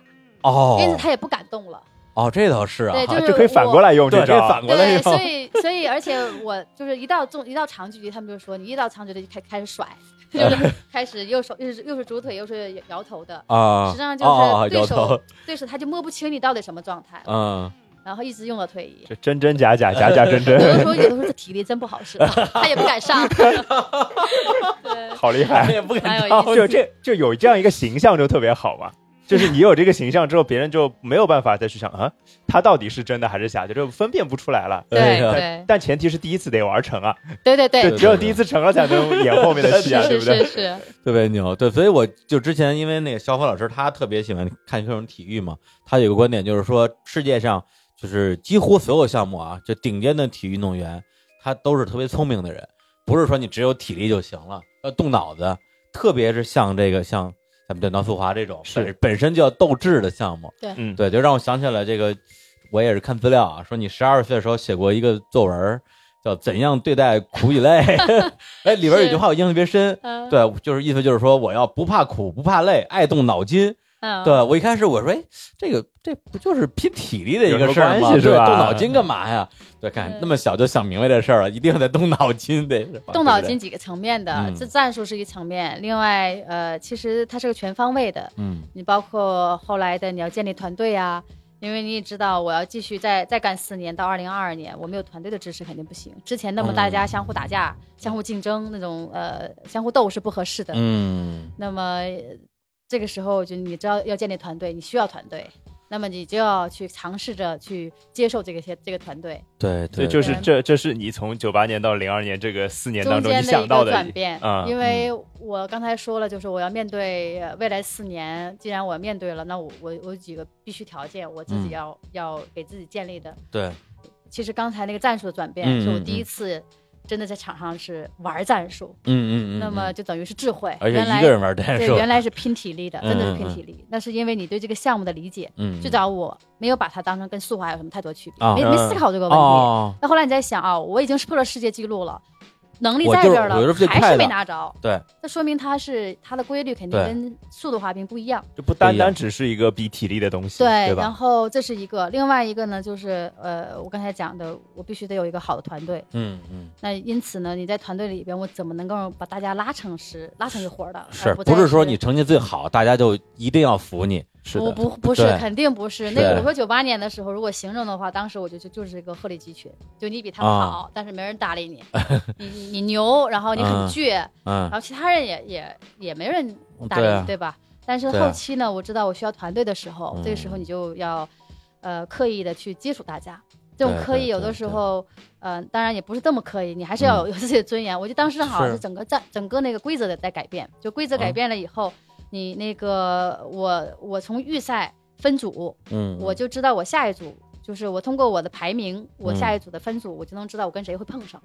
Speaker 3: 因此
Speaker 1: 哦，
Speaker 3: 他也不敢动了。
Speaker 1: 哦，这倒是啊，
Speaker 3: 对，就是
Speaker 2: 就可以反过
Speaker 3: 来。
Speaker 2: 来用
Speaker 1: 对
Speaker 2: 这
Speaker 1: 这
Speaker 2: 招
Speaker 1: 反
Speaker 2: 啊，
Speaker 1: 过来
Speaker 3: 对，
Speaker 1: 用，
Speaker 3: 所以所以，而且我就是一到中一到长距离，他们就说你一到长距离就开开始 甩，就是开始右手又是又是主腿又是摇头的，
Speaker 1: 啊，
Speaker 3: 实际
Speaker 1: 哦
Speaker 3: 上就是
Speaker 1: 摇
Speaker 3: 对
Speaker 1: 头
Speaker 3: 手，对手他就摸不清你到底什么状态，
Speaker 1: 嗯，
Speaker 3: 然后一直用到退役。
Speaker 2: 这真真假假，假假真
Speaker 3: 有
Speaker 2: 真，
Speaker 3: 的时候，有的时候这体力真不好使，他也不 敢上。对，
Speaker 2: 好厉害！
Speaker 1: 也不
Speaker 3: 蛮 有意思。
Speaker 2: 就这就有这样一个形象就特别好嘛。就是你有这个形象之后，别人就没有办法再去想啊，他到底是真的还是假的，就分辨不出来了。
Speaker 1: 哎呀
Speaker 3: 对
Speaker 2: 但前提是第一次得玩成啊，
Speaker 3: 对对对
Speaker 2: 就
Speaker 3: 对，
Speaker 2: 只有第一次成了才能演后面的戏啊，对
Speaker 3: 是
Speaker 2: 不
Speaker 3: 是
Speaker 2: 对？
Speaker 3: 是，
Speaker 1: 特别牛，对，所以我就之前因为那个肖峰老师他特别喜欢看各种体育嘛，他有个观点就是说，世界上就是几乎所有项目啊，就顶尖的体育运动员，他都是特别聪明的人，不是说你只有体力就行了，要动脑子，特别是像这个像咱们短道速滑这种
Speaker 2: 是
Speaker 1: 本本身就要斗智的项目，
Speaker 2: 嗯，
Speaker 1: 对，就让我想起来这个，我也是看资料啊，说你十二岁的时候写过一个作文儿，叫《怎样对待苦与累》， 哎，里边有句话我印象特别深。
Speaker 3: 嗯
Speaker 1: 对，就是意思就是说，我要不怕苦，不怕累，爱动脑筋。
Speaker 3: 嗯，
Speaker 1: 对我一开始我说，哎，这个这不就是拼体力的一
Speaker 2: 有什
Speaker 1: 个
Speaker 2: 么
Speaker 1: 事儿吗？
Speaker 2: 关系是
Speaker 1: 对
Speaker 2: 吧
Speaker 1: 动脑筋干嘛呀？对，看
Speaker 3: 嗯
Speaker 1: 那么小就想明白这事儿了，一定得动脑筋，得
Speaker 3: 动脑筋。几个层面的
Speaker 1: 嗯，
Speaker 3: 这战术是一层面，另外呃，其实它是个全方位的，
Speaker 1: 嗯
Speaker 3: 你包括后来的你要建立团队啊，因为你也知道我要继续再再干四年到二零二二年，我没有团队的支持肯定不行。之前那么大家相互打架、相互竞争那种呃相互斗是不合适的。
Speaker 1: 嗯，
Speaker 3: 那么呃这个时候就你知道要建立团队，你需要团队，那么你就要去尝试着去接受这个些这个团队
Speaker 1: 对
Speaker 2: 对，
Speaker 1: 对，
Speaker 2: 就是
Speaker 3: 对
Speaker 2: 这，这是你从九八年到零二年这个四年当
Speaker 3: 中
Speaker 2: 中你
Speaker 3: 间的
Speaker 2: 想
Speaker 3: 一
Speaker 2: 到
Speaker 3: 个
Speaker 2: 的
Speaker 3: 转变。
Speaker 2: 啊
Speaker 1: 嗯
Speaker 3: 因为我刚才说了，就是我要面对呃未来四年，既然我要面对了，那我我我有几个必须条件，我自己
Speaker 1: 嗯
Speaker 3: 要、要给自己建立的。
Speaker 1: 对，
Speaker 3: 其实刚才那个战术的转变，
Speaker 1: 嗯
Speaker 3: 是我
Speaker 1: 嗯
Speaker 3: 第一
Speaker 1: 嗯
Speaker 3: 次真的在场上是玩战术，
Speaker 1: 嗯嗯嗯。
Speaker 3: 那么就等于是智慧。
Speaker 1: 而且
Speaker 3: 原来
Speaker 1: 一个人玩战
Speaker 3: 对
Speaker 1: 术，
Speaker 3: 原来是拼体力的，真的
Speaker 1: 嗯
Speaker 3: 是
Speaker 1: 嗯嗯
Speaker 3: 拼体力。那是因为你对这个项目的理解，
Speaker 1: 嗯，
Speaker 3: 最早我没有把它当成跟速滑有什么太多区别，
Speaker 1: 啊
Speaker 3: 没没思考这个问题。
Speaker 1: 哦，
Speaker 3: 那后来你在想啊，我已经是破了世界纪录了，能力
Speaker 1: 我
Speaker 3: 在
Speaker 1: 就是
Speaker 3: 这儿了，
Speaker 1: 我就是最快
Speaker 3: 还
Speaker 1: 的
Speaker 3: 是没拿着。
Speaker 1: 对，
Speaker 3: 那说明它是它的规律肯定
Speaker 1: 对
Speaker 3: 跟速度滑冰不一样。
Speaker 2: 就不单单只是一个比体力的东西，对
Speaker 3: 然
Speaker 2: 吧？
Speaker 3: 后这是一个，另外一个呢，就是呃，我刚才讲的，我必须得有一个好的团队。
Speaker 1: 嗯嗯，
Speaker 3: 那因此呢，你在团队里边，我怎么能够把大家拉成是拉成一伙儿的？
Speaker 1: 是
Speaker 3: 而
Speaker 1: 不
Speaker 3: 再
Speaker 1: 是说你成绩最好，大家就一定要服你？
Speaker 2: 是
Speaker 3: 我
Speaker 2: 的，
Speaker 3: 不不是
Speaker 1: 对，
Speaker 3: 肯定不是。
Speaker 1: 是
Speaker 3: 那个我说九八年的时候，如果形容的话，当时我就就就是一个鹤立鸡群，就你比他们
Speaker 1: 啊
Speaker 3: 好，但是没人搭理你，你你你牛，然后你很
Speaker 1: 嗯
Speaker 3: 倔，
Speaker 1: 嗯
Speaker 3: 然，后其他人也也也没人搭理
Speaker 1: 对
Speaker 3: 你，
Speaker 1: 啊
Speaker 3: 对吧？但是
Speaker 1: 对啊
Speaker 3: 后期呢，我知道我需要团队的时候，
Speaker 1: 嗯
Speaker 3: 这个时候你就要呃刻意的去接触大家。这种
Speaker 1: 对
Speaker 3: 刻
Speaker 1: 对
Speaker 3: 意有的
Speaker 1: 对
Speaker 3: 时
Speaker 1: 对嗯
Speaker 3: 候，呃，当然也不是这么刻意，你还是要有自己的尊严。我就当时好像
Speaker 1: 是
Speaker 3: 是整个战整个那个规则的在改变，就规则改
Speaker 1: 嗯
Speaker 3: 变了以后，你那个我我从预赛分组，
Speaker 1: 嗯，
Speaker 3: 我就知道我下一组。就是我通过我的排名，我
Speaker 1: 嗯
Speaker 3: 下一组的分组，我就能知道我跟谁会碰上。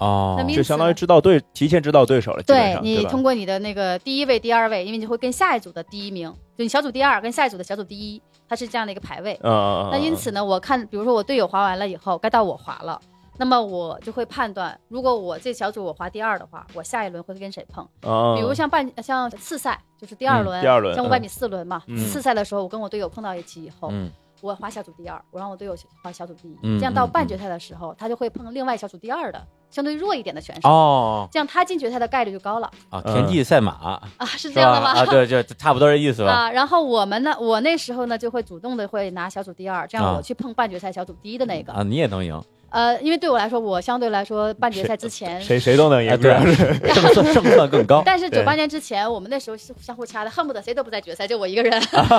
Speaker 1: 哦，
Speaker 3: 那么因
Speaker 2: 就
Speaker 3: 此
Speaker 2: 相当
Speaker 3: 呢
Speaker 2: 于知道对，提前知道对手了，基本
Speaker 3: 对
Speaker 2: 上
Speaker 3: 你
Speaker 2: 吧？
Speaker 3: 通过你的那个第一位、第二位，因为你会跟下一组的第一名，就你小组第二跟下一组的小组第一，它是这样的一个排位。
Speaker 2: 嗯嗯嗯。
Speaker 3: 那因此呢，我看，比如说我队友滑完了以后，该到我滑了，那么我就会判断，如果我这小组我滑第二的话，我下一轮会跟谁碰？
Speaker 2: 嗯，
Speaker 3: 比如像半像次赛，就是第二轮，
Speaker 2: 第二轮
Speaker 3: 像五
Speaker 2: 嗯
Speaker 3: 百米四轮嘛，
Speaker 2: 嗯
Speaker 3: 次赛的时候我跟我队友碰到一起以后，
Speaker 1: 嗯
Speaker 3: 我滑小组第二，我让我队友滑小组第一，
Speaker 1: 嗯
Speaker 3: 这样到
Speaker 1: 嗯
Speaker 3: 半
Speaker 1: 嗯
Speaker 3: 决赛的时候，他就会碰另外小组第二的相对弱一点的选手，
Speaker 1: 哦
Speaker 3: 这样他进决赛的概率就高了
Speaker 1: 啊，
Speaker 2: 嗯
Speaker 1: 田忌赛马
Speaker 3: 啊，是
Speaker 1: 是
Speaker 3: 这样的
Speaker 1: 吧？
Speaker 3: 吗？
Speaker 1: 啊，对，就差不多这意思吧。
Speaker 3: 啊，然后我们呢，我那时候呢就会主动的会拿小组第二，这
Speaker 1: 啊
Speaker 3: 样我去碰半决赛小组第一的那个，
Speaker 1: 啊，你也能赢
Speaker 3: 呃，因为对我来说，我相对来说半决赛之前，
Speaker 2: 谁谁都能赢
Speaker 4: 哎，，对，胜算 胜算更高。
Speaker 3: 但是
Speaker 2: 对
Speaker 3: 九八年之前，我们那时候是相互掐的，恨不得谁都不在决赛，就我一个人，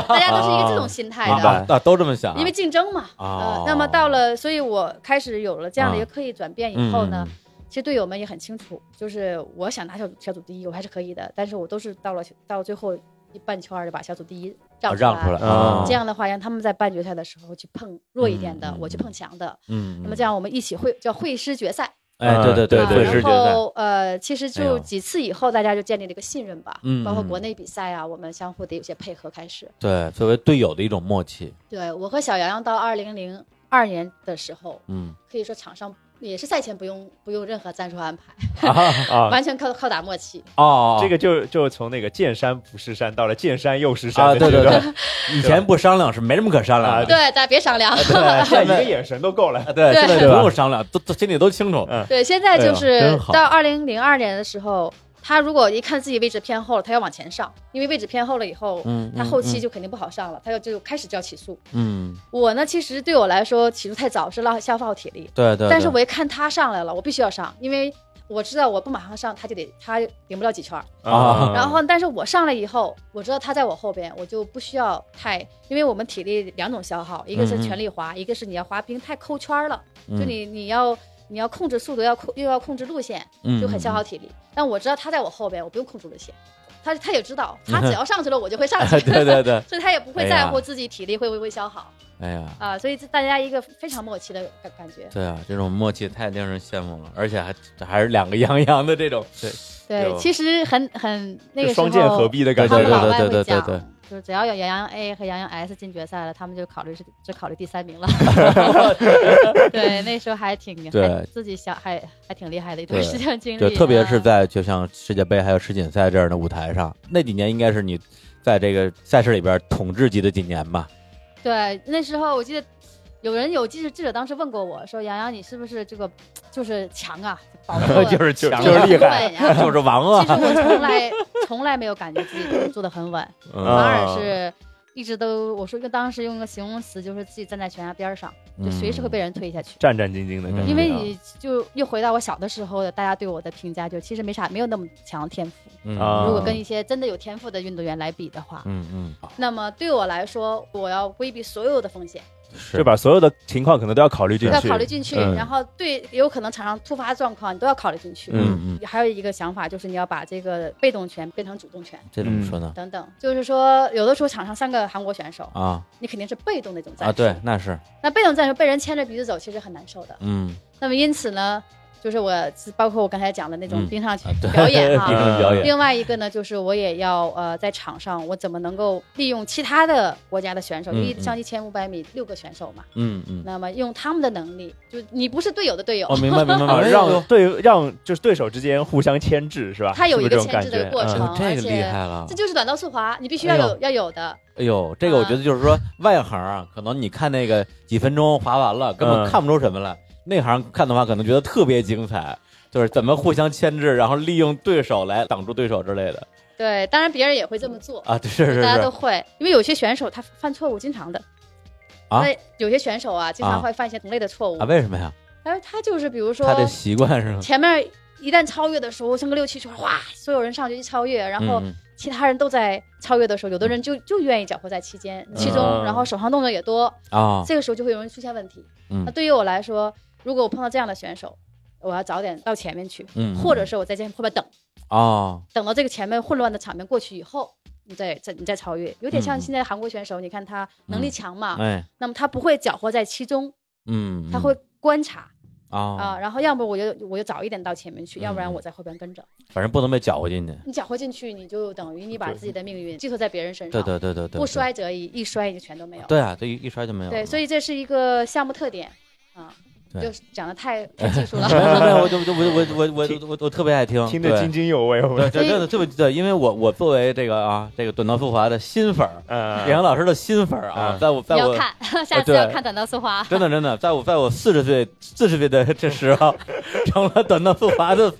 Speaker 3: 大家都是一个这种心态
Speaker 4: 明
Speaker 3: 的。
Speaker 4: 白
Speaker 1: 啊，啊都这么想啊，
Speaker 3: 因为竞争嘛，
Speaker 1: 哦
Speaker 3: 呃，那么到了，所以我开始有了这样的一个刻意转变以后呢，
Speaker 1: 嗯，
Speaker 3: 其实队友们也很清楚，就是我想拿小组小组第一，我还是可以的，但是我都是到了到最后一半圈儿就把小组第一
Speaker 4: 啊
Speaker 1: 哦
Speaker 3: 让出
Speaker 4: 让
Speaker 3: 来，
Speaker 4: 出来
Speaker 2: 啊
Speaker 3: 这样的话让他们在半决赛的时候去碰弱一点的，
Speaker 1: 嗯嗯
Speaker 3: 我去碰强的，
Speaker 1: 嗯，嗯
Speaker 3: 那么这，样我们一起会叫会师决赛，
Speaker 1: 哎，对对
Speaker 2: 啊
Speaker 1: 对
Speaker 2: 会
Speaker 1: 对，
Speaker 2: 师
Speaker 1: 是
Speaker 2: 决
Speaker 3: 然
Speaker 2: 赛
Speaker 3: 后呃，其实
Speaker 1: 哎呦
Speaker 3: 就几次以后，大家就建立了一个信任吧，
Speaker 1: 嗯
Speaker 3: 包括
Speaker 1: 嗯
Speaker 3: 国内比赛啊，我们相互得有些配合开始。
Speaker 1: 对作为队友的一种默契，
Speaker 3: 对我和小洋洋到二零零二年的时候，
Speaker 1: 嗯，
Speaker 3: 可以说场上也是赛前不用不用任何战术安 排，
Speaker 2: 啊。
Speaker 3: 完全靠靠打默契。
Speaker 1: 哦
Speaker 2: 这个就就从那个见山不是山到了见山又是山
Speaker 1: 啊，
Speaker 2: 的
Speaker 1: 对
Speaker 2: 阶
Speaker 1: 对
Speaker 2: 段，
Speaker 1: 对，以前不商量是没什么可商量
Speaker 2: 啊
Speaker 1: 的，
Speaker 3: 对，大家别商量。
Speaker 1: 对， 现
Speaker 2: 现在一
Speaker 1: 在
Speaker 2: 个眼神都够了。
Speaker 1: 啊对，
Speaker 3: 对
Speaker 1: 现在
Speaker 2: 对吧嗯
Speaker 1: 不用商量，都都心里都清楚。
Speaker 3: 对，现在就
Speaker 1: 哎呀真
Speaker 3: 是
Speaker 1: 好
Speaker 3: 到二零零二年的时候，他如果一看自己位置偏后了，他要往前上，因为位置偏后了以后，
Speaker 1: 嗯，
Speaker 3: 他
Speaker 1: 嗯
Speaker 3: 后期就肯定不好上了，他要就开始就要起速。
Speaker 1: 嗯，嗯
Speaker 3: 我呢，其实对我来说起速太早是浪消耗体力，
Speaker 1: 对对，
Speaker 3: 但是
Speaker 1: 对
Speaker 3: 我一看他上来了，我必须要上，因为我知道我不马上上，他就得他顶不了几圈儿。
Speaker 1: 啊
Speaker 3: 然后，但是我上来以后，我知道他在我后边，我就不需要太，因为我们体力两种消耗，一个是
Speaker 1: 嗯嗯
Speaker 3: 全力滑，一个是你要滑冰太扣圈儿了，就
Speaker 1: 嗯
Speaker 3: 你你要你要控制速度，要控又要控制路线，
Speaker 1: 嗯
Speaker 3: 就很消耗体力。但我知道他在我后边，我不用控制路线，他他也知道，他只要上去了，我就会上去。
Speaker 1: 对对对，
Speaker 3: 所以他也不
Speaker 1: 哎
Speaker 3: 会
Speaker 1: 呀
Speaker 3: 在乎自己体力会不会消耗
Speaker 1: 哎呀，
Speaker 3: 啊，所以这大家一个非常默契的感感觉。
Speaker 1: 对啊，这种默契太令人羡慕了，而且还还是两个洋洋的这种，
Speaker 3: 对
Speaker 2: 有，
Speaker 3: 其实很很那个时候
Speaker 2: 双剑合璧的感
Speaker 1: 对
Speaker 3: 他
Speaker 1: 对对
Speaker 2: 觉，
Speaker 3: 们老外
Speaker 1: 对对
Speaker 3: 会
Speaker 1: 对
Speaker 3: 讲
Speaker 1: 对，
Speaker 3: 就是只要有杨洋 A 和杨洋 S 进决赛了，他们就考虑是只考虑第 三名了。对，那时候还挺
Speaker 1: 对
Speaker 3: 还自己想还还挺厉害的一段
Speaker 1: 对
Speaker 3: 时间经历
Speaker 1: 对，
Speaker 3: 啊，
Speaker 1: 特别是在就像世界杯还有世锦赛这样的舞台上，那几年应该是你在这个赛事里边统治级的几年吧？
Speaker 3: 对那时候我记得有人有记者记者当时问过我说杨洋你是不是这个就是强 啊，保护
Speaker 1: 就是就
Speaker 2: 就是厉害
Speaker 3: 很稳呀。
Speaker 1: 就是王
Speaker 3: 其实
Speaker 1: 啊，
Speaker 3: 我从来从来没有感觉自己做的很稳，反
Speaker 1: 嗯
Speaker 2: 啊
Speaker 3: 而是一直都我说一个当时用一个形容词就是自己站在悬崖边儿上，
Speaker 1: 嗯
Speaker 3: 就随时会被人推下去。
Speaker 2: 战战兢兢的感觉。啊
Speaker 3: 因为你就又回到我小的时候的，大家对我的评价就其实没啥，没有那么强的天赋。
Speaker 1: 嗯
Speaker 2: 啊
Speaker 3: 如果跟一些真的有天赋的运动员来比的话，
Speaker 1: 嗯嗯
Speaker 3: 那么对我来说，我要规避所有的风险，
Speaker 1: 是
Speaker 2: 就？把所有的情况可能都要考虑进
Speaker 3: 要
Speaker 2: 去，
Speaker 3: 考虑进去，
Speaker 2: 嗯
Speaker 3: 然后对也有可能场上突发状况，你都要考虑进去。
Speaker 1: 嗯嗯，
Speaker 3: 还有一个想法就是你要把这个被动权变成主动权，
Speaker 1: 这怎么说呢？
Speaker 3: 等等，就是说有的时候场上三个韩国选手，
Speaker 1: 啊
Speaker 3: 你肯定是被动那种战术，
Speaker 1: 啊，对，，那是
Speaker 3: 那被动战术被人牵着鼻子走，其实很难受的。
Speaker 1: 嗯
Speaker 3: 那么因此呢，就是我包括我刚才讲的那种
Speaker 1: 嗯
Speaker 3: 冰上去
Speaker 1: 啊，对，
Speaker 3: 表 演哈、
Speaker 1: 艺术表演，
Speaker 3: 另外一个呢，就是我也要呃，在场上我怎么能够利用其他的国家的选手，
Speaker 1: 嗯
Speaker 3: 因为
Speaker 1: 嗯
Speaker 3: 像一千五百米六个选手嘛，
Speaker 1: 嗯 嗯，
Speaker 3: 那么用他们的能力，就你不是队友的队友，
Speaker 1: 哦，明白明白，明
Speaker 2: 啊，
Speaker 1: 白
Speaker 2: 让对让就是对手之间互相牵制是吧？
Speaker 3: 他有一
Speaker 2: 是
Speaker 3: 个
Speaker 2: 不是这种
Speaker 3: 牵制的
Speaker 2: 感觉
Speaker 3: 过程
Speaker 1: 嗯这
Speaker 3: 而
Speaker 1: 个
Speaker 3: 且
Speaker 1: 厉害了
Speaker 3: 这。就是短道速滑，你必须要有、要有的。
Speaker 1: 哎呦，这个我
Speaker 3: 啊
Speaker 1: 觉得就是说外行啊，可能你看那个几分钟划完了，根本
Speaker 2: 嗯
Speaker 1: 看不出什么来。内行看的话，可能觉得特别精彩，就是怎么互相牵制，然后利用对手来挡住对手之类的
Speaker 3: 对，当然别人也会这么做，
Speaker 1: 啊。对是是
Speaker 3: 大家都
Speaker 1: 是，
Speaker 3: 会，因为有些选手他犯错误经常的。
Speaker 1: 啊
Speaker 3: 那有些选手啊，经
Speaker 1: 啊
Speaker 3: 常会犯一些同类的错误
Speaker 1: 啊，，为什么呀？
Speaker 3: 但是他就是比如说
Speaker 1: 他的习惯是吗？
Speaker 3: 前面一旦超越的时候，升个六七圈，哗，所有人上去一超越，然后
Speaker 1: 嗯
Speaker 3: 其他人都在超越的时候，有的人就就愿意搅和在其间其中，
Speaker 2: 嗯
Speaker 3: 然后手上动作也多，
Speaker 1: 嗯啊，
Speaker 3: 这个时候就会容易出现问题。
Speaker 1: 嗯
Speaker 3: 那对于我来说，如果我碰到这样的选手，我要早点到前面去，
Speaker 1: 嗯，
Speaker 3: 或者是我在前面后边等，
Speaker 1: 啊，
Speaker 3: 等到这个前面混乱的场面过去以后。你再再你再超越，有点
Speaker 1: 嗯
Speaker 3: 像现在韩国选手，你看他能力强嘛，
Speaker 1: 哎，
Speaker 3: 那么他不会搅和在其中，
Speaker 1: 嗯，
Speaker 3: 他会观察啊、
Speaker 1: 啊，
Speaker 3: 然后要不我就我就早一点到前面去，要
Speaker 1: 嗯
Speaker 3: 不然我在后边跟着。
Speaker 1: 反正不能被搅和进去。
Speaker 3: 你搅和进去，你就等于你把自己的命运寄托在别人身
Speaker 1: 对
Speaker 3: 上，
Speaker 1: 对对对对，
Speaker 3: 啊不摔则已，一摔就全都没有。
Speaker 1: 对。对啊，这一一摔就没有了。
Speaker 3: 对，所
Speaker 1: 以
Speaker 3: 以这是一个项目特点啊，
Speaker 1: 对
Speaker 3: 就是讲的太太技术 了。
Speaker 1: 没 有没有，我就我我我我我我我特别爱听，嗯
Speaker 2: 听
Speaker 1: 对
Speaker 2: 得津津有味，我
Speaker 1: 对对
Speaker 2: 们
Speaker 3: 所
Speaker 1: 对对
Speaker 3: 以
Speaker 1: 对对，因为我我作为这个啊这个短道速滑的新粉儿，
Speaker 2: 嗯
Speaker 1: 杨洋老师的新粉儿啊，
Speaker 2: 嗯
Speaker 1: 在我在
Speaker 3: 你要
Speaker 1: 我
Speaker 3: 看， 下次
Speaker 1: 呃对
Speaker 3: 要看短道速滑。
Speaker 1: 真的真的，在我在我四十岁四十岁的这时候，成了短道速滑的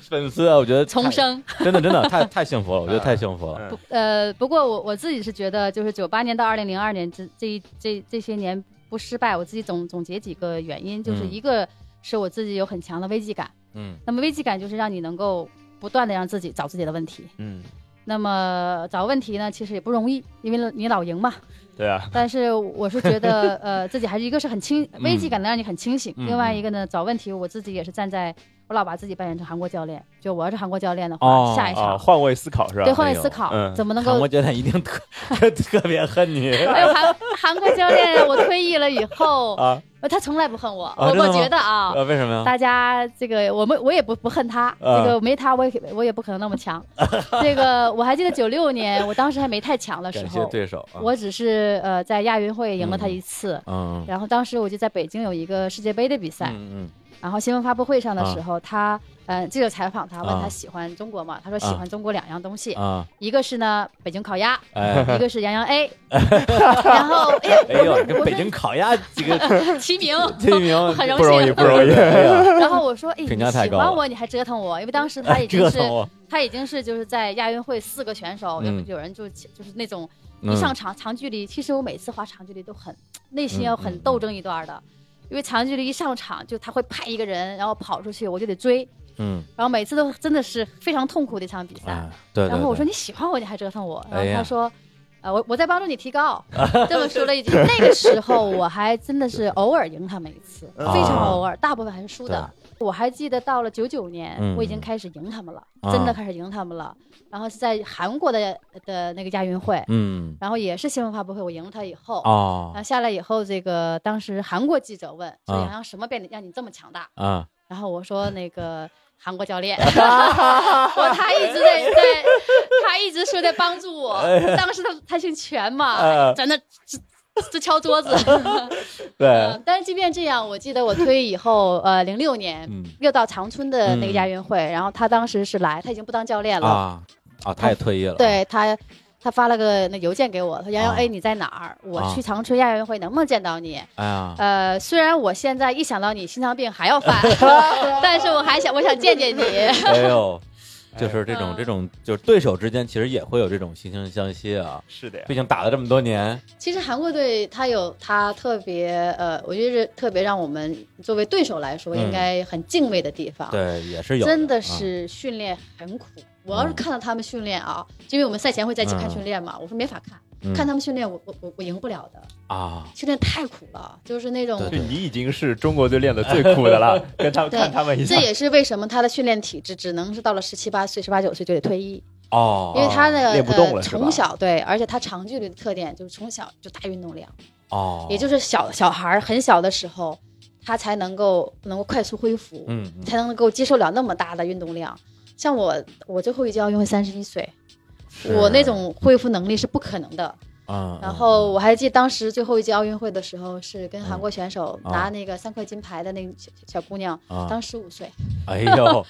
Speaker 1: 粉丝，啊，我觉得太
Speaker 6: 重，生。
Speaker 1: 真的真的太太幸福了，我觉得
Speaker 2: 嗯
Speaker 1: 太幸福了。
Speaker 6: 呃，不过我我自己是觉得，就是九八年到二零零二年这这一这这些年，不
Speaker 3: 不失败，我自己总总结几个原因，就是
Speaker 1: 嗯
Speaker 3: 一个是我自己有很强的危机感，
Speaker 1: 嗯
Speaker 3: 那么危机感就是让你能够不断的让自己找自己的问题。
Speaker 1: 嗯
Speaker 3: 那么找问题呢，其实也不容易，因为你 老赢嘛。
Speaker 2: 对啊，
Speaker 3: 但是我是觉得，呃，自己还是一个是很清危机感能让你很清醒，
Speaker 1: 嗯
Speaker 3: 另外一个呢，找问题我自己也是站在我老把自己扮演成韩国教练，就我要是韩国教练的话，
Speaker 1: 哦
Speaker 3: 下一场、
Speaker 2: 啊，换位思考是吧？
Speaker 3: 对换位思考、
Speaker 2: 嗯
Speaker 3: 怎么能
Speaker 1: 韩
Speaker 3: 够
Speaker 1: 国。教练一定特特别恨你
Speaker 3: 还有韩韩国教练，我退役了以后，
Speaker 1: 啊
Speaker 3: 呃他从来不恨我，
Speaker 1: 啊
Speaker 3: 我
Speaker 1: 真的
Speaker 3: 我
Speaker 1: 吗
Speaker 3: 觉得啊，
Speaker 1: 啊？为什么呀？
Speaker 3: 大家这个我们我也不不恨他，
Speaker 1: 啊
Speaker 3: 这个没他我也我也不可能那 么强。这个我还记得九六年，我当时还没太强的时
Speaker 1: 感谢
Speaker 3: 候，
Speaker 1: 对手啊，
Speaker 3: 我只是呃在亚运会赢了他一次。
Speaker 1: 嗯
Speaker 3: 然后当时我就在北京有一个世界杯的比赛，
Speaker 1: 嗯啊
Speaker 3: 然后新闻发布会上的时候，他呃记者采访他，问他喜欢中国嘛？他说喜欢中国两样东西，
Speaker 1: 嗯啊，
Speaker 3: 一个是呢北京 烤鸭，
Speaker 1: 哎
Speaker 3: 一个是杨 洋 A。然后哎呀，
Speaker 1: 哎呦，跟北京烤鸭几 个
Speaker 3: 齐名，
Speaker 1: 这名
Speaker 3: 很荣幸
Speaker 2: 不容易，不 容易。
Speaker 1: 哎呀
Speaker 3: 然后我说，哎，
Speaker 1: 评
Speaker 3: 你
Speaker 1: 价太
Speaker 3: 喜
Speaker 1: 高
Speaker 3: 欢
Speaker 1: 了
Speaker 3: 我，你还折 腾我，因为当时他已经
Speaker 1: 哎折
Speaker 3: 是
Speaker 1: 腾我，
Speaker 3: 他已经是就是在亚运会四个选手，有
Speaker 1: 嗯
Speaker 3: 有人就就是那种
Speaker 1: 嗯
Speaker 3: 一上场长距离，其实我每次滑长距离都很内心要
Speaker 1: 嗯
Speaker 3: 很
Speaker 1: 嗯
Speaker 3: 斗争一段的，因为长距离一上场就他会派一个人，然后跑出去，我就得追，
Speaker 1: 嗯
Speaker 3: 然后每次都真的是非常痛苦的一场比赛。
Speaker 1: 啊，对对对。
Speaker 3: 然后我说你喜欢我，你还折腾我，然
Speaker 1: 哎
Speaker 3: 后
Speaker 1: 呀
Speaker 3: 他说。呃，我我在帮助你提 高，这么说了一句。那个时候我还真的是偶尔赢他们一次，
Speaker 2: 啊
Speaker 3: 非常偶尔，大部分还是输的。我还记得到了九九年
Speaker 1: 嗯，
Speaker 3: 我已经开始赢他们了，
Speaker 1: 啊
Speaker 3: 真的开始赢他们了。然后是在韩国的呃的那个亚运会，
Speaker 1: 嗯
Speaker 3: 然后也是新闻发布会，我赢了他以后，
Speaker 1: 哦
Speaker 3: 然后下来以后，这个当时韩国记者问说
Speaker 1: 啊
Speaker 3: 杨洋什么变得让你这么强大？
Speaker 1: 啊
Speaker 3: 然后我说那个韩国 教练，我他一直在在，他一直说在帮助我。
Speaker 1: 哎
Speaker 3: 当时他他姓全
Speaker 2: 呃
Speaker 3: 嘛，在那直直敲桌子。
Speaker 1: 对
Speaker 3: 嗯 但是即便这样，我记得我退役以后，呃，零六年
Speaker 1: 嗯
Speaker 3: 又到长春的那个亚运会，然后他当时是来，他已经不当教练了，
Speaker 1: 啊啊，他也退役了，
Speaker 3: 对他。他发了个那邮件给我，他说杨洋，
Speaker 1: 啊
Speaker 3: 哎，你在哪儿？我
Speaker 1: 啊
Speaker 3: 去长春亚运会能不能见到你？
Speaker 1: 哎 呀，
Speaker 3: 呃，虽然我现在一想到你心脏病还 要犯，但是我还想我想见见你。
Speaker 1: 哎呦，就是这种
Speaker 3: 嗯
Speaker 1: 这种，就是对手之间其实也会有这种惺惺相惜啊。
Speaker 2: 是的呀
Speaker 1: 毕，竟打了这么多年，
Speaker 3: 其实韩国队他有他特别呃，我觉得特别让我们作为对手来说
Speaker 1: 嗯
Speaker 3: 应该很敬畏的地方。
Speaker 1: 对，也是有
Speaker 3: 啊真的
Speaker 1: 的啊嗯
Speaker 3: 是训练很苦。我要是看到他们训练啊，就因为我们赛前会在一起看训练嘛，我说没法看，
Speaker 1: 嗯
Speaker 3: 看他们训练我我我我赢不了的，
Speaker 1: 啊，
Speaker 3: 训练太苦了，就是那种。
Speaker 2: 就你已经是中国队练的最苦的 了，跟他们
Speaker 3: 对
Speaker 2: 看他们一
Speaker 3: 这
Speaker 2: 下。
Speaker 3: 也是为什么他的训练体质只能是到了十七八岁、十八九岁就得退役，
Speaker 1: 哦，
Speaker 3: 因为他的、
Speaker 2: 练不动了
Speaker 3: 呃
Speaker 2: 是吧
Speaker 3: 从小对，而且他长距离的特点就是从小就大运动量，
Speaker 1: 哦，
Speaker 3: 也就是小小孩儿很小的时候，他才能够能够快速恢复，
Speaker 1: 嗯嗯
Speaker 3: 才能够接受了那么大的运动量。像我，我最后一届奥运会三十一岁，我那种恢复能力是不可能的。
Speaker 1: 嗯，
Speaker 3: 然
Speaker 1: 嗯
Speaker 3: 后我还记得当时最后一届奥运会的时候，是跟韩国选手
Speaker 1: 嗯
Speaker 2: 哦
Speaker 3: 拿
Speaker 1: 啊
Speaker 3: 那个三块金牌的那个小小姑娘，
Speaker 2: 嗯
Speaker 1: 啊
Speaker 3: 当时五岁，
Speaker 1: 哎 呦，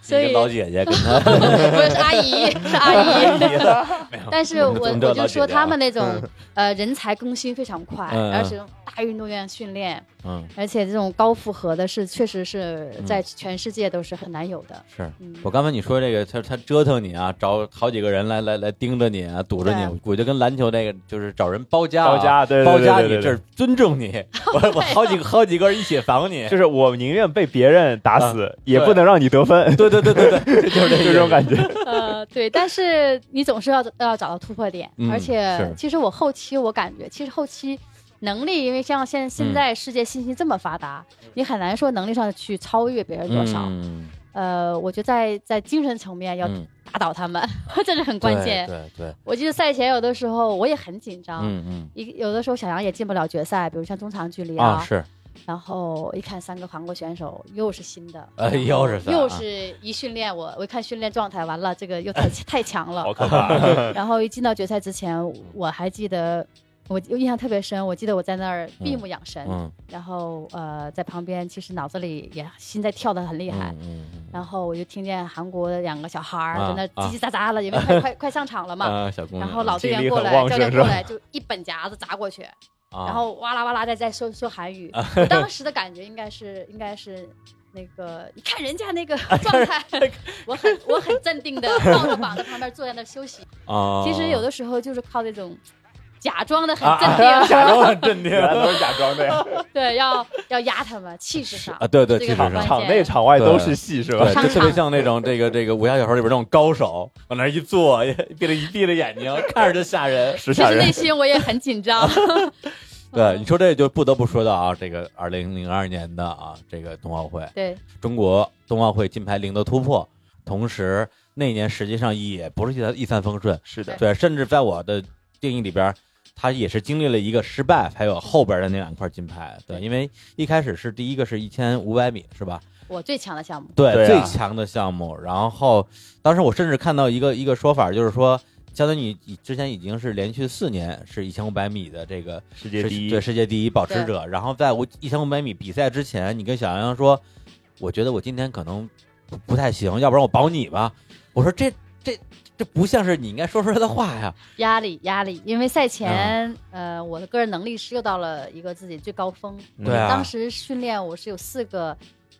Speaker 3: 所
Speaker 1: 一个
Speaker 3: 以
Speaker 1: 老姐姐跟 他
Speaker 3: 不是是阿 姨，是阿姨。但是我
Speaker 1: 我们都
Speaker 3: 我
Speaker 1: 老
Speaker 3: 就
Speaker 1: 姐姐啊
Speaker 3: 说他们那种呃人才更新非常快，
Speaker 1: 嗯嗯
Speaker 3: 然后这种大运动员训练，
Speaker 1: 嗯
Speaker 3: 而且这种高负荷的是确实是在全世界都是很难有的。
Speaker 1: 是。
Speaker 3: 嗯，
Speaker 1: 我刚才你说这个，他他折腾你啊，找好几个人来来来盯着你啊，堵着你，我就跟篮球那个就是找人包夹啊、
Speaker 2: 包夹对对
Speaker 1: 包
Speaker 2: 对
Speaker 1: 夹
Speaker 2: 对对
Speaker 1: 你，
Speaker 2: 对
Speaker 1: 这是尊重 你，
Speaker 3: 哦
Speaker 1: 我我好几个好几个人一起防你，
Speaker 2: 就是我宁愿被别人打死，也不能让你得分，
Speaker 1: 对对对对嗯对， 就是
Speaker 2: 就这
Speaker 1: 觉。
Speaker 2: 种感觉。
Speaker 3: 呃，对，但是你总是要要找到突破点，
Speaker 1: 嗯
Speaker 3: 而且
Speaker 1: 是
Speaker 3: 其实我后期我感觉，其实后期能力，因为像
Speaker 1: 嗯
Speaker 3: 现现在世界信息这么发达，你很难说能力上去超越别人 多少。
Speaker 1: 嗯、
Speaker 3: 呃，我觉得在在精神层面要
Speaker 1: 嗯
Speaker 3: 打倒他们， 这是很关键。啊
Speaker 1: 对对对，
Speaker 3: 我记得赛前有的时候我也很紧张。
Speaker 1: 嗯嗯
Speaker 3: 一有的时候小杨也进不了决赛，比如像中长距离
Speaker 1: 啊是，
Speaker 3: 然后一看三个韩国选手又是新的，
Speaker 1: 哎
Speaker 3: 然后
Speaker 1: 又是仨
Speaker 3: 又
Speaker 1: 啊
Speaker 3: 是一训练我我一看训练状态，完了这个又太太强了，
Speaker 2: 可 怕！
Speaker 3: 然后一进到决赛之前，我还记得我我印象特别深，我记得我在那儿闭目养神，
Speaker 1: 嗯
Speaker 3: 然后呃在旁边其实脑子里也心在跳的很厉害。
Speaker 1: 嗯嗯
Speaker 3: 然后我就听见韩国的两个小孩儿
Speaker 1: 啊
Speaker 3: 在那
Speaker 1: 啊
Speaker 3: 叽叽喳喳了，因为快快快上场了
Speaker 1: 嗯，
Speaker 3: 嘛。
Speaker 1: 啊小姑娘，
Speaker 3: 然后老
Speaker 2: 精
Speaker 3: 队员
Speaker 2: 力
Speaker 3: 过
Speaker 2: 很
Speaker 3: 来，
Speaker 2: 旺
Speaker 3: 教练
Speaker 2: 盛
Speaker 3: 过
Speaker 2: 是吧
Speaker 3: 来就一本夹子砸过去，
Speaker 1: 啊，
Speaker 3: 然后哇啦哇啦在在说说韩语。
Speaker 2: 啊
Speaker 3: 我 当时的感觉应该是应该是那个，你看人家 那个状态，我很我很镇定的抱着膀在旁边坐在那儿休息。
Speaker 2: 哦
Speaker 1: 啊，
Speaker 3: 其实有的时候就是靠这种假装的很
Speaker 1: 啊
Speaker 3: 镇定，
Speaker 1: 假装很 镇定
Speaker 2: 原来都是假装的呀，
Speaker 3: 对，要要压他们，气势上
Speaker 1: 啊，，对对，
Speaker 3: 这
Speaker 1: 气
Speaker 3: 个
Speaker 1: 势
Speaker 3: 好
Speaker 1: 上
Speaker 3: 关键
Speaker 2: 场内场外都是戏是吧？
Speaker 1: 对，就特
Speaker 3: 商
Speaker 1: 别
Speaker 3: 场
Speaker 1: 像那种这个这个武侠小说里边那种高手，往那儿一坐，闭着一闭着眼睛， 看着就吓人。
Speaker 2: 是
Speaker 3: 其
Speaker 2: 吓
Speaker 3: 实
Speaker 2: 人啊
Speaker 3: 内。心我也很紧张。
Speaker 1: 对，你说这就不得不说到啊，这个二零零二年的啊，这个冬奥会，
Speaker 3: 对，
Speaker 1: 中国冬奥会金牌零的突破，同时那年实际上也不是一帆一帆风顺，
Speaker 2: 是的，
Speaker 1: 对，甚至在我的定义里边，他也是经历了一个失败，还有后边的那两块金牌。对，因为一开始是第一个是一千五百米，是吧？
Speaker 3: 我最强的项目，
Speaker 1: 对，
Speaker 2: 对
Speaker 1: 最
Speaker 2: 啊
Speaker 1: 强的项目。然后当时我甚至看到一个一个说法，就是说，相当于你你之前已经是连续四年是一千五百米的这个
Speaker 2: 世界
Speaker 1: 世
Speaker 2: 第
Speaker 1: 对
Speaker 2: 一，
Speaker 1: 世界第一保持者。然后在我一千五百米比赛之前，你跟小杨洋说，我觉得我今天可能不不太行，要不然我保你吧。我说这这这不像是你应该说出来的话呀。
Speaker 3: 压力压力，因为赛
Speaker 2: 啊
Speaker 3: 前，呃，我的个人能力是又到了一个自己最高峰。
Speaker 2: 嗯
Speaker 1: 对啊，
Speaker 3: 当时训练我是有四个，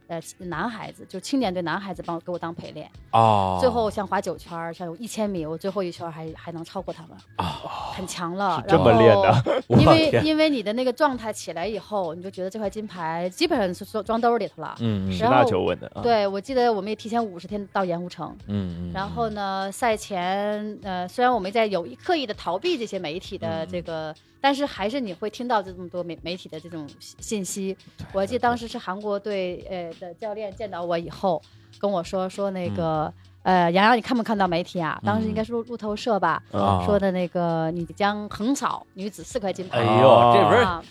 Speaker 3: 呃，男孩子，就青年队男孩子帮我给我当陪练。
Speaker 1: 哦，
Speaker 3: 最后像划九圈儿，像有一千米，我最后一圈儿还还能超过他们，
Speaker 1: 啊
Speaker 3: 很强了。
Speaker 2: 是这么练的
Speaker 3: 然 后
Speaker 1: 我
Speaker 3: 因为
Speaker 1: 天，
Speaker 3: 因为你的那个状态起来以后，你就觉得这块金牌基本上是装装兜里头了。
Speaker 1: 嗯嗯
Speaker 2: 十
Speaker 3: 然
Speaker 2: 拿
Speaker 3: 后
Speaker 2: 九稳的啊。
Speaker 3: 对，我记得我们也提前五十天到盐湖城，
Speaker 1: 嗯嗯，
Speaker 3: 然后呢，赛前呃，虽然我们在有意刻意的逃避这些媒体
Speaker 1: 嗯
Speaker 3: 的这个，但是还是你会听到这么多媒媒体的这种信信息。我记得当时是韩国队呃的教练见到我以后跟我说说那
Speaker 1: 嗯
Speaker 3: 个、呃洋洋你看没看到媒体啊？当时应该是路路透社吧、
Speaker 1: 啊
Speaker 3: 说的那个你将横扫女子四块金牌。
Speaker 1: 哎
Speaker 2: 呀
Speaker 1: 呦，这不是
Speaker 3: 啊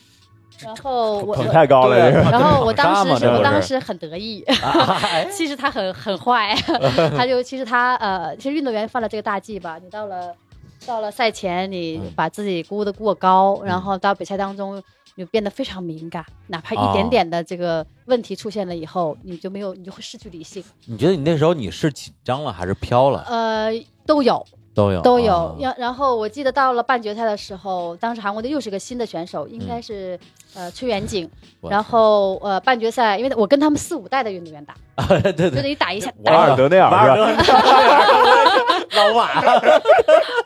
Speaker 3: 然后我
Speaker 2: 捧太高了，
Speaker 1: 对
Speaker 2: 这 个
Speaker 3: 然后我
Speaker 1: 捧杀
Speaker 3: 当
Speaker 1: 嘛
Speaker 3: 时是
Speaker 1: 这不
Speaker 3: 我
Speaker 1: 是啊
Speaker 3: 当时很 得意，
Speaker 1: 哎
Speaker 3: 其实他很很坏，他就其实他呃，其实运动员犯了这个大忌吧，你到了到了赛前，你
Speaker 1: 嗯
Speaker 3: 把自己估的过高，
Speaker 1: 嗯
Speaker 3: 然后到比赛当中。你就变得非常敏感，哪怕一
Speaker 1: 哦
Speaker 3: 点点的这个问题出现了以后，你就没有，你就会失去理性。
Speaker 1: 你觉得你那时候你是紧张了还是飘了？
Speaker 3: 呃，都有，
Speaker 1: 都有
Speaker 3: 都
Speaker 1: 啊
Speaker 3: 有。然、然后我记得到了半决赛的时候，当时韩国队又是个新的选手，
Speaker 1: 嗯
Speaker 3: 应该是、呃崔元景。
Speaker 1: 我
Speaker 3: 然后呃半决赛，因为我跟他们四五代的运动员打，
Speaker 1: 对对
Speaker 3: 就
Speaker 1: 对，
Speaker 3: 等于打一下
Speaker 2: 瓦
Speaker 3: 打一
Speaker 2: 尔
Speaker 3: 下。
Speaker 2: 德内尔
Speaker 1: 瓦尔
Speaker 2: 是吧？
Speaker 1: 德老瓦，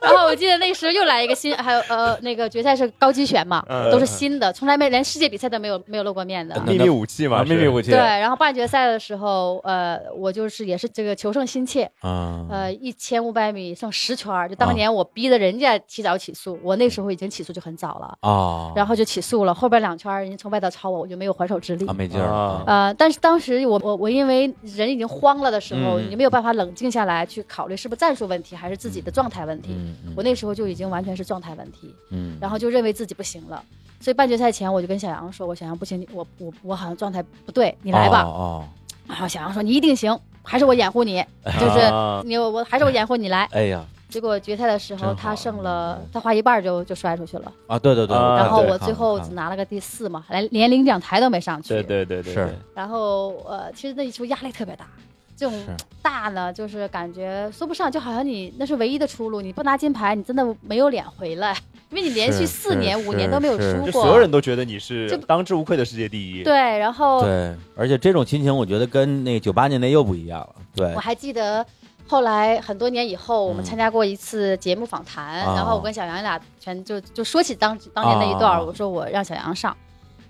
Speaker 3: 然后我记得那时候又来一个新，还有呃那个决赛是高级选嘛，
Speaker 2: 嗯
Speaker 3: 都是新的，从来没连世界比赛都没有没有露过面的。
Speaker 1: 嗯
Speaker 2: 秘密武器嘛，
Speaker 1: 秘密武
Speaker 2: 器。
Speaker 1: 器，
Speaker 3: 对，然后半决赛的时候，呃，我就是也是这个求胜心切，
Speaker 1: 嗯，
Speaker 3: 呃，一千五百米剩十圈儿，就当
Speaker 1: 啊
Speaker 3: 年我逼得人家提早起速，我那时候已经起速就很早了，
Speaker 1: 哦，
Speaker 3: 然后就起速了，后边两圈儿人家从外头超我，我就没有还手之力
Speaker 1: 啊。没劲儿
Speaker 2: 啊
Speaker 3: 呃，但是当时我我我因为人已经慌了的时候，
Speaker 1: 嗯
Speaker 3: 你没有办法冷静下来去考虑是不是战术问题还是自己的状态问题。
Speaker 1: 嗯嗯
Speaker 3: 我那时候就已经完全是状态问题，
Speaker 1: 嗯，
Speaker 3: 然后就认为自己不行了。所以半决赛前我就跟小杨说：“我小杨不行，你我我我好像状态不对，你
Speaker 1: 你
Speaker 3: 来吧。
Speaker 1: 哦，
Speaker 3: 然后小杨说：“你一定行，还是我掩护你，就是
Speaker 2: 啊
Speaker 3: 你我还是我掩护你来。
Speaker 1: 哎呀”
Speaker 3: 结果决赛的时候
Speaker 1: 真好嗯
Speaker 3: 他胜了，他滑一半就就摔出去了。
Speaker 1: 啊，对对对，
Speaker 2: 啊
Speaker 3: 然后
Speaker 1: 对
Speaker 3: 我最后只拿了个第四嘛，连连领奖台都没上去。
Speaker 2: 对对对对，
Speaker 1: 是
Speaker 2: 对
Speaker 3: 然后呃，其实那一球压力特别大，这种
Speaker 1: 是
Speaker 3: 大呢，就是感觉说不上，就好像你那是唯一的出路，你不拿金牌，你真的没有脸回来，因为你连续
Speaker 1: 是
Speaker 3: 四
Speaker 1: 是
Speaker 3: 年五年
Speaker 1: 是
Speaker 3: 都没有
Speaker 1: 是
Speaker 3: 输
Speaker 2: 就
Speaker 3: 过，
Speaker 2: 所有人都觉得你是
Speaker 3: 就
Speaker 2: 当之无愧的世界第一。
Speaker 3: 对，然后
Speaker 1: 对，而且这种心情我觉得跟那九八年那又不一样了，对
Speaker 3: 我还记得后来很多年以后，我们
Speaker 1: 嗯
Speaker 3: 参加过一次节目访谈，
Speaker 1: 哦
Speaker 3: 然后我跟小杨俩全就就说起当当年那一段儿，
Speaker 1: 哦
Speaker 3: 我说我让小杨上。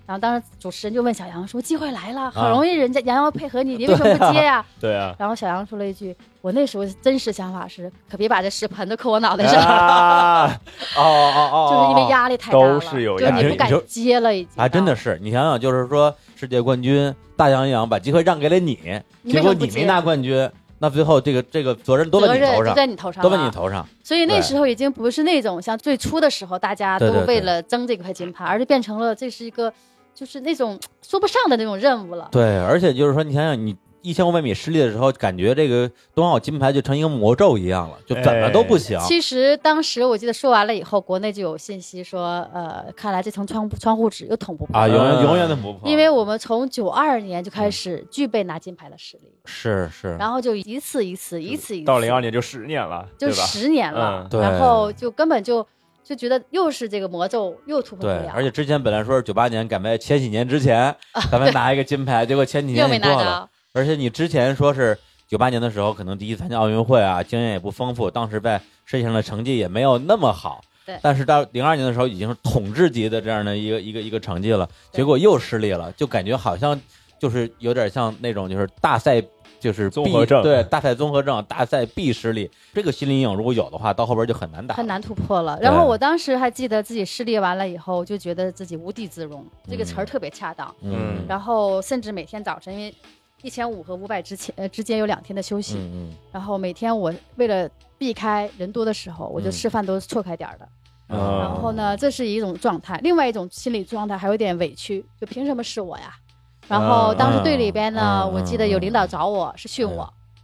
Speaker 3: 然后当时主持人就问小杨说：“机会来
Speaker 1: 啊
Speaker 3: 了，好容易人家杨洋配合你，你为什么不接呀、
Speaker 2: 对啊，
Speaker 3: 然后小杨说了一句：“我那时候真实想法是，可别把这屎盆子扣我脑袋
Speaker 1: 哎
Speaker 3: 上，
Speaker 2: 啊，
Speaker 1: 哦哦哦
Speaker 3: 就是因为压力太大
Speaker 2: 都
Speaker 3: 了，
Speaker 2: 是有
Speaker 3: 就
Speaker 2: 压力
Speaker 3: 你不敢接了已经。
Speaker 1: 啊
Speaker 3: 啊
Speaker 1: 还真的是，你想想，就是说世界冠军大洋洋把机会让给了你，
Speaker 3: 你
Speaker 1: 结
Speaker 3: 为什
Speaker 1: 果
Speaker 3: 么不
Speaker 1: 你
Speaker 3: 接
Speaker 1: 没拿冠军，那最后这个这个责任都
Speaker 3: 责
Speaker 1: 在你
Speaker 3: 任
Speaker 1: 头
Speaker 3: 就
Speaker 1: 上，
Speaker 3: 在你头上，
Speaker 1: 都在你。头上，
Speaker 3: 所以那
Speaker 1: 对
Speaker 3: 时候已经不是那种像最初的时候，大家
Speaker 1: 对
Speaker 3: 都
Speaker 1: 对对
Speaker 3: 为了争这块金牌，而是变成了这是一个就是那种说不上的那种任务了。
Speaker 1: 对，而且就是说，你想想你。一千五百米失利的时候，感觉这个冬奥金牌就成一个魔咒一样了，就怎么都不行。
Speaker 3: 其实当时我记得说完了以后，国内就有信息说，呃，看来这层窗户窗户纸又捅不破
Speaker 1: 啊，
Speaker 3: 了，
Speaker 1: 永远
Speaker 2: 嗯
Speaker 1: 永远的不破，嗯
Speaker 3: 因为我们从九二年就开始具备拿金牌的实力。
Speaker 1: 是是，
Speaker 3: 然后就一次一次，一次一次，
Speaker 2: 嗯到零二年就十年了，
Speaker 3: 就
Speaker 2: 对吧？
Speaker 3: 十年了
Speaker 2: 嗯，
Speaker 1: 对
Speaker 3: 然后就根本就就觉得又是这个魔咒，又突破不
Speaker 1: 对，
Speaker 3: 了，啊
Speaker 1: 而且之前本来说是九八年，赶在前几年之前，咱们拿一个金牌，结果前几
Speaker 3: 又
Speaker 1: 年
Speaker 3: 没
Speaker 1: 你
Speaker 3: 拿
Speaker 1: 过了，
Speaker 3: 着。
Speaker 1: 而且你之前说是九八年的时候，可能第一次参加奥运会啊，经验也不丰富，当时在身上的成绩也没有那么好，
Speaker 7: 对
Speaker 1: 但是到零二年的时候已经是统治级的这样的一个一个一个成绩了，
Speaker 7: 对
Speaker 1: 结果又失利了，就感觉好像就是有点像那种就是大赛。就是
Speaker 2: 综
Speaker 1: 必
Speaker 2: 合症
Speaker 1: 对大赛综合症，大赛必失利，这个心理阴影如果有的话，到后边就很难打了，
Speaker 3: 很难突破了。然后我当时还记得自己失利完了以后，就觉得自己无地自容，这个词儿特别恰当。
Speaker 1: 嗯，
Speaker 2: 嗯
Speaker 3: 然后甚至每天早晨，因为一千五和五百之前呃之间有两天的休息，
Speaker 1: 嗯
Speaker 3: 然后每天我为了避开人多的时候，我就吃饭都是错开点儿的。
Speaker 1: 嗯，
Speaker 2: 啊
Speaker 3: 然后呢，这是一种状态，另外一种心理状态还有点委屈，就凭什么是我呀？然
Speaker 1: 啊
Speaker 3: 后当时队里边呢，
Speaker 1: 嗯嗯
Speaker 3: 我记得有领导找我是训我，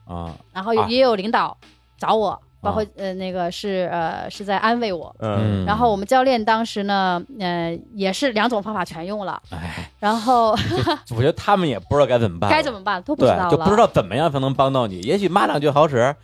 Speaker 1: 啊，
Speaker 3: 然后有
Speaker 1: 啊
Speaker 3: 也有领导找我，包括呃那个是呃是在安慰我。
Speaker 2: 嗯
Speaker 1: 嗯，
Speaker 3: 然后我们教练当时呢，呃也是两种方法全用了，
Speaker 1: 哎，
Speaker 3: 然后
Speaker 1: 我觉得他们也不知道该怎么办了，
Speaker 3: 该怎么办都不知
Speaker 1: 对
Speaker 3: 道，
Speaker 1: 就不知
Speaker 3: 了。
Speaker 1: 道怎么样才能帮到你。也许骂两句好使，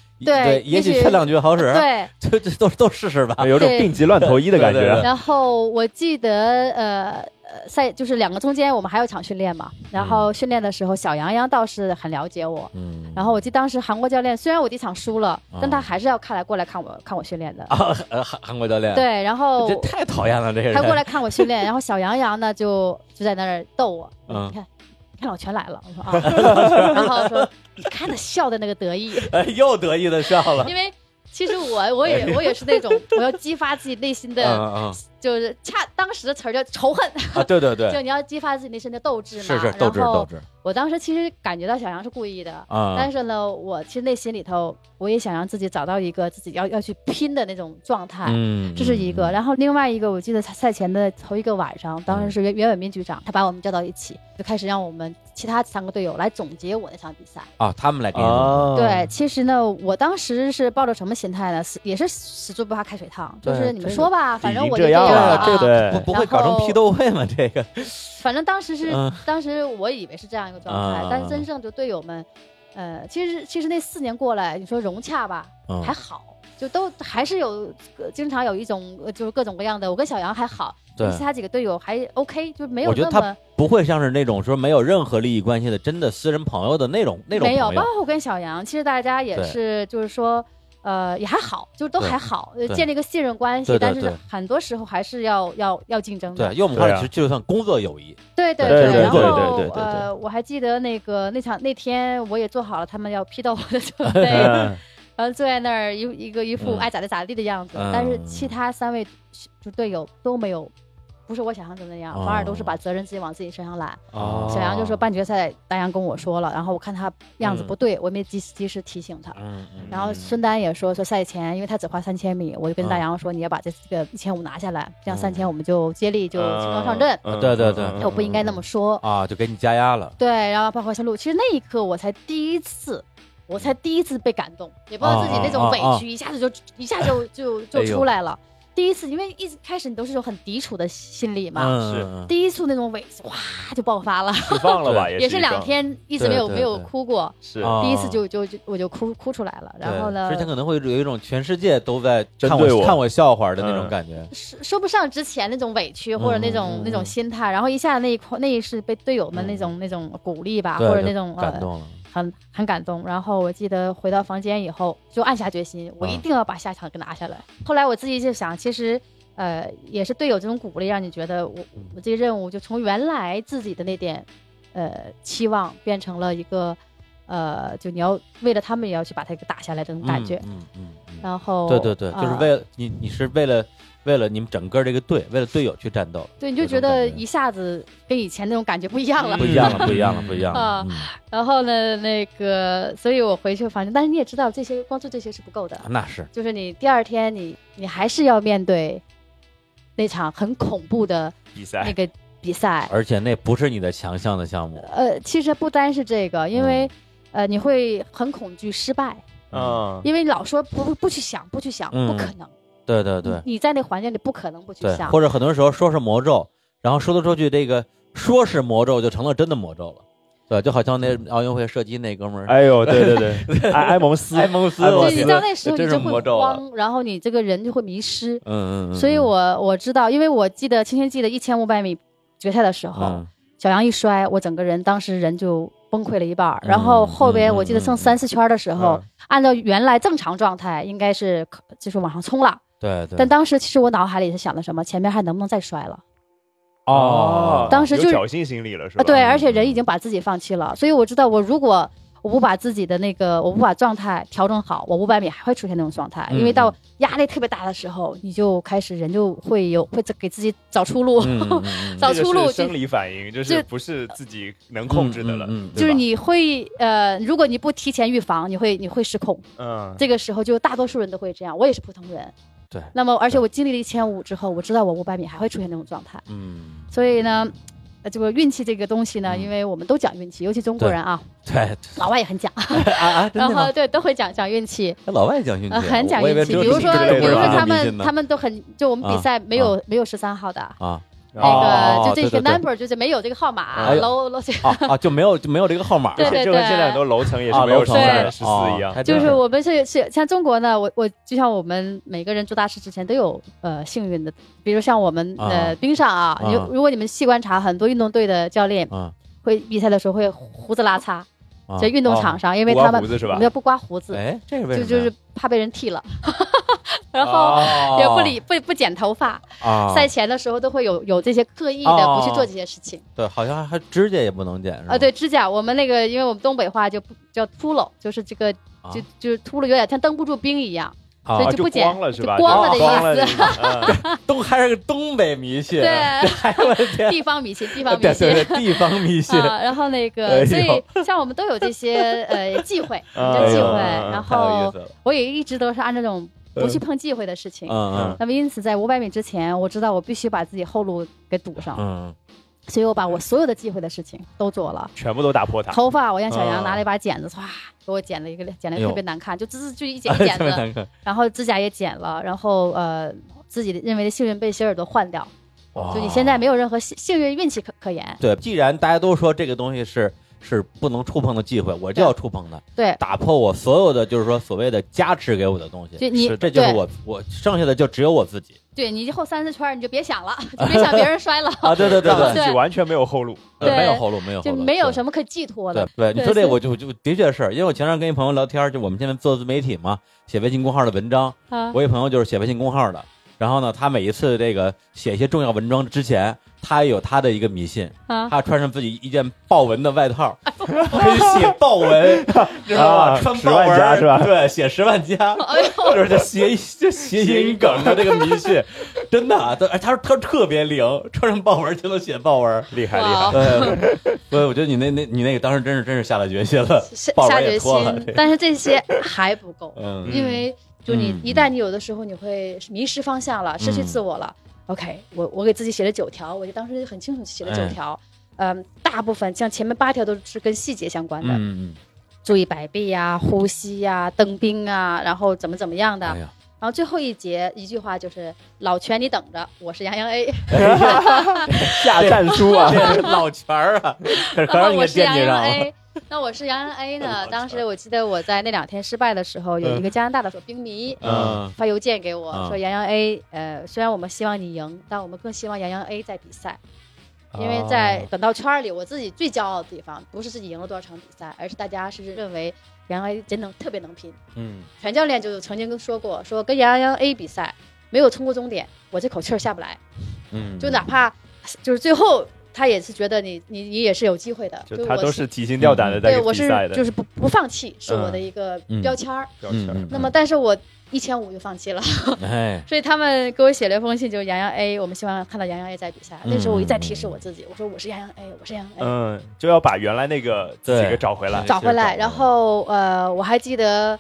Speaker 1: 也
Speaker 3: 对也
Speaker 1: 许
Speaker 3: 许
Speaker 1: 劝两句好使，
Speaker 3: 对，
Speaker 1: 这这都都试试吧。
Speaker 2: 有种
Speaker 3: 对
Speaker 2: 病急乱投医的感
Speaker 1: 嗯对对
Speaker 2: 觉
Speaker 1: 对。
Speaker 3: 然后我记得呃呃赛就是两个中间我们还有场训练嘛，然后训练的时候小杨洋倒是很了解我。
Speaker 1: 嗯，
Speaker 3: 然后我记得当时韩国教练虽然我第一场输了，但
Speaker 1: 啊
Speaker 3: 他还是要看来过来看我看我训练的。
Speaker 1: 啊，呃韩韩国教练，，
Speaker 3: 对，然后
Speaker 1: 这太讨厌了，这个人
Speaker 3: 他过来看我训练，然后小杨洋呢就就在那儿逗我，
Speaker 1: 嗯
Speaker 3: 你看。你看老全来了，我说 啊，然后说你看他笑的那个得意，
Speaker 1: 哎 又得意的笑 了，
Speaker 3: 因为其实我我也我也是那种我要激发自己内心
Speaker 1: 嗯
Speaker 3: 的，
Speaker 1: 嗯
Speaker 3: 就是恰当时的词儿叫仇恨，
Speaker 1: 啊，对对对，
Speaker 3: 就你要激发自己内心的斗志嘛。
Speaker 1: 是是斗志
Speaker 3: 然后
Speaker 1: 斗志
Speaker 3: 我当时其实感觉到小杨是故意的，
Speaker 1: 啊
Speaker 3: 但，是呢，我其实内心里头我也想让自己找到一个自己要要去拼的那种状态。
Speaker 1: 嗯，
Speaker 3: 啊这是一个，
Speaker 1: 嗯，
Speaker 3: 然后另外一个，我记得赛赛前的头一个晚上，当时是袁袁伟民局长，他把我们叫到一起，就开始让我们其他三个队友来总结我那场比赛。
Speaker 1: 啊，他们来给你，
Speaker 2: 啊，
Speaker 3: 对，，其实呢，我当时是抱着什么心态呢？死也是死猪不怕开水烫，就
Speaker 1: 对
Speaker 3: 是你
Speaker 1: 这个
Speaker 3: 们说吧，反
Speaker 2: 已
Speaker 3: 正
Speaker 2: 经
Speaker 3: 我就
Speaker 2: 这样
Speaker 3: 样
Speaker 1: 了
Speaker 3: 啊
Speaker 1: 这个不
Speaker 2: 对，
Speaker 1: 不会搞
Speaker 3: 然
Speaker 1: 成
Speaker 3: 后
Speaker 1: 批斗会吗？这个，
Speaker 3: 反正当时是，
Speaker 1: 嗯
Speaker 3: 当时我以为是这样一个状态，
Speaker 1: 啊
Speaker 3: 但真正就队友们，呃，其实其实那四年过来，你说融洽吧，
Speaker 1: 嗯
Speaker 3: 还好，就都还是有，呃经常有一种呃就是各种各样的。我跟小杨还好，
Speaker 1: 对
Speaker 3: 其，他几个队友还哦 OK，就没有
Speaker 1: 我觉得
Speaker 3: 那么
Speaker 1: 不会像是那种说没有任何利益关系的，真的私人朋友的那种那种
Speaker 3: 没有。
Speaker 1: 朋
Speaker 3: 包
Speaker 1: 友，
Speaker 3: 括我跟小杨，其实大家也
Speaker 1: 对
Speaker 3: 是，就是说。呃，也还好，就都还好，呃
Speaker 1: 对
Speaker 3: 建立一个信任关系
Speaker 1: 对对，
Speaker 3: 但
Speaker 1: 对
Speaker 3: 是很多时候还是要要要竞争的。
Speaker 1: 对，因为我们看
Speaker 2: 对
Speaker 1: 的
Speaker 2: 啊
Speaker 1: 其实就算工作友谊，
Speaker 3: 对对
Speaker 2: 对对
Speaker 3: 然
Speaker 2: 对对
Speaker 3: 后
Speaker 2: 对对对
Speaker 3: 呃，我还记得那个那场那天我也做好了他们要批斗我的 准备，
Speaker 2: 嗯
Speaker 3: 然呃后坐在那儿一一个一副
Speaker 1: 嗯
Speaker 3: 爱咋地咋地的样子，
Speaker 1: 嗯
Speaker 3: 但是其他三位就队友都没有，不是我想象中那样，
Speaker 1: 哦
Speaker 3: 反而都是把责任自己往自己身上揽。
Speaker 1: 哦
Speaker 3: 小杨就说半决赛丹阳跟我说了，然后我看他样子不对，我没及时及时提醒他。
Speaker 1: 嗯嗯
Speaker 3: 然后孙丹也说说赛前，因为他只花三千米，我就跟大洋说你要把这个一千五拿下来，这样
Speaker 1: 嗯
Speaker 3: 三千我们就接力就轻装上阵。
Speaker 2: 嗯
Speaker 1: 对对对
Speaker 2: 嗯嗯
Speaker 3: 我不应该那么说，
Speaker 1: 啊，就给你加压了，
Speaker 3: 对，然后包括像陆，其实那一刻我才第一次，我才第一次被感动，也不知道自己那种委
Speaker 1: 嗯啊啊啊
Speaker 3: 屈，一下子就一下 就就就
Speaker 1: 哎呦
Speaker 3: 出来了。第一次，因为一开始你都是有很抵触的心理嘛，
Speaker 1: 嗯
Speaker 2: 是
Speaker 1: 嗯
Speaker 3: 第一次那种委屈哇就爆发了，
Speaker 2: 释放了吧，
Speaker 3: 也
Speaker 2: 是
Speaker 3: 是
Speaker 2: 一
Speaker 3: 两
Speaker 2: 种，
Speaker 3: 天一直没有
Speaker 1: 对对
Speaker 3: 没有
Speaker 1: 对
Speaker 3: 哭过，
Speaker 2: 是
Speaker 1: 啊哦
Speaker 3: 第一次就就就我就哭哭出来了。然后呢
Speaker 1: 之，前可能会有一种全世界都在
Speaker 2: 针
Speaker 1: 看
Speaker 2: 对我
Speaker 1: 看我笑话的那种
Speaker 2: 嗯
Speaker 1: 感觉，
Speaker 3: 说说不上之前那种委屈或者那
Speaker 1: 嗯
Speaker 3: 种
Speaker 1: 嗯
Speaker 3: 那
Speaker 1: 嗯
Speaker 3: 种心态，然后一下那一块那一是被队友们那种那种鼓励吧，或
Speaker 1: 就
Speaker 3: 者那种
Speaker 1: 感
Speaker 3: 呃
Speaker 1: 动了，
Speaker 3: 很很感动。然后我记得回到房间以后，就暗下决心，
Speaker 1: 啊
Speaker 3: 我一定要把下场给拿下来。后来我自己就想，其实。呃，也是队友这种鼓励，让你觉得我
Speaker 1: 嗯
Speaker 3: 我这任务就从原来自己的那点，呃，期望变成了一个，呃，就你要为了他们也要去把它给打下来这种感觉。
Speaker 1: 嗯嗯嗯嗯，
Speaker 3: 然后
Speaker 1: 对对对，就是
Speaker 3: 呃
Speaker 1: 为了你，你是为了为了你们整个这个队，为了队友去战斗，
Speaker 3: 对，你就
Speaker 1: 有
Speaker 3: 觉
Speaker 1: 种感
Speaker 3: 得
Speaker 1: 觉嗯
Speaker 3: 一下子跟以前那种感觉不一样了。
Speaker 1: 不一样了，不一样了，不一样了
Speaker 3: 啊，然后呢，那个，所以我回去房间，但是你也知道，这些光做这些是不够的，
Speaker 1: 嗯那是
Speaker 3: 就是你第二天你你还是要面对那场很恐怖的
Speaker 2: 比
Speaker 3: 那
Speaker 1: 哎
Speaker 2: 赛，
Speaker 3: 个比赛。
Speaker 1: 而且那不是你的强项的项目，
Speaker 3: 呃，其实不单是这个，因为、
Speaker 1: 嗯
Speaker 3: 呃你会很恐惧失败，
Speaker 2: 嗯，
Speaker 3: 因为你老说不不去想，不去想，
Speaker 1: 嗯
Speaker 3: 不可能。
Speaker 1: 对对对
Speaker 3: 你你在那环境里不可能嗯不去
Speaker 1: 对，
Speaker 3: 想
Speaker 1: 或。者很多时候说是魔咒，然后说来说去这个说是魔咒就成了真的魔咒了，对，就好像
Speaker 3: 嗯
Speaker 1: 那奥运会射击那哥们儿
Speaker 2: 哎呦，对对 对，埃埃蒙斯，
Speaker 1: 埃蒙斯，
Speaker 2: 埃蒙
Speaker 1: 我
Speaker 3: 就
Speaker 2: 斯
Speaker 3: 你
Speaker 1: 天
Speaker 3: 到那时候
Speaker 1: 这
Speaker 3: 你
Speaker 1: 真是
Speaker 3: 就
Speaker 1: 魔
Speaker 3: 会
Speaker 1: 咒啊，
Speaker 3: 慌，然后你这个人就会迷失。
Speaker 1: 嗯嗯嗯，
Speaker 3: 所以我我知道，因为我记得清晰记得一千五百米决赛的时候，
Speaker 1: 嗯
Speaker 3: 小杨一摔，我整个人当时人就崩溃了一半儿。
Speaker 1: 嗯
Speaker 3: 然后后边我记得
Speaker 1: 嗯嗯
Speaker 3: 剩三四圈儿的时候，
Speaker 2: 嗯
Speaker 3: 按照原来正常状态应该是可就是往上冲了，
Speaker 1: 对对，
Speaker 3: 但当时其实我脑海里是想的什么，前面还能不能再摔了
Speaker 2: 哦，
Speaker 3: 当时就是
Speaker 2: 有侥幸心理了，是吧？嗯
Speaker 3: 啊？对，而且人已经把自己放弃了，所以我知道我如果。我不把自己的那个，我不把状态调整好，我五百米还会出现那种状态，
Speaker 2: 嗯
Speaker 3: 因为到压力特别大的时候，你就开始人就会有会给自己找出路，
Speaker 1: 嗯嗯嗯嗯
Speaker 3: 找出
Speaker 2: 这
Speaker 3: 路
Speaker 2: 个是
Speaker 3: 就
Speaker 2: 生理反应，就
Speaker 3: 这
Speaker 2: 是不是自己能控制的了，
Speaker 1: 嗯嗯嗯
Speaker 3: 就
Speaker 2: 对
Speaker 3: 是
Speaker 2: 吧
Speaker 3: 你会呃，如果你不提前预防，你会你会失控。
Speaker 2: 嗯，
Speaker 3: 这个时候就大多数人都会这样，我也是普通人。
Speaker 1: 对
Speaker 3: 那么，而且我经历了一千五之后，我知道我五百米还会出现那种状态，
Speaker 1: 嗯，
Speaker 3: 所以呢，呃，这个运气这个东西呢，
Speaker 1: 嗯
Speaker 3: 因为我们都讲运气，尤其中国 人啊，
Speaker 1: 对
Speaker 3: 老外也很讲，
Speaker 1: 对啊啊，真
Speaker 3: 然
Speaker 1: 的
Speaker 3: 后
Speaker 1: 吗？
Speaker 3: 对都会讲讲运气，
Speaker 1: 哎老外讲运气啊，
Speaker 3: 呃，很讲
Speaker 1: 我以为
Speaker 3: 运气。
Speaker 1: 只有
Speaker 3: 比如
Speaker 1: 你
Speaker 3: 说，
Speaker 1: 这类
Speaker 3: 比如
Speaker 1: 人
Speaker 3: 说
Speaker 1: 啊
Speaker 3: 他
Speaker 1: 迷信
Speaker 3: 们
Speaker 1: 呢
Speaker 3: 他们都很，就我们比赛没有没有十三号的。
Speaker 1: 啊
Speaker 3: 那
Speaker 1: 嗯哦
Speaker 3: 个就这
Speaker 1: 对
Speaker 3: 个
Speaker 1: 对对
Speaker 3: number 就是没有这个号码
Speaker 1: 哎呦
Speaker 3: ，low low
Speaker 1: 啊啊，就没有就没有这个号码，
Speaker 3: 对对
Speaker 2: 就跟现在很多楼层也是
Speaker 1: 啊
Speaker 2: 没有
Speaker 1: 楼
Speaker 2: 十
Speaker 1: 层
Speaker 2: 三、
Speaker 1: 的
Speaker 2: 十四一样，
Speaker 1: 哦
Speaker 3: 就是我们是是像中国呢，我我就像我们每个人做大事之前都有呃幸运的，比如像我们
Speaker 1: 啊
Speaker 3: 呃冰上啊，
Speaker 1: 啊
Speaker 3: 你如果你们细观察，很多运动队的教练
Speaker 1: 啊
Speaker 3: 会比赛的时候会胡子拉碴，
Speaker 1: 啊
Speaker 3: 在运动场上，因为
Speaker 2: 刮
Speaker 3: 他们
Speaker 2: 胡子是
Speaker 3: 我
Speaker 2: 吧
Speaker 3: 们？要不刮胡子，
Speaker 1: 哎，这是为什
Speaker 3: 就
Speaker 1: 么呀？
Speaker 3: 就是怕被人剃了， 然后
Speaker 1: 哦
Speaker 3: 也不理不不剪头发，
Speaker 1: 啊，
Speaker 3: 赛前的时候都会有有这些刻意的
Speaker 1: 哦嗯
Speaker 3: 不去做这些事情
Speaker 1: 对，好像还指甲也不能剪是吧？
Speaker 3: 啊。对指甲，我们那个因为我们东北话就不叫秃噜，就是这个
Speaker 1: 啊
Speaker 3: 就就是秃噜有点像蹬不住冰一样。
Speaker 1: 啊，
Speaker 3: 所以
Speaker 2: 啊，
Speaker 3: 就
Speaker 2: 就
Speaker 3: 不剪
Speaker 2: 光了是吧？
Speaker 3: 就光了的意思
Speaker 2: 光了 的意思，嗯
Speaker 1: 东还是个东北迷信，
Speaker 3: 对，
Speaker 1: 哎呦我的 天，
Speaker 3: 地方迷信，地
Speaker 1: 对
Speaker 3: 方迷
Speaker 1: 对
Speaker 3: 信。
Speaker 1: 对，地方迷信，
Speaker 3: 啊，然后那
Speaker 1: 哎呦
Speaker 3: 个，所以像我们都有这些呃忌讳，我们叫忌讳。
Speaker 2: 哎呦
Speaker 3: 然
Speaker 1: 太有意
Speaker 3: 后
Speaker 1: 思了，
Speaker 3: 我也一直都是按照这种不去碰忌讳的事情。
Speaker 1: 嗯
Speaker 3: 那么因此，在五百米之前，我知道我必须把自己后路给堵上，
Speaker 1: 嗯
Speaker 3: 所以我把我所有的忌讳的事情都做了。
Speaker 2: 全部都打破它。
Speaker 3: 头发，我让小
Speaker 2: 啊
Speaker 3: 杨拿了一把剪子，唰，给我剪了一个，剪了一
Speaker 1: 嗯哎
Speaker 3: 个
Speaker 1: 呦
Speaker 3: 特别难看，就滋滋就一剪
Speaker 1: 嗯，
Speaker 3: 一 剪
Speaker 1: 这位
Speaker 3: 子。
Speaker 1: 大哥
Speaker 3: 然后指甲也剪了，然后呃，自己的认为的幸运背心儿都换掉。
Speaker 1: 哇
Speaker 3: 就你现在没有任何幸幸运运气可可言。
Speaker 1: 对，既然大家都说这个东西是是不能触碰的忌讳，我就要触碰它，
Speaker 3: 对，
Speaker 1: 打破我所有的就是说所谓的加持给我的东西，
Speaker 3: 就你
Speaker 1: 这就是
Speaker 3: 对
Speaker 1: 我我剩下的就只有我自 己
Speaker 3: 对你以后三四圈儿你就别想了，就别想别人摔了，
Speaker 1: 啊，对对对
Speaker 2: 让
Speaker 1: 对
Speaker 2: 自己完全没有后路，
Speaker 3: 对
Speaker 1: 没有后路，没有后
Speaker 3: 就
Speaker 1: 路，
Speaker 3: 没有
Speaker 1: 对
Speaker 3: 什么可寄托
Speaker 1: 对
Speaker 3: 的。
Speaker 1: 对，你
Speaker 3: 对
Speaker 1: 说这
Speaker 3: 所以
Speaker 1: 个我就我就的确是，因为我前两天跟一朋友聊天，就我们现在做自媒体嘛，写微信公号的文章，
Speaker 3: 啊
Speaker 1: 我一朋友就是写微信公号的，然后呢，他每一次这个写一些重要文章之前，他也有他的一个迷信，
Speaker 3: 啊，哎
Speaker 1: 他穿上自己一件豹纹的外套，可以写豹 纹，知道吧？
Speaker 2: 啊
Speaker 1: 穿
Speaker 2: 十
Speaker 1: 豹
Speaker 2: 万
Speaker 1: 纹
Speaker 2: 加是吧
Speaker 1: 对，写十万加。
Speaker 3: 哎呦，
Speaker 1: 就是这谐这谐音梗的这个迷 信，真的啊，他哎他他特别灵，穿上豹纹就能写豹纹，
Speaker 2: 厉害厉害
Speaker 3: 哇，
Speaker 1: 对， 对，我觉得你那那你那个当时真是真是下了决心了，
Speaker 3: 下
Speaker 1: 豹
Speaker 3: 下
Speaker 1: 纹也
Speaker 3: 决
Speaker 1: 脱了，
Speaker 3: 心，但是这些还不够，
Speaker 1: 嗯
Speaker 3: 因为就你
Speaker 1: 嗯
Speaker 3: 一旦你有的时候你会迷失方向了，失去
Speaker 1: 嗯
Speaker 3: 自我了。OK，我我给自己写了九条，我就当时很清楚写了九
Speaker 1: 哎
Speaker 3: 条。嗯，大部分像前面八条都是跟细节相关的，
Speaker 1: 嗯，
Speaker 3: 注意摆臂呀、呼吸呀、蹬冰啊，然后怎么怎么样的。
Speaker 1: 哎 呀，
Speaker 3: 然后最后一节一句话就是“老全你等着，我是杨洋 A”，
Speaker 2: 下战书啊，
Speaker 1: 这是老钱儿啊， 可
Speaker 3: 然
Speaker 1: 让
Speaker 3: 后
Speaker 1: 你
Speaker 3: 我
Speaker 1: 给
Speaker 3: 是杨
Speaker 1: 惦记上
Speaker 3: 洋
Speaker 1: 了，
Speaker 3: A。那我是杨洋 A 呢？当时我记得我在那两天失败的时候，有一个加拿大的说冰迷
Speaker 1: 嗯
Speaker 3: 发邮件给我
Speaker 1: 嗯
Speaker 3: 说：“杨洋 A，呃，虽然我们希望你赢，但我们更希望杨洋 A 在比赛，因为
Speaker 1: 哦
Speaker 3: 在短道圈里，我自己最骄傲的地方不是自己赢了多少场比赛，而是大家是认为杨洋 A 真能特别能拼。
Speaker 1: 嗯，
Speaker 3: 全教练就曾经跟说过，说跟杨洋 A 比赛没有冲过终点，我这口气儿下不来。”
Speaker 1: 嗯，
Speaker 3: 就哪怕就是最后他也是觉得你你你也是有机会的，
Speaker 2: 就
Speaker 3: 就
Speaker 2: 他
Speaker 3: 我
Speaker 2: 都是提心吊胆的在
Speaker 3: 对
Speaker 2: 给
Speaker 3: 我
Speaker 2: 比
Speaker 3: 是
Speaker 2: 赛的，
Speaker 3: 就是不不放弃是我的
Speaker 2: 嗯
Speaker 3: 一个
Speaker 1: 嗯
Speaker 3: 标签儿。
Speaker 2: 标签儿
Speaker 1: 嗯
Speaker 3: 那么但是我一千五就放弃了，
Speaker 1: 哎，
Speaker 3: 所以他们给我写了一封信，就是杨洋 A，我们希望看到杨洋 A 在比赛。那时候我一再提示我自己，我说我是杨洋 A，我是杨洋 A。
Speaker 2: 嗯，就要把原来那个自己给找回来
Speaker 1: 对。
Speaker 3: 找回来，
Speaker 1: 是
Speaker 3: 然后呃，我还记得，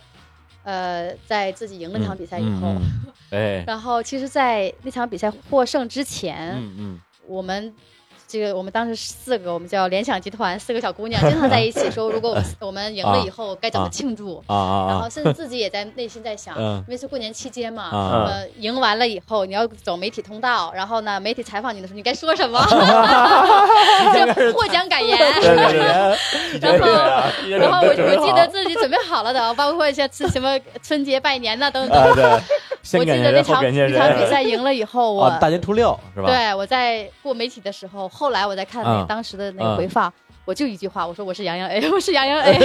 Speaker 3: 呃，在自己赢了那场比赛以后，
Speaker 1: 嗯， 嗯哎，
Speaker 3: 然后其实，在那场比赛获胜之前，
Speaker 1: 嗯嗯，
Speaker 3: 我们这个我们当时四个，我们叫联想集团四个小姑娘，经常在一起说，如果我们我们赢了以后该怎么庆祝。
Speaker 1: 啊啊
Speaker 3: 然
Speaker 1: 啊
Speaker 3: 后，甚至自己也在内心在想，
Speaker 1: 嗯
Speaker 3: 因为是过年期间嘛，
Speaker 1: 啊
Speaker 3: 呃，赢完了以后你要走媒体通道，然后呢，媒体采访你的时候你该说 什么，就获奖感言。
Speaker 2: 对对对对，
Speaker 3: 然后，
Speaker 1: 对
Speaker 3: 然后我我记得自己准备好了的，包括一些吃什么春节拜年呐等等。
Speaker 2: 啊对，
Speaker 3: 我
Speaker 1: 先
Speaker 3: 记
Speaker 1: 感
Speaker 3: 得
Speaker 1: 谢
Speaker 3: 那
Speaker 1: 人后
Speaker 3: 场
Speaker 1: 感谢
Speaker 3: 那
Speaker 1: 人
Speaker 3: 场比赛赢了以后，我
Speaker 1: 哦，大年初六是吧？，
Speaker 3: 对，我在过媒体的时候，后来我在看那
Speaker 1: 嗯
Speaker 3: 个当时的
Speaker 1: 嗯
Speaker 3: 那个回放，我就一 句 话，我说我是杨洋 A，我是杨洋 A，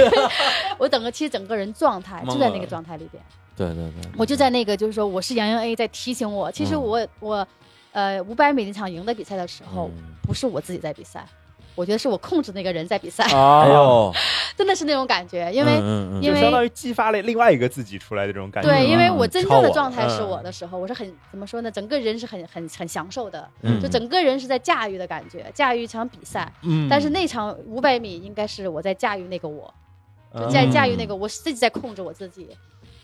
Speaker 3: 我整个其实整个人状态
Speaker 1: 懵
Speaker 3: 就在
Speaker 1: 了
Speaker 3: 那个状态里边，
Speaker 1: 对对对，
Speaker 3: 我就在那个就是说我是杨洋 A 在提醒我，其
Speaker 1: 嗯
Speaker 3: 实我、我呃五百米那场赢的比赛的时候，
Speaker 1: 嗯
Speaker 3: 不是我自己在比赛，我觉得是我控制那个人在比赛，
Speaker 1: 哎
Speaker 2: 啊，
Speaker 1: 呦，
Speaker 3: 真的是那种感觉，因为、
Speaker 1: 嗯嗯嗯
Speaker 3: 因
Speaker 2: 就
Speaker 3: 为
Speaker 2: 相当于激发了另外一个自己出来的这种感觉。
Speaker 3: 对，因为我
Speaker 1: 嗯
Speaker 3: 真
Speaker 1: 超
Speaker 3: 正的
Speaker 1: 我
Speaker 3: 状态是
Speaker 2: 嗯
Speaker 3: 我的时候，我是很怎么说呢？整个人是很很很享受的，
Speaker 1: 嗯
Speaker 3: 就整个人是在驾驭的感觉，驾驭一场比赛。
Speaker 1: 嗯
Speaker 3: 但是那场五百米应该是我在驾驭那个我，就
Speaker 2: 嗯
Speaker 3: 在驾驭那个我是自己在控制我自己。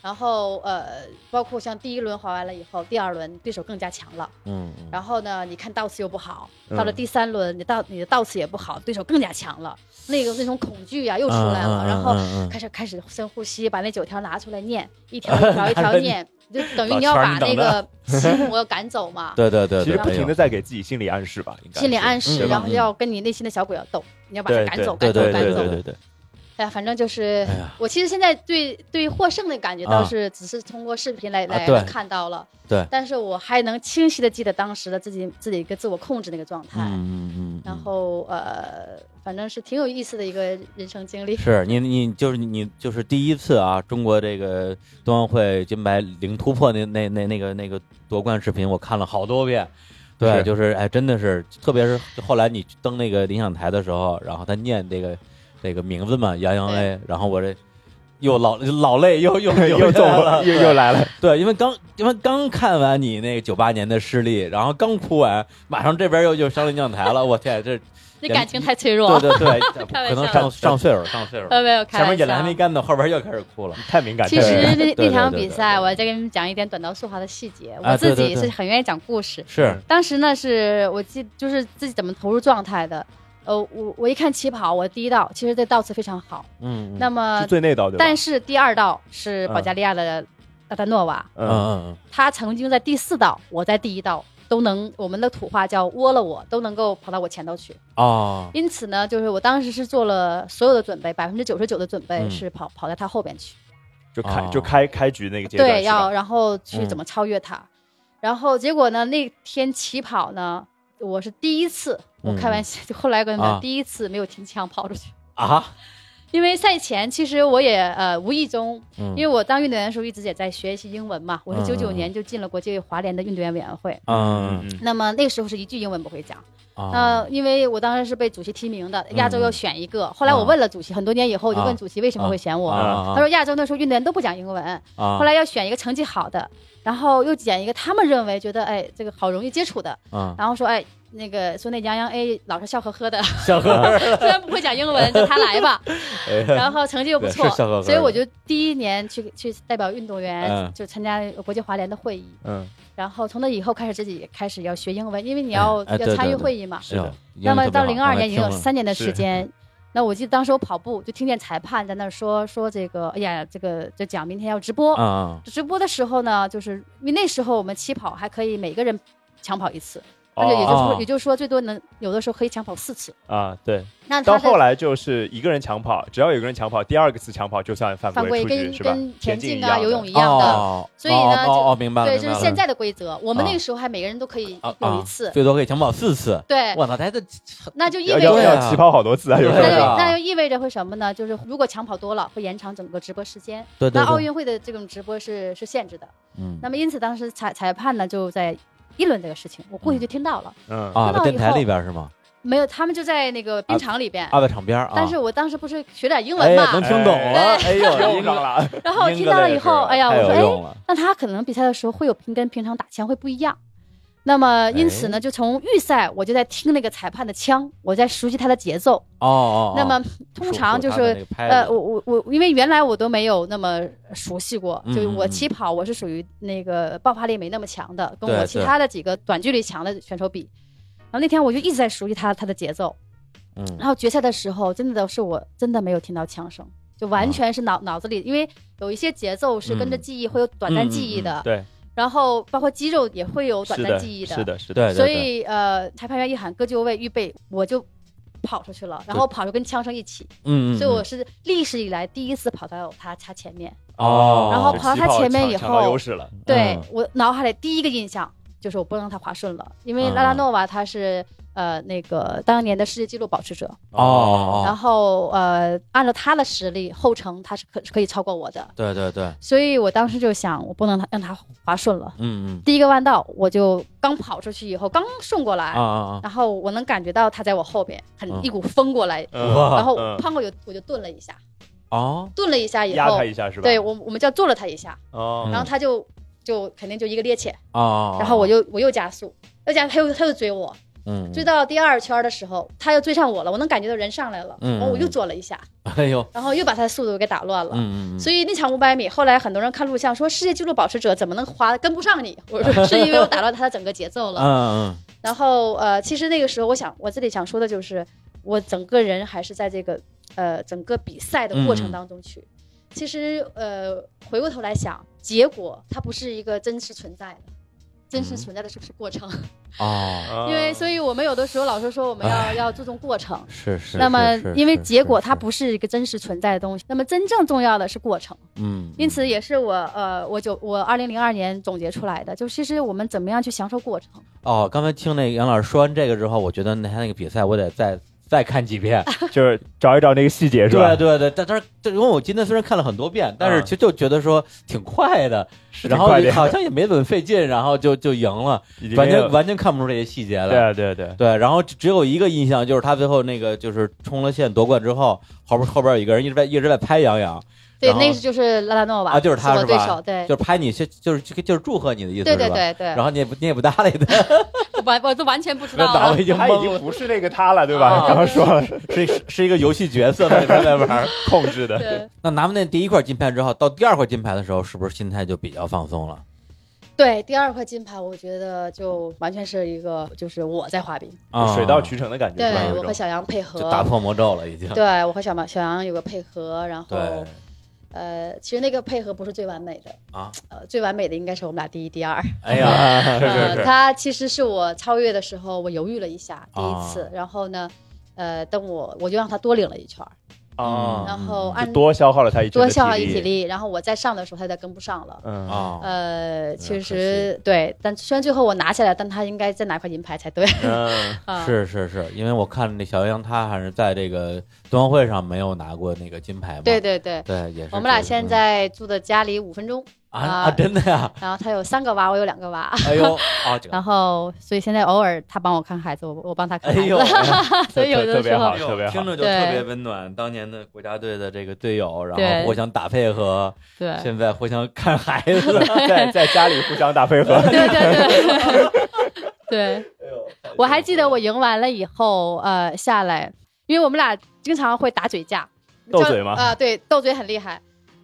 Speaker 3: 然后呃，包括像第一轮滑完了以后，第二轮对手更加强了。
Speaker 1: 嗯嗯
Speaker 3: 然后呢，你看倒刺又不好，到了第三轮你倒你的倒刺也不好，对手更加强了，那个那种恐惧啊呀、又出来了。
Speaker 1: 嗯嗯
Speaker 3: 然后
Speaker 1: 嗯嗯
Speaker 3: 开始开始深呼吸，把那九条拿出来念，一条 一条一条念，就等于你要把那个心魔赶走嘛，
Speaker 1: 对对对，
Speaker 2: 其实
Speaker 1: 对
Speaker 2: 嗯不停的在给自己心理暗示吧，应该
Speaker 3: 心理
Speaker 2: 是
Speaker 3: 暗
Speaker 1: 嗯嗯
Speaker 3: 示，然后
Speaker 1: 嗯
Speaker 3: 要跟你内心的小鬼要斗，你要把它
Speaker 2: 对
Speaker 3: 赶走，
Speaker 1: 对对
Speaker 3: 赶走，赶
Speaker 1: 对
Speaker 3: 走
Speaker 1: 对。对对，
Speaker 3: 哎呀，反正就是
Speaker 1: 哎呀，
Speaker 3: 我其实现在对对获胜的感觉
Speaker 1: 啊
Speaker 3: 倒是只是通过视频来来
Speaker 1: 对
Speaker 3: 看到了，
Speaker 1: 对
Speaker 3: 但是我还能清晰的记得当时的自己自己一个自我控制那个状态。
Speaker 1: 嗯嗯嗯，
Speaker 3: 然后呃，反正是挺有意思的一个人生经历。
Speaker 1: 是你你就是你就是第一次啊，中国这个冬奥会金牌零突破那那那那个那个夺冠视频，我看了好多遍。对，
Speaker 2: 是
Speaker 1: 就是哎，真的是，特别是后来你登那个领奖台的时候，然后他念这个这个名字嘛，杨洋 A，然后我这又老老泪又又
Speaker 2: 哎 又中
Speaker 1: 了，
Speaker 2: 了，又又来了。
Speaker 1: 对，因为刚因为刚看完你那九八年的失利，然后刚哭完，马上这边又又上领奖台了，我天，这
Speaker 3: 那
Speaker 1: 也
Speaker 3: 感情太脆弱
Speaker 1: 对
Speaker 3: 了，
Speaker 1: 对对，
Speaker 3: 开玩
Speaker 1: 可能
Speaker 3: 笑
Speaker 1: 上上岁数了，上岁数了。
Speaker 3: 呃，没有开
Speaker 1: 前
Speaker 3: 玩
Speaker 1: 面眼泪还没
Speaker 3: 笑。
Speaker 1: 干呢，后边又开始哭了。
Speaker 2: 太敏感。
Speaker 3: 其
Speaker 2: 太敏
Speaker 3: 实
Speaker 2: 感
Speaker 3: 那
Speaker 1: 对
Speaker 3: 那场
Speaker 1: 对
Speaker 3: 比
Speaker 1: 对
Speaker 3: 赛，
Speaker 1: 对
Speaker 3: 我再给你们讲一点短道速滑的细节。
Speaker 1: 啊
Speaker 3: 我
Speaker 1: 对
Speaker 3: 自
Speaker 1: 对
Speaker 3: 己
Speaker 1: 对
Speaker 3: 是很愿意讲故事，
Speaker 1: 是，
Speaker 2: 嗯
Speaker 3: 当时呢，是我记就是自己怎么投入状态的。呃，我我一看起跑，我第一道其实这道次非常好。
Speaker 1: 嗯，
Speaker 3: 那
Speaker 2: 是
Speaker 3: 么，
Speaker 2: 最内道对吧？
Speaker 3: 呃但是第二道是保
Speaker 2: 嗯
Speaker 3: 加利亚的阿达诺娃，
Speaker 1: 嗯
Speaker 2: 嗯，
Speaker 1: 嗯
Speaker 3: 他曾经在第四道，我在第一道都能，我们的土话叫窝了我，都能够跑到我前头去。
Speaker 1: 嗯，哦，
Speaker 3: 因此呢，就是我当时是做了所有的准备，百分之九十九的准备
Speaker 1: 嗯
Speaker 3: 是跑、跑在他后边去，
Speaker 2: 就开
Speaker 1: 哦嗯
Speaker 2: 就开开局那个阶段
Speaker 3: 对，
Speaker 2: 是吧嗯
Speaker 3: 要然后去怎么超越他。然后结果呢，那天起跑呢，我是第一次，我开玩笑，
Speaker 2: 嗯
Speaker 3: 就后来跟你们
Speaker 1: 啊
Speaker 3: 讲，第一次没有停枪跑出去。
Speaker 1: 啊，
Speaker 3: 因为赛前其实我也呃无意中，
Speaker 2: 嗯
Speaker 1: 因
Speaker 3: 因为我当运动员的时候一直也在学习英文嘛，我是
Speaker 1: 嗯
Speaker 3: 九九
Speaker 1: 嗯嗯
Speaker 3: 年就进了国际华联的运动员委员会，
Speaker 1: 嗯，
Speaker 2: 嗯
Speaker 3: 那么那时候是一句英文不会讲。
Speaker 1: 啊
Speaker 3: 那因为我当时是被主席提名的，
Speaker 1: 嗯
Speaker 3: 亚洲要选一个。后来我
Speaker 1: 啊
Speaker 3: 问了主席，很多年以后我就
Speaker 1: 啊
Speaker 3: 问主席为什么会选我，
Speaker 1: 啊
Speaker 3: 他说亚洲那时候运动员都不讲英文，
Speaker 1: 啊，
Speaker 3: 后来要选一个成绩好的，然后又捡一个他们认为觉得哎这个好容易接触的，
Speaker 1: 啊，
Speaker 3: 然后说哎那个说那杨洋 A 哎老是笑呵呵的，
Speaker 1: 小何儿，
Speaker 3: 虽然不会讲英文，就他来吧，
Speaker 1: 哎
Speaker 3: 然后成绩又不
Speaker 1: 对
Speaker 3: 错
Speaker 1: 是笑呵呵，的
Speaker 3: 所以我就第一年去去代表运动员
Speaker 1: 嗯
Speaker 3: 就参加国际华联的会议，
Speaker 2: 嗯，
Speaker 3: 然后从那以后开始自己开始要学英文，因为你要
Speaker 1: 哎哎
Speaker 3: 要
Speaker 1: 对对
Speaker 3: 参与
Speaker 1: 对
Speaker 3: 会议嘛。
Speaker 1: 是的，
Speaker 3: 那么到
Speaker 1: 英文
Speaker 3: 零
Speaker 1: 特别好
Speaker 3: 二年已经有，
Speaker 1: 刚才听了
Speaker 3: 三年的
Speaker 2: 是
Speaker 3: 时间。那我记得当时我跑步就听见裁判在那儿说说这个，哎呀，这个就讲明天要直播。
Speaker 1: 啊啊，
Speaker 3: 直播的时候呢，就是因为那时候我们起跑还可以每个人抢跑一次，
Speaker 2: 哦
Speaker 3: 那就也就是
Speaker 1: 哦
Speaker 3: 说也就是说最多能有的时候可以抢跑四次。
Speaker 2: 啊，对，
Speaker 3: 那
Speaker 2: 到
Speaker 3: 他的
Speaker 2: 后来就是一个人抢跑，只要有个人抢跑，第二个次抢跑就算犯
Speaker 3: 犯规
Speaker 2: 出
Speaker 3: 跟
Speaker 2: 局是吧？
Speaker 3: 跟
Speaker 2: 田
Speaker 3: 田
Speaker 2: 径一
Speaker 3: 径
Speaker 2: 样
Speaker 3: 啊、
Speaker 2: 的
Speaker 3: 游泳一样的，
Speaker 1: 哦，
Speaker 3: 所以呢
Speaker 1: 哦
Speaker 3: 就
Speaker 1: 哦，明白了，
Speaker 3: 对，
Speaker 1: 明
Speaker 3: 这
Speaker 1: 白
Speaker 3: 是
Speaker 1: 了
Speaker 3: 现在的规则。我们
Speaker 1: 啊
Speaker 3: 那个时候还每个人都可以
Speaker 1: 啊
Speaker 3: 有
Speaker 1: 啊
Speaker 3: 一次，
Speaker 1: 最多可以强跑四次，
Speaker 3: 对，
Speaker 1: 哇，那还得
Speaker 3: 那就意
Speaker 2: 要
Speaker 3: 味着
Speaker 2: 要
Speaker 1: 对啊
Speaker 2: 要起跑好多次啊，有时
Speaker 3: 那
Speaker 1: 对
Speaker 3: 就
Speaker 1: 啊
Speaker 2: 候。
Speaker 3: 那就意味着会什么呢？就是如果抢跑多了，会延长整个直播时间。
Speaker 1: 对对
Speaker 3: 那奥
Speaker 1: 对，
Speaker 3: 运会的这种直播是是限制的。
Speaker 1: 嗯
Speaker 3: 那么因此当时裁裁判呢就在议论这个事情，我过去就听到了，
Speaker 2: 嗯
Speaker 1: 啊，
Speaker 3: 那
Speaker 1: 在
Speaker 3: 以
Speaker 1: 电台
Speaker 3: 后
Speaker 1: 里边是吗？
Speaker 3: 没有，他们就在那个冰场里边。
Speaker 1: 啊，在场边啊，
Speaker 3: 但是我当时不是学点英
Speaker 1: 哎
Speaker 3: 文嘛，
Speaker 1: 能听懂了， 哎呦，
Speaker 2: 又
Speaker 1: 英格
Speaker 2: 上了，
Speaker 3: 然后我听到了以后，哎呀，
Speaker 1: 太
Speaker 3: 我说
Speaker 1: 有用
Speaker 3: 哎，
Speaker 1: 了，
Speaker 3: 那他可能比赛的时候会有跟平常打枪会不一样。那么因此
Speaker 1: 哎
Speaker 3: 呢，就从预赛我就在听那个裁判的枪，我在熟悉他的节奏。
Speaker 1: 哦哦，
Speaker 3: 那么通常就是呃，我我我，因为原来我都没有那么熟悉过，
Speaker 1: 嗯
Speaker 3: 就
Speaker 1: 嗯
Speaker 3: 我
Speaker 1: 嗯
Speaker 3: 起跑我是属于那个爆发力没那么强的，跟
Speaker 1: 对
Speaker 3: 我其
Speaker 1: 对
Speaker 3: 他的几个短距离强的选手比。然后那天我就一直在熟悉他他的节奏，
Speaker 1: 嗯
Speaker 3: 然后决赛的时候真的是我真的没有听到枪声，就完全是脑、脑子里，因为有一些节奏是跟着
Speaker 1: 啊嗯
Speaker 3: 记忆会有
Speaker 1: 嗯
Speaker 3: 短
Speaker 1: 嗯
Speaker 3: 暂记忆
Speaker 1: 嗯
Speaker 3: 的，
Speaker 2: 对，
Speaker 3: 然后包括肌肉也会有短
Speaker 2: 是
Speaker 3: 暂
Speaker 2: 的，
Speaker 3: 记忆
Speaker 2: 是的，是
Speaker 1: 对，
Speaker 2: 的，
Speaker 3: 所以呃，裁判员一喊各就位，预备，我就跑出去了，然后跑出跟枪声一起。
Speaker 1: 嗯嗯，
Speaker 3: 所以我是历史以来第一次跑到他他前面。
Speaker 1: 哦，
Speaker 3: 然后
Speaker 2: 就
Speaker 3: 跑
Speaker 2: 嗯
Speaker 3: 到
Speaker 2: 起
Speaker 3: 他前面
Speaker 2: 抢
Speaker 3: 以
Speaker 2: 抢到
Speaker 3: 后
Speaker 2: 优势了，嗯
Speaker 3: 对、我脑海里第一个印象就是我不能让他滑顺了，因为拉拉诺娃她是呃那个当年的世界纪录保持者，
Speaker 1: 哦，
Speaker 3: 然后呃按照他的实力，后程他是可可以超过我的，
Speaker 1: 对对对，
Speaker 3: 所以我当时就想，我不能让他滑顺了。
Speaker 1: 嗯
Speaker 3: 第一个弯道，我就刚跑出去以后，刚顺过来，
Speaker 1: 嗯啊啊
Speaker 3: 然后我能感觉到他在我后边，很
Speaker 1: 嗯
Speaker 3: 一股风过来，
Speaker 2: 嗯
Speaker 1: 哇
Speaker 3: 然后
Speaker 2: 嗯
Speaker 3: 胖哥就我就顿了一下，
Speaker 1: 啊，哦，
Speaker 3: 顿了一下以
Speaker 2: 压
Speaker 3: 后
Speaker 2: 他，一下是吧？嗯
Speaker 3: 对我我们就要坐了他一下，
Speaker 2: 哦，
Speaker 1: 嗯
Speaker 3: 然后他就就肯定就一个趔趄，
Speaker 1: 啊，
Speaker 3: 然后我又我又加速，又加他又他又追我，
Speaker 1: 嗯，
Speaker 3: 追到第二圈的时候，他又追上我了，我能感觉到人上来了，
Speaker 1: 嗯
Speaker 3: 然后我又坐了一下，
Speaker 1: 哎呦，
Speaker 3: 然后又把他的速度给打乱了。
Speaker 1: 嗯嗯嗯，
Speaker 3: 所以那场五百米，后来很多人看录像说世界纪录保持者怎么能滑跟不上你？我说是因为我打乱他的整个节奏了。
Speaker 1: 嗯嗯
Speaker 3: 然后呃，其实那个时候我想我这里想说的就是，我整个人还是在这个呃整个比赛的过程当中去。
Speaker 1: 嗯
Speaker 3: 其实呃回过头来想，结果它不是一个真实存在的，真实
Speaker 1: 嗯
Speaker 3: 存在的是不是过程？
Speaker 1: 哦，
Speaker 2: 啊
Speaker 3: 因为所以我们有的时候老师说我们要要注重过程。
Speaker 1: 是啊是，
Speaker 3: 那么
Speaker 1: 是，
Speaker 3: 因为
Speaker 1: 是
Speaker 3: 结
Speaker 1: 是
Speaker 3: 果它
Speaker 1: 是
Speaker 3: 不是一个真实存在的东西，那么真正重要的是过程。
Speaker 1: 嗯，
Speaker 3: 因此也是我呃，我九我二零零二年总结出来的，就其实我们怎么样去享受过程。
Speaker 1: 哦，刚才听那杨老师说完这个之后，我觉得那天那个比赛我得再再看几 遍。
Speaker 2: 就是找一找那个细节是吧？
Speaker 1: 对对对，但但是这因为我今天虽然看了很多遍，但是
Speaker 2: 嗯
Speaker 1: 其实就觉得说挺快的，
Speaker 2: 是
Speaker 1: 然后
Speaker 2: 快点
Speaker 1: 好像也没怎么费劲，然后就就赢了，
Speaker 2: 已经
Speaker 1: 完
Speaker 2: 没有
Speaker 1: 全完全看不出这些细节来。
Speaker 2: 对对 对，
Speaker 1: 对，然后只只有一个印象，就是他最后那个就是冲了线夺冠之后，后边后边有一个人一直在一直在拍杨洋，
Speaker 3: 对，
Speaker 1: 然后
Speaker 3: 那就是拉达诺瓦，
Speaker 1: 啊就是他
Speaker 3: 我
Speaker 1: 是
Speaker 3: 对
Speaker 1: 吧
Speaker 3: 手，对，
Speaker 1: 就是拍你，就就是就是祝贺你的意思
Speaker 3: 对对
Speaker 1: 是吧？
Speaker 3: 对对，
Speaker 1: 然后你也不你也不搭理他，
Speaker 3: 我完我都完全不知
Speaker 1: 那
Speaker 3: 道
Speaker 1: 脑
Speaker 3: 了
Speaker 1: 子已经
Speaker 2: 他已
Speaker 1: 懵
Speaker 2: 经
Speaker 1: 了，
Speaker 2: 不是那个他了，对吧？
Speaker 1: 啊
Speaker 2: 刚刚说了是
Speaker 1: 是是是一个游戏角色在里边在玩儿。
Speaker 2: 控制的，
Speaker 3: 对
Speaker 1: 那拿完那第一块金牌之后，到第二块金牌的时候，是不是心态就比较放松了？
Speaker 3: 对，第二块金牌，我觉得就完全是一个就是我在滑冰，
Speaker 1: 啊，
Speaker 2: 水到渠成的感觉
Speaker 3: 对
Speaker 2: 是吧？有
Speaker 3: 我
Speaker 2: 一
Speaker 3: 和
Speaker 2: 种
Speaker 3: 小杨配
Speaker 1: 就打
Speaker 3: 合，
Speaker 1: 破魔咒了，已经。
Speaker 3: 对哦我和小马小杨有个配合，然后
Speaker 1: 对
Speaker 3: 呃，其实那个配合不是最完美的
Speaker 1: 啊，
Speaker 3: 呃，最完美的应该是我们俩第一第二。
Speaker 1: 哎呀，
Speaker 2: 是是
Speaker 3: 呃，
Speaker 2: 是，
Speaker 3: 他其实是我超越的时候，我犹豫了一下，第一次，
Speaker 1: 啊
Speaker 3: 然后呢，呃，等我我就让他多领了一圈儿，
Speaker 1: 嗯
Speaker 2: 啊，
Speaker 3: 然后
Speaker 1: 嗯
Speaker 3: 按
Speaker 2: 就多消耗了他一
Speaker 3: 多
Speaker 2: 阵的
Speaker 3: 消耗一
Speaker 2: 体
Speaker 3: 体，力，然后我再上的时候他再跟不上了。
Speaker 2: 嗯
Speaker 1: 啊，
Speaker 3: 呃，
Speaker 1: 可
Speaker 3: 其实对，但虽然最后我拿下来，但他应该再拿块银牌才对。
Speaker 2: 嗯，
Speaker 3: 啊，
Speaker 1: 是是是，因为我看那小杨他还是在这个冬奥会上没有拿过那个金牌嘛。
Speaker 3: 对对对，
Speaker 1: 对，也是。嗯
Speaker 3: 我们俩现在住的家离五分钟，
Speaker 1: 啊
Speaker 3: 啊
Speaker 1: 啊，真的 呀，
Speaker 3: 然后他有三个娃，我有两个娃，
Speaker 1: 哎呦啊，这个
Speaker 3: 然后所以现在偶尔他帮我看孩子，我我帮他
Speaker 1: 哎
Speaker 3: 看孩
Speaker 1: 呦
Speaker 3: 子，，所以有
Speaker 2: 特
Speaker 3: 的
Speaker 2: 别
Speaker 3: 时
Speaker 2: 好
Speaker 3: 候
Speaker 1: 哎呦
Speaker 2: 特别好
Speaker 1: 听着就
Speaker 3: 对
Speaker 1: 特别温暖。当年的国家队的这个队友，然
Speaker 3: 对
Speaker 1: 后互相打配合，
Speaker 3: 对。
Speaker 1: 现在互相看孩子。
Speaker 2: 在在家里互相打配合，
Speaker 3: 对对 对，对。
Speaker 1: 哎
Speaker 3: 我还记得我赢完了以后，呃，下来，因为我们俩经常会打嘴架，
Speaker 2: 斗嘴吗
Speaker 3: 啊、对，斗嘴很厉害。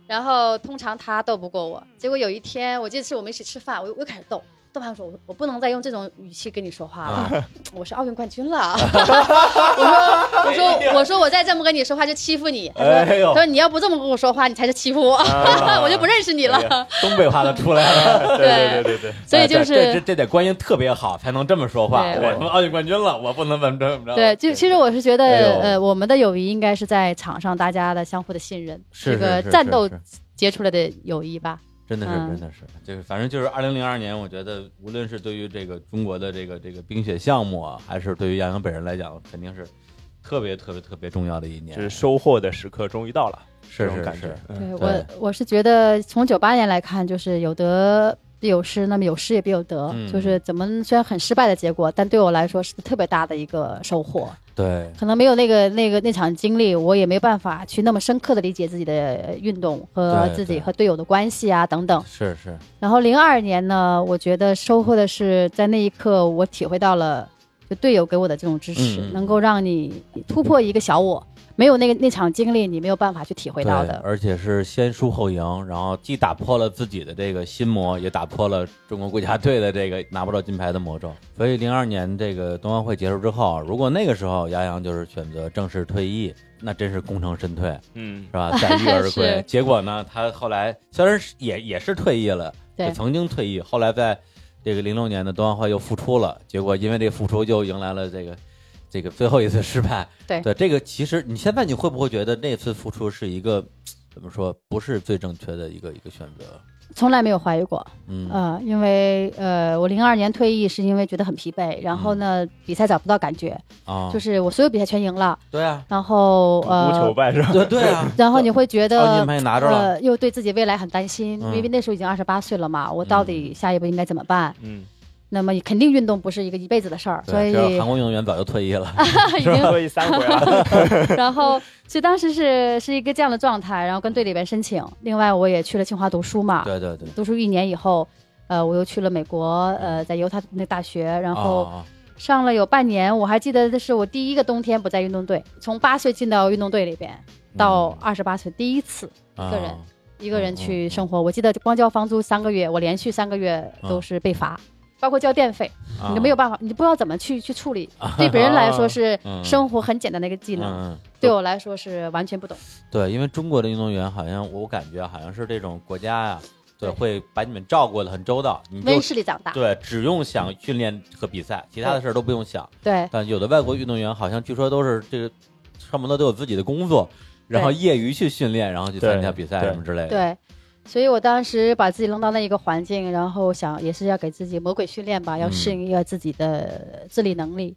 Speaker 3: 然后通常他斗不过我，
Speaker 1: 嗯
Speaker 3: 结果有一天，我记得是我们一起吃饭，我我又开始斗。豆瓣说：“我我不能再用这种语气跟你说话了，
Speaker 1: 啊
Speaker 3: 我是奥运冠 军了。”我说：“我说我说我再这么跟你说话就欺负你。”他说：“
Speaker 1: 哎呦
Speaker 3: 他，说你要不这么跟我说话，你才是欺负我，
Speaker 2: 啊
Speaker 3: 我就不认识你
Speaker 2: 哎
Speaker 3: 了。
Speaker 2: 呀
Speaker 1: 东北话都出来了。
Speaker 2: 对对对对对，
Speaker 3: 所以
Speaker 1: 哎对
Speaker 3: 就是
Speaker 1: 这这这得关系特别好才能这么说话。
Speaker 3: 对
Speaker 1: 我他妈奥运冠军了，我不能怎么着怎么着。
Speaker 3: 对，就其实我是觉得，
Speaker 1: 哦哎呦
Speaker 3: 呃，我们的友谊应该是在场上大家的相互的信任，
Speaker 1: 是
Speaker 3: 这个
Speaker 1: 是是
Speaker 3: 战斗
Speaker 1: 是是
Speaker 3: 结出来的友谊吧。
Speaker 1: 真的是
Speaker 3: 嗯
Speaker 1: 真的是，就是反正就是二零零二年，我觉得无论是对于这个中国的这个这个冰雪项目啊，还是对于杨洋本人来讲，肯定是特别特别特别重要的一年。
Speaker 2: 就是收获的时刻终于到了，这
Speaker 1: 是
Speaker 2: 种
Speaker 1: 是
Speaker 2: 感觉
Speaker 1: 是，，
Speaker 2: 嗯
Speaker 1: 对
Speaker 3: 对我，我是觉得从九八年来看，就是有得必有失，那么有失也必有得，
Speaker 1: 嗯
Speaker 3: 就是怎么虽然很失败的结果，但对我来说是特别大的一个收获。
Speaker 1: 嗯对，
Speaker 3: 可能没有那个那个那场经历，我也没办法去那么深刻的理解自己的呃运动和
Speaker 1: 对
Speaker 3: 自
Speaker 1: 对
Speaker 3: 己和队友的关系啊等等。
Speaker 1: 是是，
Speaker 3: 然后零二年呢，我觉得收获的是在那一刻，我体会到了就队友给我的这种支持，
Speaker 1: 嗯嗯
Speaker 3: 能够让你突破一个小我，没有那个那场经历，你没有办法去体会
Speaker 1: 对，
Speaker 3: 到的。
Speaker 1: 而且是先输后赢，然后既打破了自己的这个心魔，也打破了中国国家队的这个拿不到金牌的魔咒。所以零二年这个冬奥会结束之后，啊如果那个时候杨洋就是选择正式退役，那真是功成身退。
Speaker 2: 嗯
Speaker 1: 是吧？ 载誉而归
Speaker 3: 是。
Speaker 1: 结果呢，他后来虽然是也也是退役了，
Speaker 3: 对
Speaker 1: 就曾经退役，后来在这个零六年的冬奥会又复出了。结果因为这个复出，又迎来了这个这个最后一次失败。
Speaker 3: 对
Speaker 1: 这个其实你现在你会不会觉得那次复出是一个怎么说不是最正确的一个一个选择？
Speaker 3: 从来没有怀疑过，
Speaker 1: 嗯
Speaker 3: 呃，因为呃，我零二年退役是因为觉得很疲惫，然后呢，比赛找不到感觉，
Speaker 1: 啊
Speaker 3: 就，是我所有比赛全赢了，
Speaker 1: 对啊，
Speaker 3: 然
Speaker 2: 无
Speaker 3: 后
Speaker 2: 求
Speaker 3: 呃，
Speaker 2: 败是吧？
Speaker 1: 对对啊，
Speaker 3: 然后你会觉
Speaker 1: 奥
Speaker 3: 得
Speaker 1: 运牌拿着了，
Speaker 3: 呃，又对自己未来很担心，
Speaker 1: 嗯
Speaker 3: 因为那时候已经二十八岁了嘛，我到底下一步应该怎么办？
Speaker 2: 嗯，
Speaker 3: 那么肯定运动不是一个一辈子的事儿，所
Speaker 1: 对
Speaker 3: 以
Speaker 1: 这韩国运动员早就退役了，
Speaker 3: 已经
Speaker 2: 所以三回啊 了。
Speaker 3: 然后所以当时是是一个这样的状态，然后跟队里边申请。另外我也去了清华读书嘛，
Speaker 1: 对对对，
Speaker 3: 读书一年以后，呃，我又去了美国，呃，在犹他那大学，然后
Speaker 1: 啊
Speaker 3: 上了有半年。我还记得那是我第一个冬天不在运动队，从八岁进到运动队里边，到二十八岁第一次
Speaker 1: 啊
Speaker 3: 一个人
Speaker 1: 啊
Speaker 3: 一个
Speaker 1: 嗯
Speaker 3: 人
Speaker 1: 嗯嗯
Speaker 3: 去
Speaker 1: 嗯
Speaker 3: 生活。我记得光交房租三个月，我连续三个月都是被罚。包括交电费，
Speaker 1: 啊
Speaker 3: 你就没有办法，你不知道怎么去去处 理。对别人来说是
Speaker 1: 嗯
Speaker 3: 生活很简单的一个技
Speaker 1: 嗯
Speaker 3: 能，
Speaker 1: 嗯
Speaker 3: 对我来说是完全不懂。
Speaker 1: 对，因为中国的运动员好像我感觉好像是这种国家呀，对，
Speaker 3: 对
Speaker 1: 会把你们照顾的很周到，你就
Speaker 3: 温室里长大，
Speaker 1: 对，只用想训练和比赛，其他的事儿都不用想。
Speaker 3: 对
Speaker 1: 但有的外国运动员好像据说都是这个，恨不得都有自己的工作，然后业余去训练，然后去参加比赛
Speaker 2: 对
Speaker 1: 什么之类的。
Speaker 3: 对，所以我当时把自己扔到那一个环境，然后想也是要给自己魔鬼训练
Speaker 1: 嗯
Speaker 3: 吧，要适应一下自己的自理能力。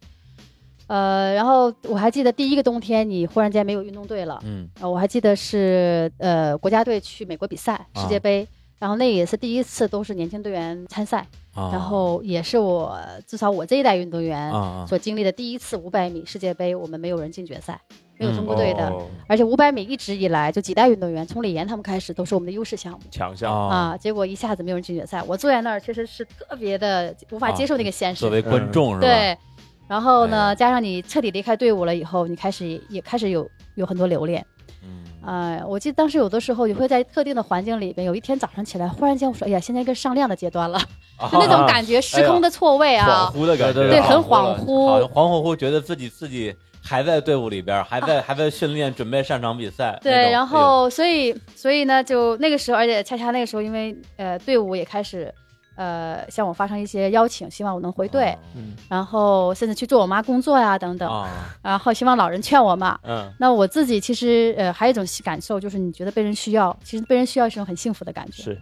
Speaker 3: 呃，然后我还记得第一个冬天，你忽然间没有运动队了。
Speaker 1: 嗯
Speaker 3: 呃我还记得是呃国家队去美国比赛
Speaker 1: 啊
Speaker 3: 世界杯，然后那也是第一次都是年轻队员参赛，
Speaker 1: 啊，
Speaker 3: 然后也是我至少我这一代运动
Speaker 1: 啊
Speaker 3: 员
Speaker 1: 啊
Speaker 3: 所经历的第一次五百米世界杯，我们没有人进决赛，没有
Speaker 1: 嗯
Speaker 3: 中国队的。
Speaker 2: 哦
Speaker 3: 而且五百米一直以来就几代运动员，从李岩他们开始都是我们的优势项目
Speaker 2: 强项。
Speaker 1: 啊
Speaker 3: 啊，结果一下子没有人进决赛，我坐在那儿确实是特别的无法接受那个现实。
Speaker 1: 作为观众是吧？
Speaker 3: 对，然后
Speaker 1: 哎
Speaker 3: 呢，
Speaker 1: 呀
Speaker 3: 加上你彻底离开队伍了以后，你开始也开始有有很多留恋。
Speaker 1: 嗯
Speaker 3: 啊，我记得当时有的时候也会在特定的环境里边，有一天早上起来，忽然间我说，哎呀，现在该上量的阶段了，啊就 那种感觉，时空的错位
Speaker 2: 恍
Speaker 3: 啊，
Speaker 2: 惚的感觉，
Speaker 1: 对
Speaker 3: 对，
Speaker 1: 啊哎恍
Speaker 3: 很
Speaker 1: 惚
Speaker 3: 恍
Speaker 1: 好
Speaker 3: 惚
Speaker 1: 像。恍恍惚惚觉得自己自己还在队伍里边儿，还在还在训练，准备上场比赛。那
Speaker 3: 对，
Speaker 1: 种哎
Speaker 3: 然后所以所以呢，就那个时候，而且恰恰那个时候，因为呃队伍也开始呃向我发生一些邀请，希望我能回
Speaker 1: 哦
Speaker 3: 队，
Speaker 2: 嗯
Speaker 3: 然后甚至去做我妈工作呀、等
Speaker 1: 哎呦
Speaker 3: 等，
Speaker 2: 哦
Speaker 1: 啊
Speaker 3: 然后希望老人劝我嘛。
Speaker 1: 嗯
Speaker 3: 那我自己其实呃还有一种感受，就是你觉得被人需要，其实被人需要是一种很幸福的感觉。
Speaker 2: 是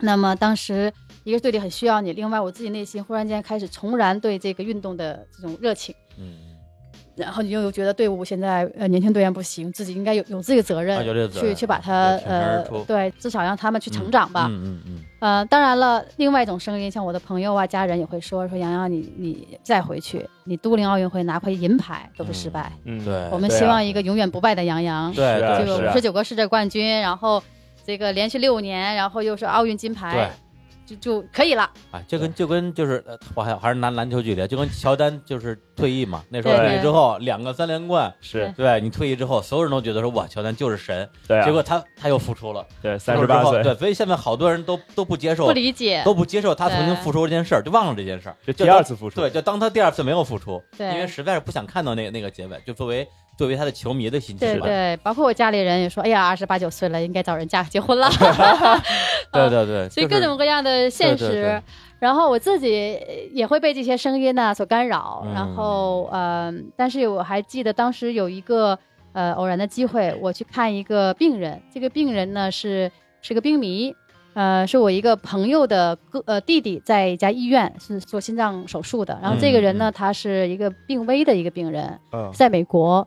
Speaker 3: 那么当时一个是队里很需要你，另外我自己内心忽然间开始重燃对这个运动的这种热情。
Speaker 1: 嗯
Speaker 3: 然后你又觉得队伍现在呃年轻队员不行，自己应该有有自己的责任，
Speaker 1: 啊有这个责任
Speaker 3: 去去把它
Speaker 1: 对挺身而
Speaker 3: 呃
Speaker 1: 出
Speaker 3: 对，至少让他们去成长吧。
Speaker 1: 嗯嗯
Speaker 3: 呃，当然了，另外一种声音，像我的朋友啊、家人也会说说杨洋你你再回去，你都灵奥运会拿回银牌都是失败，
Speaker 2: 嗯，
Speaker 1: 嗯，对，
Speaker 3: 我们希望一个永远不败的杨洋，
Speaker 1: 对
Speaker 2: 是啊
Speaker 3: 这
Speaker 1: 对
Speaker 3: 个
Speaker 2: 是啊
Speaker 3: 五十九个世界冠军，然后这个连续六年，然后又是奥运金
Speaker 1: 对
Speaker 3: 牌，就就可以了。
Speaker 1: 啊，就跟就跟就是，呃我还还是拿篮球举例，就跟乔丹就是退役嘛，那时候
Speaker 3: 对
Speaker 1: 退役
Speaker 3: 对
Speaker 1: 之后两个三连冠，
Speaker 2: 是
Speaker 1: 对你退役之后，所有人都觉得说哇，乔丹就是神，
Speaker 2: 对啊，
Speaker 1: 结果他他又复出了，
Speaker 2: 对三十八
Speaker 1: 复出之后
Speaker 2: 岁，
Speaker 1: 对，所以现在好多人都都不接受
Speaker 3: 不，理解，
Speaker 1: 都不接受他
Speaker 3: 对
Speaker 1: 曾经复出这件事儿，就忘了这件事儿，
Speaker 2: 这
Speaker 1: 就
Speaker 2: 第
Speaker 1: 当
Speaker 2: 二次复出，
Speaker 1: 对，就当他第二次没有复出，因
Speaker 3: 对
Speaker 1: 为实在是不想看到那那个结尾，就作为作为他的球迷的心
Speaker 3: 对
Speaker 1: 情吧，
Speaker 3: 对，包括我家里人也说，哎呀，二十八九岁了，应该找人嫁结 婚了。
Speaker 1: 对对对，
Speaker 3: 嗯所以
Speaker 1: 就是
Speaker 3: 各种各样的现实。
Speaker 1: 对对对
Speaker 3: 然后我自己呃也会被这些声音呢、啊所干扰，
Speaker 1: 嗯
Speaker 3: 然后呃，但是我还记得当时有一个呃偶然的机会，我去看一个病人，这个病人呢是是个病迷，呃，是我一个朋友的哥呃弟弟在一家医院是做心脏手术的，然
Speaker 1: 嗯
Speaker 3: 后这个人呢、他是一个病危的一个病人，
Speaker 2: 嗯
Speaker 1: 哦
Speaker 3: 在美国。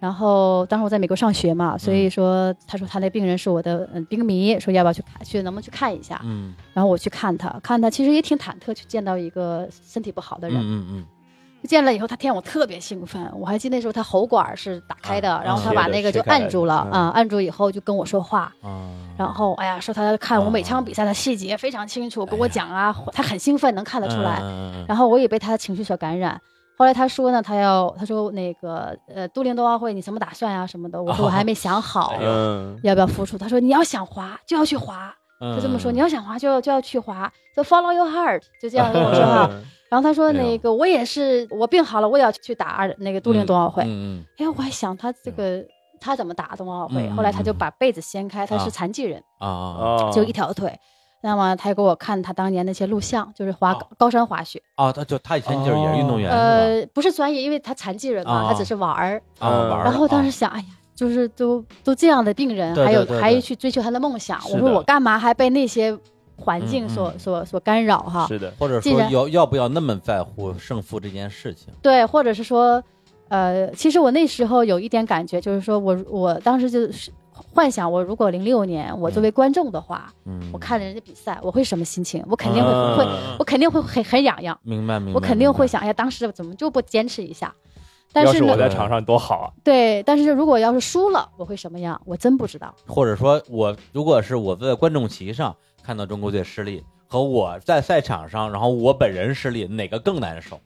Speaker 3: 然后当时我在美国上学嘛，所
Speaker 1: 嗯
Speaker 3: 以说他说他那病人是我的嗯病迷，说要不要去看去能不能去看一下？
Speaker 1: 嗯
Speaker 3: 然后我去看他，看他其实也挺忐忑，去见到一个身体不好的
Speaker 1: 嗯
Speaker 3: 人。
Speaker 1: 嗯
Speaker 3: 见了以后，他天，我特别兴奋。我还记得那时候他喉管是打开的，
Speaker 1: 啊
Speaker 3: 然后他
Speaker 2: 啊
Speaker 3: 把那个就按住了
Speaker 2: 是
Speaker 3: 啊、
Speaker 2: 的嗯
Speaker 3: 按住以后就跟我说话。
Speaker 1: 嗯啊，
Speaker 3: 然后哎呀，说他看我每
Speaker 1: 啊
Speaker 3: 场比赛的细节非常清楚，跟我讲啊，他很兴奋，能看得出来。
Speaker 1: 嗯嗯嗯嗯
Speaker 3: 然后我也被他的情绪所感染。后来他说呢，他要他说那个呃，都灵冬奥会你什么打算呀、啊什么的？
Speaker 1: 哦
Speaker 3: 我说我还没想好，
Speaker 1: 哎
Speaker 2: 嗯，
Speaker 3: 要不要复出？他说你要想滑就要去滑，
Speaker 1: 嗯
Speaker 3: 就这么说，你要想滑就要就要去滑，就 follow your heart，就
Speaker 1: 哦
Speaker 3: 这样跟我说 哈。然后他说
Speaker 1: 哎呦
Speaker 3: 那个我也是，我病好了，我也要去打二那个都灵冬奥会。
Speaker 1: 嗯
Speaker 3: 哎，我还想他这个他怎么打冬奥会？
Speaker 1: 嗯
Speaker 3: 后来他就
Speaker 1: 嗯嗯
Speaker 3: 把被子掀开，他
Speaker 1: 啊
Speaker 3: 是残疾人，
Speaker 1: 嗯啊
Speaker 2: 哦，
Speaker 3: 就一条腿。那么他给我看他当年那些录像，就是滑
Speaker 1: 哦
Speaker 3: 高山滑雪，呃
Speaker 1: 啊，他就他以前就是也是运动员是吧？
Speaker 3: 呃，不是专业，因为他残疾人嘛，
Speaker 1: 啊
Speaker 3: 他只是玩儿。
Speaker 1: 啊玩儿
Speaker 3: 呃然后当时
Speaker 1: 啊
Speaker 3: 想，哎呀，就是都都这样的病人，
Speaker 1: 对对对
Speaker 3: 还
Speaker 1: 对
Speaker 3: 有还去追求他的梦想。
Speaker 1: 是的
Speaker 3: 我说我干嘛还被那些环境
Speaker 1: 嗯
Speaker 3: 所、
Speaker 1: 嗯
Speaker 3: 所所干扰哈？
Speaker 2: 是的，
Speaker 1: 或者
Speaker 3: 既
Speaker 1: 说
Speaker 3: 然
Speaker 1: 要要不要那么在乎胜负这件事情？
Speaker 3: 对，或者是说，呃，其实我那时候有一点感觉，就是说我我当时就是幻想，我如果零六年我作为观众的话，
Speaker 1: 嗯，
Speaker 3: 我看着人家比赛，我会什么心情？我肯定会、
Speaker 1: 嗯
Speaker 3: 会，我肯定会很很痒痒，
Speaker 1: 明白明白，
Speaker 3: 我肯定会
Speaker 1: 明白
Speaker 3: 想，哎呀，当时怎么就不坚持一下？但
Speaker 2: 要
Speaker 3: 是
Speaker 2: 是
Speaker 3: 呢
Speaker 2: 我，在场上多好啊！
Speaker 3: 对，但是如果要是输了，我会什么样？我真不知道。
Speaker 1: 或者说我如果是我在观众席上看到中国队失利，和我在赛场上，然后我本人失利，哪个更难受？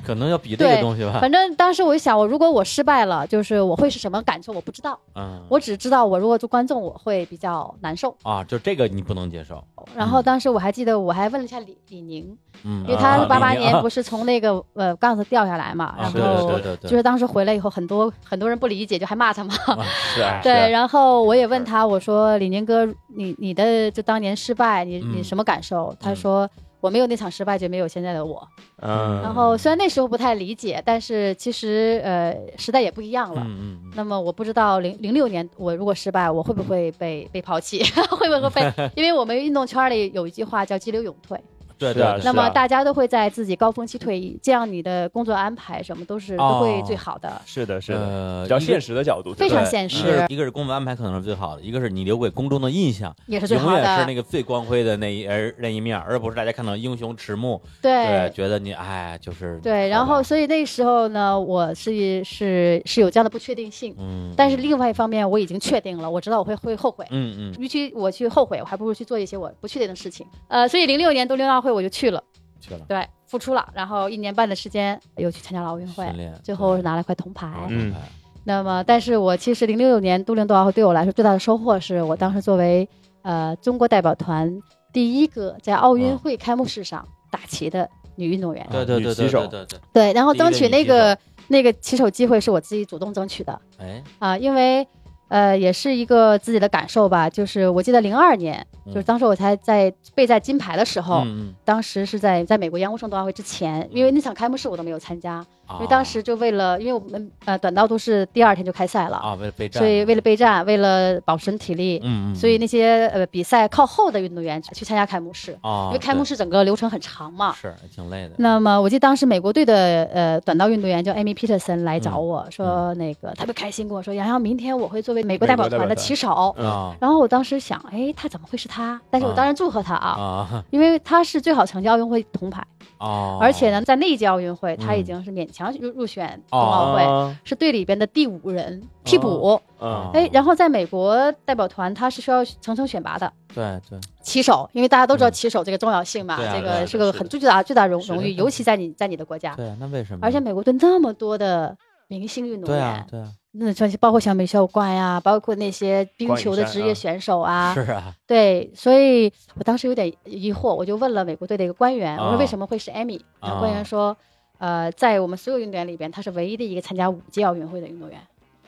Speaker 1: 可能要比这个
Speaker 3: 对
Speaker 1: 东西吧。
Speaker 3: 反正当时我就想，我如果我失败了，就是我会是什么感受，我不知道。
Speaker 1: 嗯，
Speaker 3: 我只知道我如果做观众，我会比较难受。
Speaker 1: 啊，就这个你不能接受，
Speaker 3: 然后当时我还记得，我还问了一下李李宁，
Speaker 1: 嗯，
Speaker 3: 因为他
Speaker 1: 啊
Speaker 3: 八八
Speaker 1: 明
Speaker 3: 年
Speaker 1: 啊
Speaker 3: 不是从那个呃杠子掉下来嘛，
Speaker 1: 啊
Speaker 3: 然
Speaker 1: 对对
Speaker 3: 后
Speaker 1: 对对对，
Speaker 3: 就是当时回来以后，很多很多人不理解，就还骂他嘛。
Speaker 2: 是啊，
Speaker 3: 对，然后我也问
Speaker 1: 啊
Speaker 2: 是
Speaker 3: 他，我说李宁哥，你你的就当年失败，你
Speaker 1: 嗯
Speaker 3: 你什么感受？他
Speaker 1: 嗯
Speaker 3: 说。我没有那场失败，就没有现在的我。
Speaker 2: 嗯，
Speaker 3: 然后虽然那时候不太理解，但是其实呃时代也不一样了。
Speaker 1: 嗯嗯嗯，
Speaker 3: 那么我不知道零零六年我如果失败，我会不会被被抛弃？ 会 不会被？因为我们运动圈里有一句话叫“激流勇退”，
Speaker 1: 对
Speaker 2: 是啊
Speaker 1: 对，
Speaker 2: 是
Speaker 3: 那
Speaker 2: 啊
Speaker 3: 么大家都会在自己高峰期退役，这样你的工作安排什么都是
Speaker 1: 哦
Speaker 3: 都会最好的。
Speaker 2: 是的，是的，
Speaker 1: 呃，
Speaker 2: 比较
Speaker 1: 一个
Speaker 2: 现实的角度，
Speaker 3: 非常
Speaker 1: 对
Speaker 3: 现实
Speaker 1: 一个是一个是工作安排可能是最好的，一个是你留给公众的印象
Speaker 3: 也是最
Speaker 1: 永
Speaker 3: 好
Speaker 1: 远是那
Speaker 3: 的，
Speaker 1: 个最光辉的那一而那一面，而不是大家看到英雄迟暮，对，
Speaker 3: 对
Speaker 1: 觉得你哎就是
Speaker 3: 对。然
Speaker 1: 好
Speaker 3: 后，
Speaker 1: 吧
Speaker 3: 所以那时候呢，我是是是有这样的不确定性，
Speaker 1: 嗯，
Speaker 3: 但是另外一方面，我已经确定了，我知道我会会后悔。
Speaker 1: 嗯嗯
Speaker 3: 与其我去后悔，我还不如去做一些我不确定的事情。呃，所以零六年东京奥运会我就去了，
Speaker 1: 去了
Speaker 3: 对，复出了，然后一年半的时间又去参加了奥运会
Speaker 1: 训，练，
Speaker 3: 最后是拿了块铜牌。
Speaker 1: 哦
Speaker 2: 嗯
Speaker 3: 那么，但是我其实零六年都灵冬奥会对我来说最大的收获是我当时作为呃中国代表团第一个在奥运
Speaker 1: 啊
Speaker 3: 会开幕式上打旗的女运动员。
Speaker 1: 对对
Speaker 2: 女
Speaker 1: 对
Speaker 2: 骑
Speaker 1: 对
Speaker 2: 手
Speaker 1: 对对对，
Speaker 3: 对，然后
Speaker 1: 啊第一位
Speaker 3: 争取
Speaker 1: 女
Speaker 3: 那
Speaker 1: 旗手
Speaker 3: 个那个旗手机会是我自己主动争取的
Speaker 1: 哎，
Speaker 3: 啊、因为呃也是一个自己的感受吧。就是我记得零二年，就是
Speaker 1: 嗯
Speaker 3: 当时我才在备战金牌的时候，
Speaker 1: 嗯，
Speaker 3: 当时是在在美国阳光圣冬奥会之前，因为那场开幕式我都没有参加，
Speaker 1: 因
Speaker 3: 因为当时就为了因为我们呃短道都是第二天就开赛了。
Speaker 1: 啊为了备战，
Speaker 3: 所以为了备战，为了保存体力，
Speaker 1: 嗯嗯，
Speaker 3: 所以那些呃比赛靠后的运动员去参加开幕式，
Speaker 1: 啊，
Speaker 3: 因为开幕式整个流程很长嘛
Speaker 1: 对。是挺累的，
Speaker 3: 那么我记得当时美国队的呃短道运动员叫 Amy Peterson 来找
Speaker 1: 嗯
Speaker 3: 我、说，那个特别开心跟我说，洋洋明天我会作为美国代表团的旗手。
Speaker 2: 嗯
Speaker 1: 啊
Speaker 3: 然后我当时想，哎，他怎么会是他？但是我当然祝贺他啊，
Speaker 1: 啊
Speaker 3: 因为他是最好成绩奥运会铜牌，
Speaker 1: 啊，
Speaker 3: 而且呢，在那一届奥运会他已
Speaker 1: 嗯
Speaker 3: 经是勉强入入选冬奥会，
Speaker 2: 哦，
Speaker 3: 是队里边的第五人替补。
Speaker 1: 哦
Speaker 2: 嗯，
Speaker 3: 哎，然后在美国代表团，他是需要层层选拔的
Speaker 1: 哦对对，
Speaker 3: 旗手，因为大家都知道
Speaker 1: 嗯
Speaker 3: 旗手这个重要性嘛，
Speaker 1: 对啊
Speaker 3: 这
Speaker 1: 对啊
Speaker 3: 个是
Speaker 2: 对
Speaker 3: 个
Speaker 2: 是
Speaker 3: 很巨大巨大荣
Speaker 2: 是的
Speaker 3: 荣誉，
Speaker 2: 是的
Speaker 3: 尤其在你在你的国家，
Speaker 1: 对啊，那为什么呢？
Speaker 3: 而且美国队那么多的明星运动
Speaker 1: 对啊
Speaker 3: 员，
Speaker 1: 对啊，
Speaker 3: 那像包括像美校冠呀，包括那些冰球的
Speaker 2: 关以山
Speaker 3: 职业
Speaker 2: 啊
Speaker 3: 选手啊，
Speaker 1: 是啊，
Speaker 3: 对，所以我当时有点疑惑，我就问了美国队的一个官员，我
Speaker 1: 啊
Speaker 3: 说为什么会是艾米？然后官员
Speaker 1: 啊
Speaker 3: 说，呃，在我们所有运动员里边，他是唯一的一个参加五届奥运会的运动员。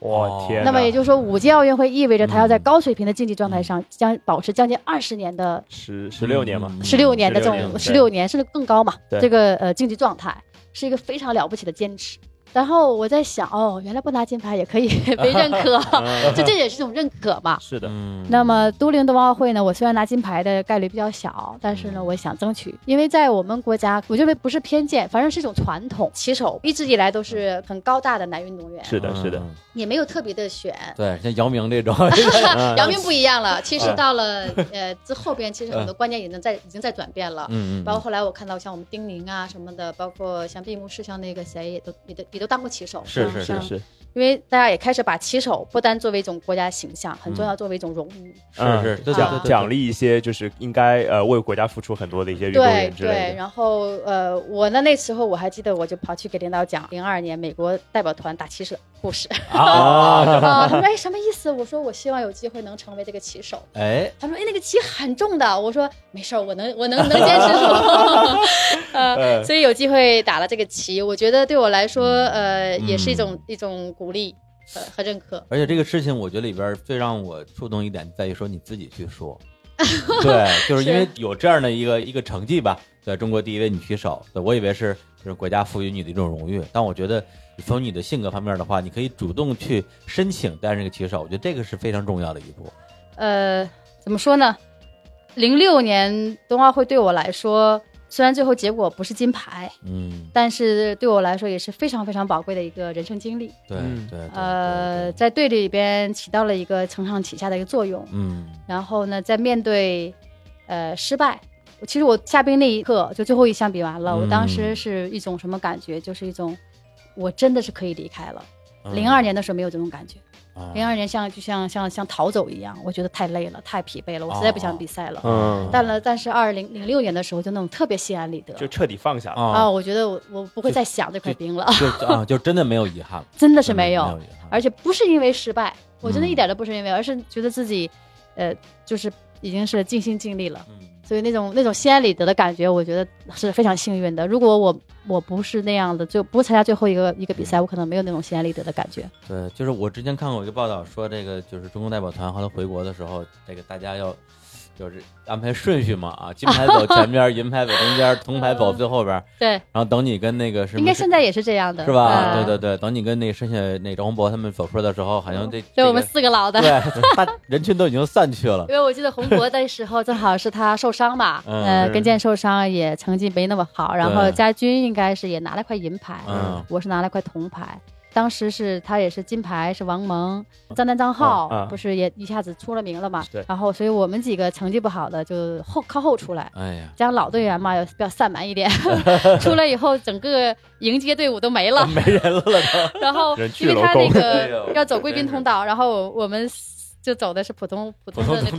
Speaker 2: 我天哪，
Speaker 3: 那么也就是说，五届奥运会意味着他要在
Speaker 1: 嗯
Speaker 3: 高水平的竞技状态上将保持将近二十年的、
Speaker 2: 十十六年嘛，
Speaker 1: 嗯
Speaker 3: 十六年的这
Speaker 2: 16年
Speaker 3: 种
Speaker 2: 对
Speaker 3: 十六年甚至更高嘛，
Speaker 2: 对
Speaker 3: 这个呃竞技状态是一个非常了不起的坚持。然后我在想，哦，原来不拿金牌也可以被认可， 就这也是一种认可嘛。
Speaker 2: 是的，
Speaker 1: 嗯，
Speaker 3: 那么都灵冬奥会呢，我虽然拿金牌的概率比较小，但是呢，
Speaker 1: 嗯
Speaker 3: 我想争取，因为在我们国家，我认为不是偏见，反正是一种传统，旗手一直以来都是很高大的男运动员，
Speaker 2: 是的，是的，
Speaker 1: 嗯，
Speaker 3: 也没有特别的选，
Speaker 1: 对，像姚明这种，
Speaker 2: 嗯
Speaker 3: 姚明不一样了，其实
Speaker 2: 啊
Speaker 3: 到了呃这后边，其实很多观念已经在已经在转变了。
Speaker 1: 嗯嗯，
Speaker 3: 包括后来我看到像我们丁宁啊什么的，包括像闭幕式，像那个谁也都也都也都当过旗手，
Speaker 1: 是是
Speaker 3: 像
Speaker 2: 是，是，
Speaker 3: 因为大家也开始把旗手不单作为一种国家形象，很重要作为一种荣誉。
Speaker 2: 嗯
Speaker 1: 是是，对对对
Speaker 3: 啊
Speaker 2: 奖
Speaker 1: 对，
Speaker 2: 奖励一些就是应该呃为国家付出很多的一些运动
Speaker 3: 对
Speaker 2: 员之
Speaker 3: 对
Speaker 2: 类，的，
Speaker 3: 然后呃，我呢那时候我还记得，我就跑去给领导讲零二年美国代表团打旗手的故事
Speaker 1: 啊，
Speaker 3: 啊，他说哎什么意思？我说我希望有机会能成为这个旗手。
Speaker 1: 哎，
Speaker 3: 他说：“哎，那个旗很重的。”我说：“没事儿，我能，我能，能坚持住。”
Speaker 1: 嗯
Speaker 3: 呃，所以有机会打了这个旗，我觉得对我来说，
Speaker 1: 嗯
Speaker 3: 呃，也是一种、一种鼓励和和认可。
Speaker 1: 而且这个事情，我觉得里边儿最让我触动一点在于说你自己去 说，对，就是因为有这样的一个一个成绩吧，在中国第一位女棋手，对我以为是就是国家赋予你的一种荣誉。但我觉得从你的性格方面的话，你可以主动去申请担任这个骑手，我觉得这个是非常重要的一步。
Speaker 3: 呃，怎么说呢？零六年冬奥会对我来说，虽然最后结果不是金牌，
Speaker 1: 嗯，
Speaker 3: 但是对我来说也是非常非常宝贵的一个人生经历。
Speaker 1: 对
Speaker 2: 嗯
Speaker 1: 对对，
Speaker 3: 呃，
Speaker 1: 对，
Speaker 3: 在队里边起到了一个承上启下的一个作用。
Speaker 1: 嗯
Speaker 3: 然后呢，在面对呃失败，我其实我下冰那一刻，就最后一项比完了，我当时
Speaker 1: 嗯
Speaker 3: 是一种什么感觉？就是一种我真的是可以离开了。
Speaker 1: 嗯
Speaker 3: 零二年的时候没有这种感觉，
Speaker 1: 啊
Speaker 3: 零二年像就像像像逃走一样，我觉得太累了，太疲惫了，我实在
Speaker 1: 哦
Speaker 3: 不想比赛了。
Speaker 2: 嗯
Speaker 3: 但了，但是二零零六年的时候，就那种特别心安理得
Speaker 2: 就彻底放下 了。
Speaker 3: 啊，
Speaker 1: 啊，
Speaker 3: 我觉得我我不会再想这块冰了，
Speaker 1: 就啊，就真的没有遗憾了，
Speaker 3: 真的
Speaker 1: 真
Speaker 3: 是
Speaker 1: 的
Speaker 3: 没
Speaker 1: 没
Speaker 3: 有，
Speaker 1: 遗憾了，
Speaker 3: 而且不是因为失败，我真的
Speaker 1: 嗯
Speaker 3: 一点都不是因为，而是觉得自己，呃，就是已经是尽心尽力了，
Speaker 1: 嗯
Speaker 3: 所以那种那种心安理得的感觉，我觉得是非常幸运的。如果我我不是那样的，就不参加最后一个一个比赛，
Speaker 1: 嗯
Speaker 3: 我可能没有那种心安理得的感觉。
Speaker 1: 对，就是我之前看过一个报道说，这个就是中国代表团后来回国的时候，这个大家要就是安排顺序嘛啊，金牌走前 边儿，银牌走中间儿，铜牌走最后边儿，
Speaker 3: 对，
Speaker 1: 然后等你跟那个什么
Speaker 3: 应该现在也是这样的，
Speaker 1: 是吧？
Speaker 3: 嗯
Speaker 1: 对对对，等你跟那个剩下那张宏博他们走出来的时候，好像这
Speaker 3: 对
Speaker 1: 这
Speaker 3: 我们
Speaker 1: 个
Speaker 3: 四个老的。
Speaker 1: 对， 他人群都已经散去了。
Speaker 3: 因为我记得洪博的时候，正好是他受伤嘛，
Speaker 1: 嗯
Speaker 3: 呃，
Speaker 2: 对
Speaker 3: 跟腱受伤也成绩没那么好，然后
Speaker 1: 对
Speaker 3: 家军应该是也拿了块银牌，
Speaker 1: 嗯
Speaker 3: 我是拿了块铜牌。当时是他也是金牌，是王蒙、张丹、张浩，
Speaker 2: 嗯嗯
Speaker 3: 不是也一下子出了名了嘛
Speaker 2: 对？
Speaker 3: 然后，所以我们几个成绩不好的就后靠后出来，
Speaker 1: 哎呀，
Speaker 3: 加上老队员嘛，要要散漫一点。出来以后，整个迎接队伍都没了，
Speaker 1: 没人了都。
Speaker 3: 然后
Speaker 2: 人
Speaker 3: 因
Speaker 2: 去
Speaker 3: 为
Speaker 2: 楼
Speaker 3: 他那
Speaker 2: 空
Speaker 1: 哎
Speaker 3: 个
Speaker 1: 呦
Speaker 3: 要走贵
Speaker 1: 真
Speaker 3: 宾
Speaker 1: 是
Speaker 3: 通道，然后我们就走的是普通普通
Speaker 1: 普
Speaker 3: 的
Speaker 1: 通
Speaker 3: 那个
Speaker 1: 通
Speaker 3: 通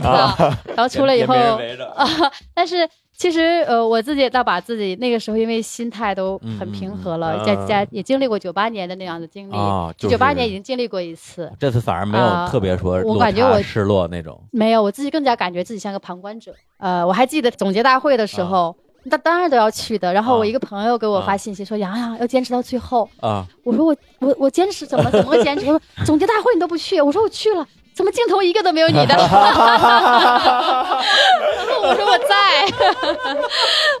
Speaker 3: 道，然后 出来以
Speaker 1: 也
Speaker 3: 后
Speaker 1: 没，人围着
Speaker 3: 啊，但是其实呃，我自己也倒把自己那个时候因为心态都很平和
Speaker 2: 嗯嗯
Speaker 3: 了，
Speaker 2: 嗯
Speaker 3: 再加也经历过九八年的那样的经历，
Speaker 1: 啊，就
Speaker 3: 九八
Speaker 1: 是
Speaker 3: 年已经经历过一次，
Speaker 1: 这次反而没有
Speaker 3: 啊
Speaker 1: 特别说
Speaker 3: 我
Speaker 1: 落
Speaker 3: 感觉
Speaker 1: 差
Speaker 3: 我
Speaker 1: 失落那种。
Speaker 3: 没有，我自己更加感觉自己像个旁观者。呃，我还记得总结大会的时候。那当然都要去的。然后我一个朋友给我发信息说：“洋洋要坚持到最后。”
Speaker 1: 啊，
Speaker 3: 我说我我我坚持怎么怎么个坚持？他说总结大会你都不去，我说我去了，怎么镜头一个都没有你的？ 然后我说我在，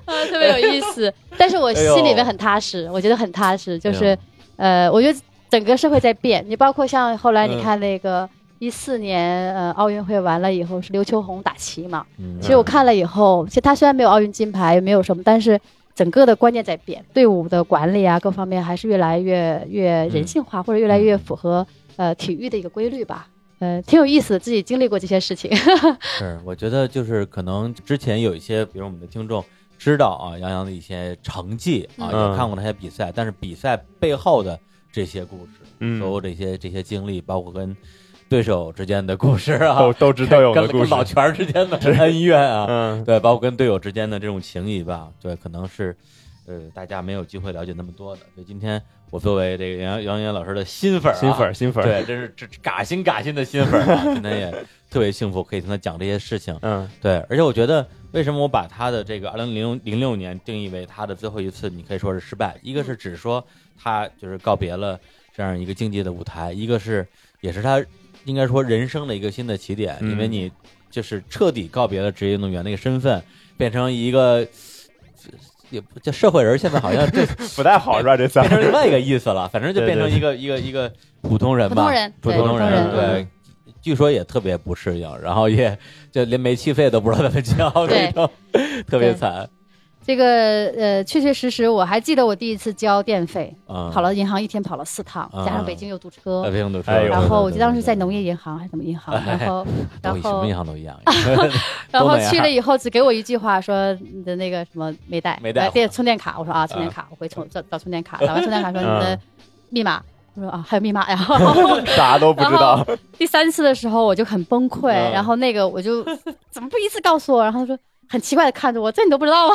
Speaker 3: 啊，特别有意思。但是我心里面很踏实，我觉得很踏实，就是、呃，我觉得整个社会在变，你包括像后来你看那个。一四年，呃，奥运会完了以后是刘秋红打旗嘛？
Speaker 1: 嗯
Speaker 3: 其实我看了以后，其实他虽然没有奥运金牌，没有什么，但是整个的观念在变，队伍的管理啊，各方面还是越来越越人性化，或者越来越符合
Speaker 1: 嗯
Speaker 3: 呃体育的一个规律吧。呃，挺有意思的，自己经历过这些事情。
Speaker 1: 是，我觉得就是可能之前有一些，比如我们的听众知道啊，杨洋的一些成绩啊，
Speaker 2: 嗯
Speaker 1: 也看过那些比赛，但是比赛背后的这些故事，
Speaker 2: 嗯
Speaker 1: 所有这些这些经历，包括跟对手之间的故事啊，
Speaker 2: 斗斗智斗勇的
Speaker 1: 跟
Speaker 2: 故
Speaker 1: 跟
Speaker 2: 事
Speaker 1: 老。泉儿之间的恩怨啊，
Speaker 2: 嗯，
Speaker 1: 对，包括跟队友之间的这种情谊吧，对，可能是，呃，大家没有机会了解那么多的。所以今天我作为这个杨杨洋老师的新粉、啊，
Speaker 2: 新粉儿，新粉儿，
Speaker 1: 对，真是这嘎心嘎心的新粉、啊，今天也特别幸福，可以听他讲这些事情。
Speaker 2: 嗯
Speaker 1: 对，而且我觉得，为什么我把他的这个二零零零六年定义为他的最后一次，你可以说是失败，一个是只说他就是告别了这样一个竞技的舞台，一个是也是他应该说人生的一个新的起点，
Speaker 2: 嗯
Speaker 1: 因为你就是彻底告别了职业运动员那个身份，变成一个。也不叫社会人，现在好像这
Speaker 2: 不太好是吧？这
Speaker 1: 变成
Speaker 2: 三
Speaker 1: 另外一个意思了，反正就
Speaker 2: 对对
Speaker 1: 变成一个一个一个普通人吧，
Speaker 3: 普通人
Speaker 1: 普
Speaker 3: 对
Speaker 1: 通
Speaker 3: 普通人
Speaker 1: 对，据说也特别不适应，然后也就连煤气费都不知道怎么交那
Speaker 3: 对
Speaker 1: 种， 特别惨。
Speaker 3: 这个呃，确确实实，我还记得我第一次交电费，
Speaker 1: 嗯，
Speaker 3: 跑，了银行一天跑了四趟，
Speaker 1: 嗯
Speaker 3: 加上北京又堵
Speaker 1: 北
Speaker 3: 车，
Speaker 1: 平都
Speaker 2: 哎呦
Speaker 3: 然后我记
Speaker 1: 就
Speaker 3: 得当时在农业银行还是什么银行，
Speaker 1: 哎
Speaker 3: 然后然
Speaker 1: 什么
Speaker 3: 后
Speaker 1: 银行都一样，
Speaker 3: 然
Speaker 1: 都
Speaker 3: 后
Speaker 1: 那样
Speaker 3: 去了以后，只给我一句话，说你的那个什么没带，
Speaker 1: 没带
Speaker 3: 呃电充电卡。我说啊，充电卡，我回充找找充电 卡。找完充电卡说
Speaker 2: 嗯
Speaker 3: 你的密码，我说啊还有密码呀。然后
Speaker 2: 啥都不知道，
Speaker 3: 第三次的时候我就很崩溃，
Speaker 1: 嗯
Speaker 3: 然后那个我就怎么不一次告诉我？然后他说很奇怪的看着我，这你都不知 道吗？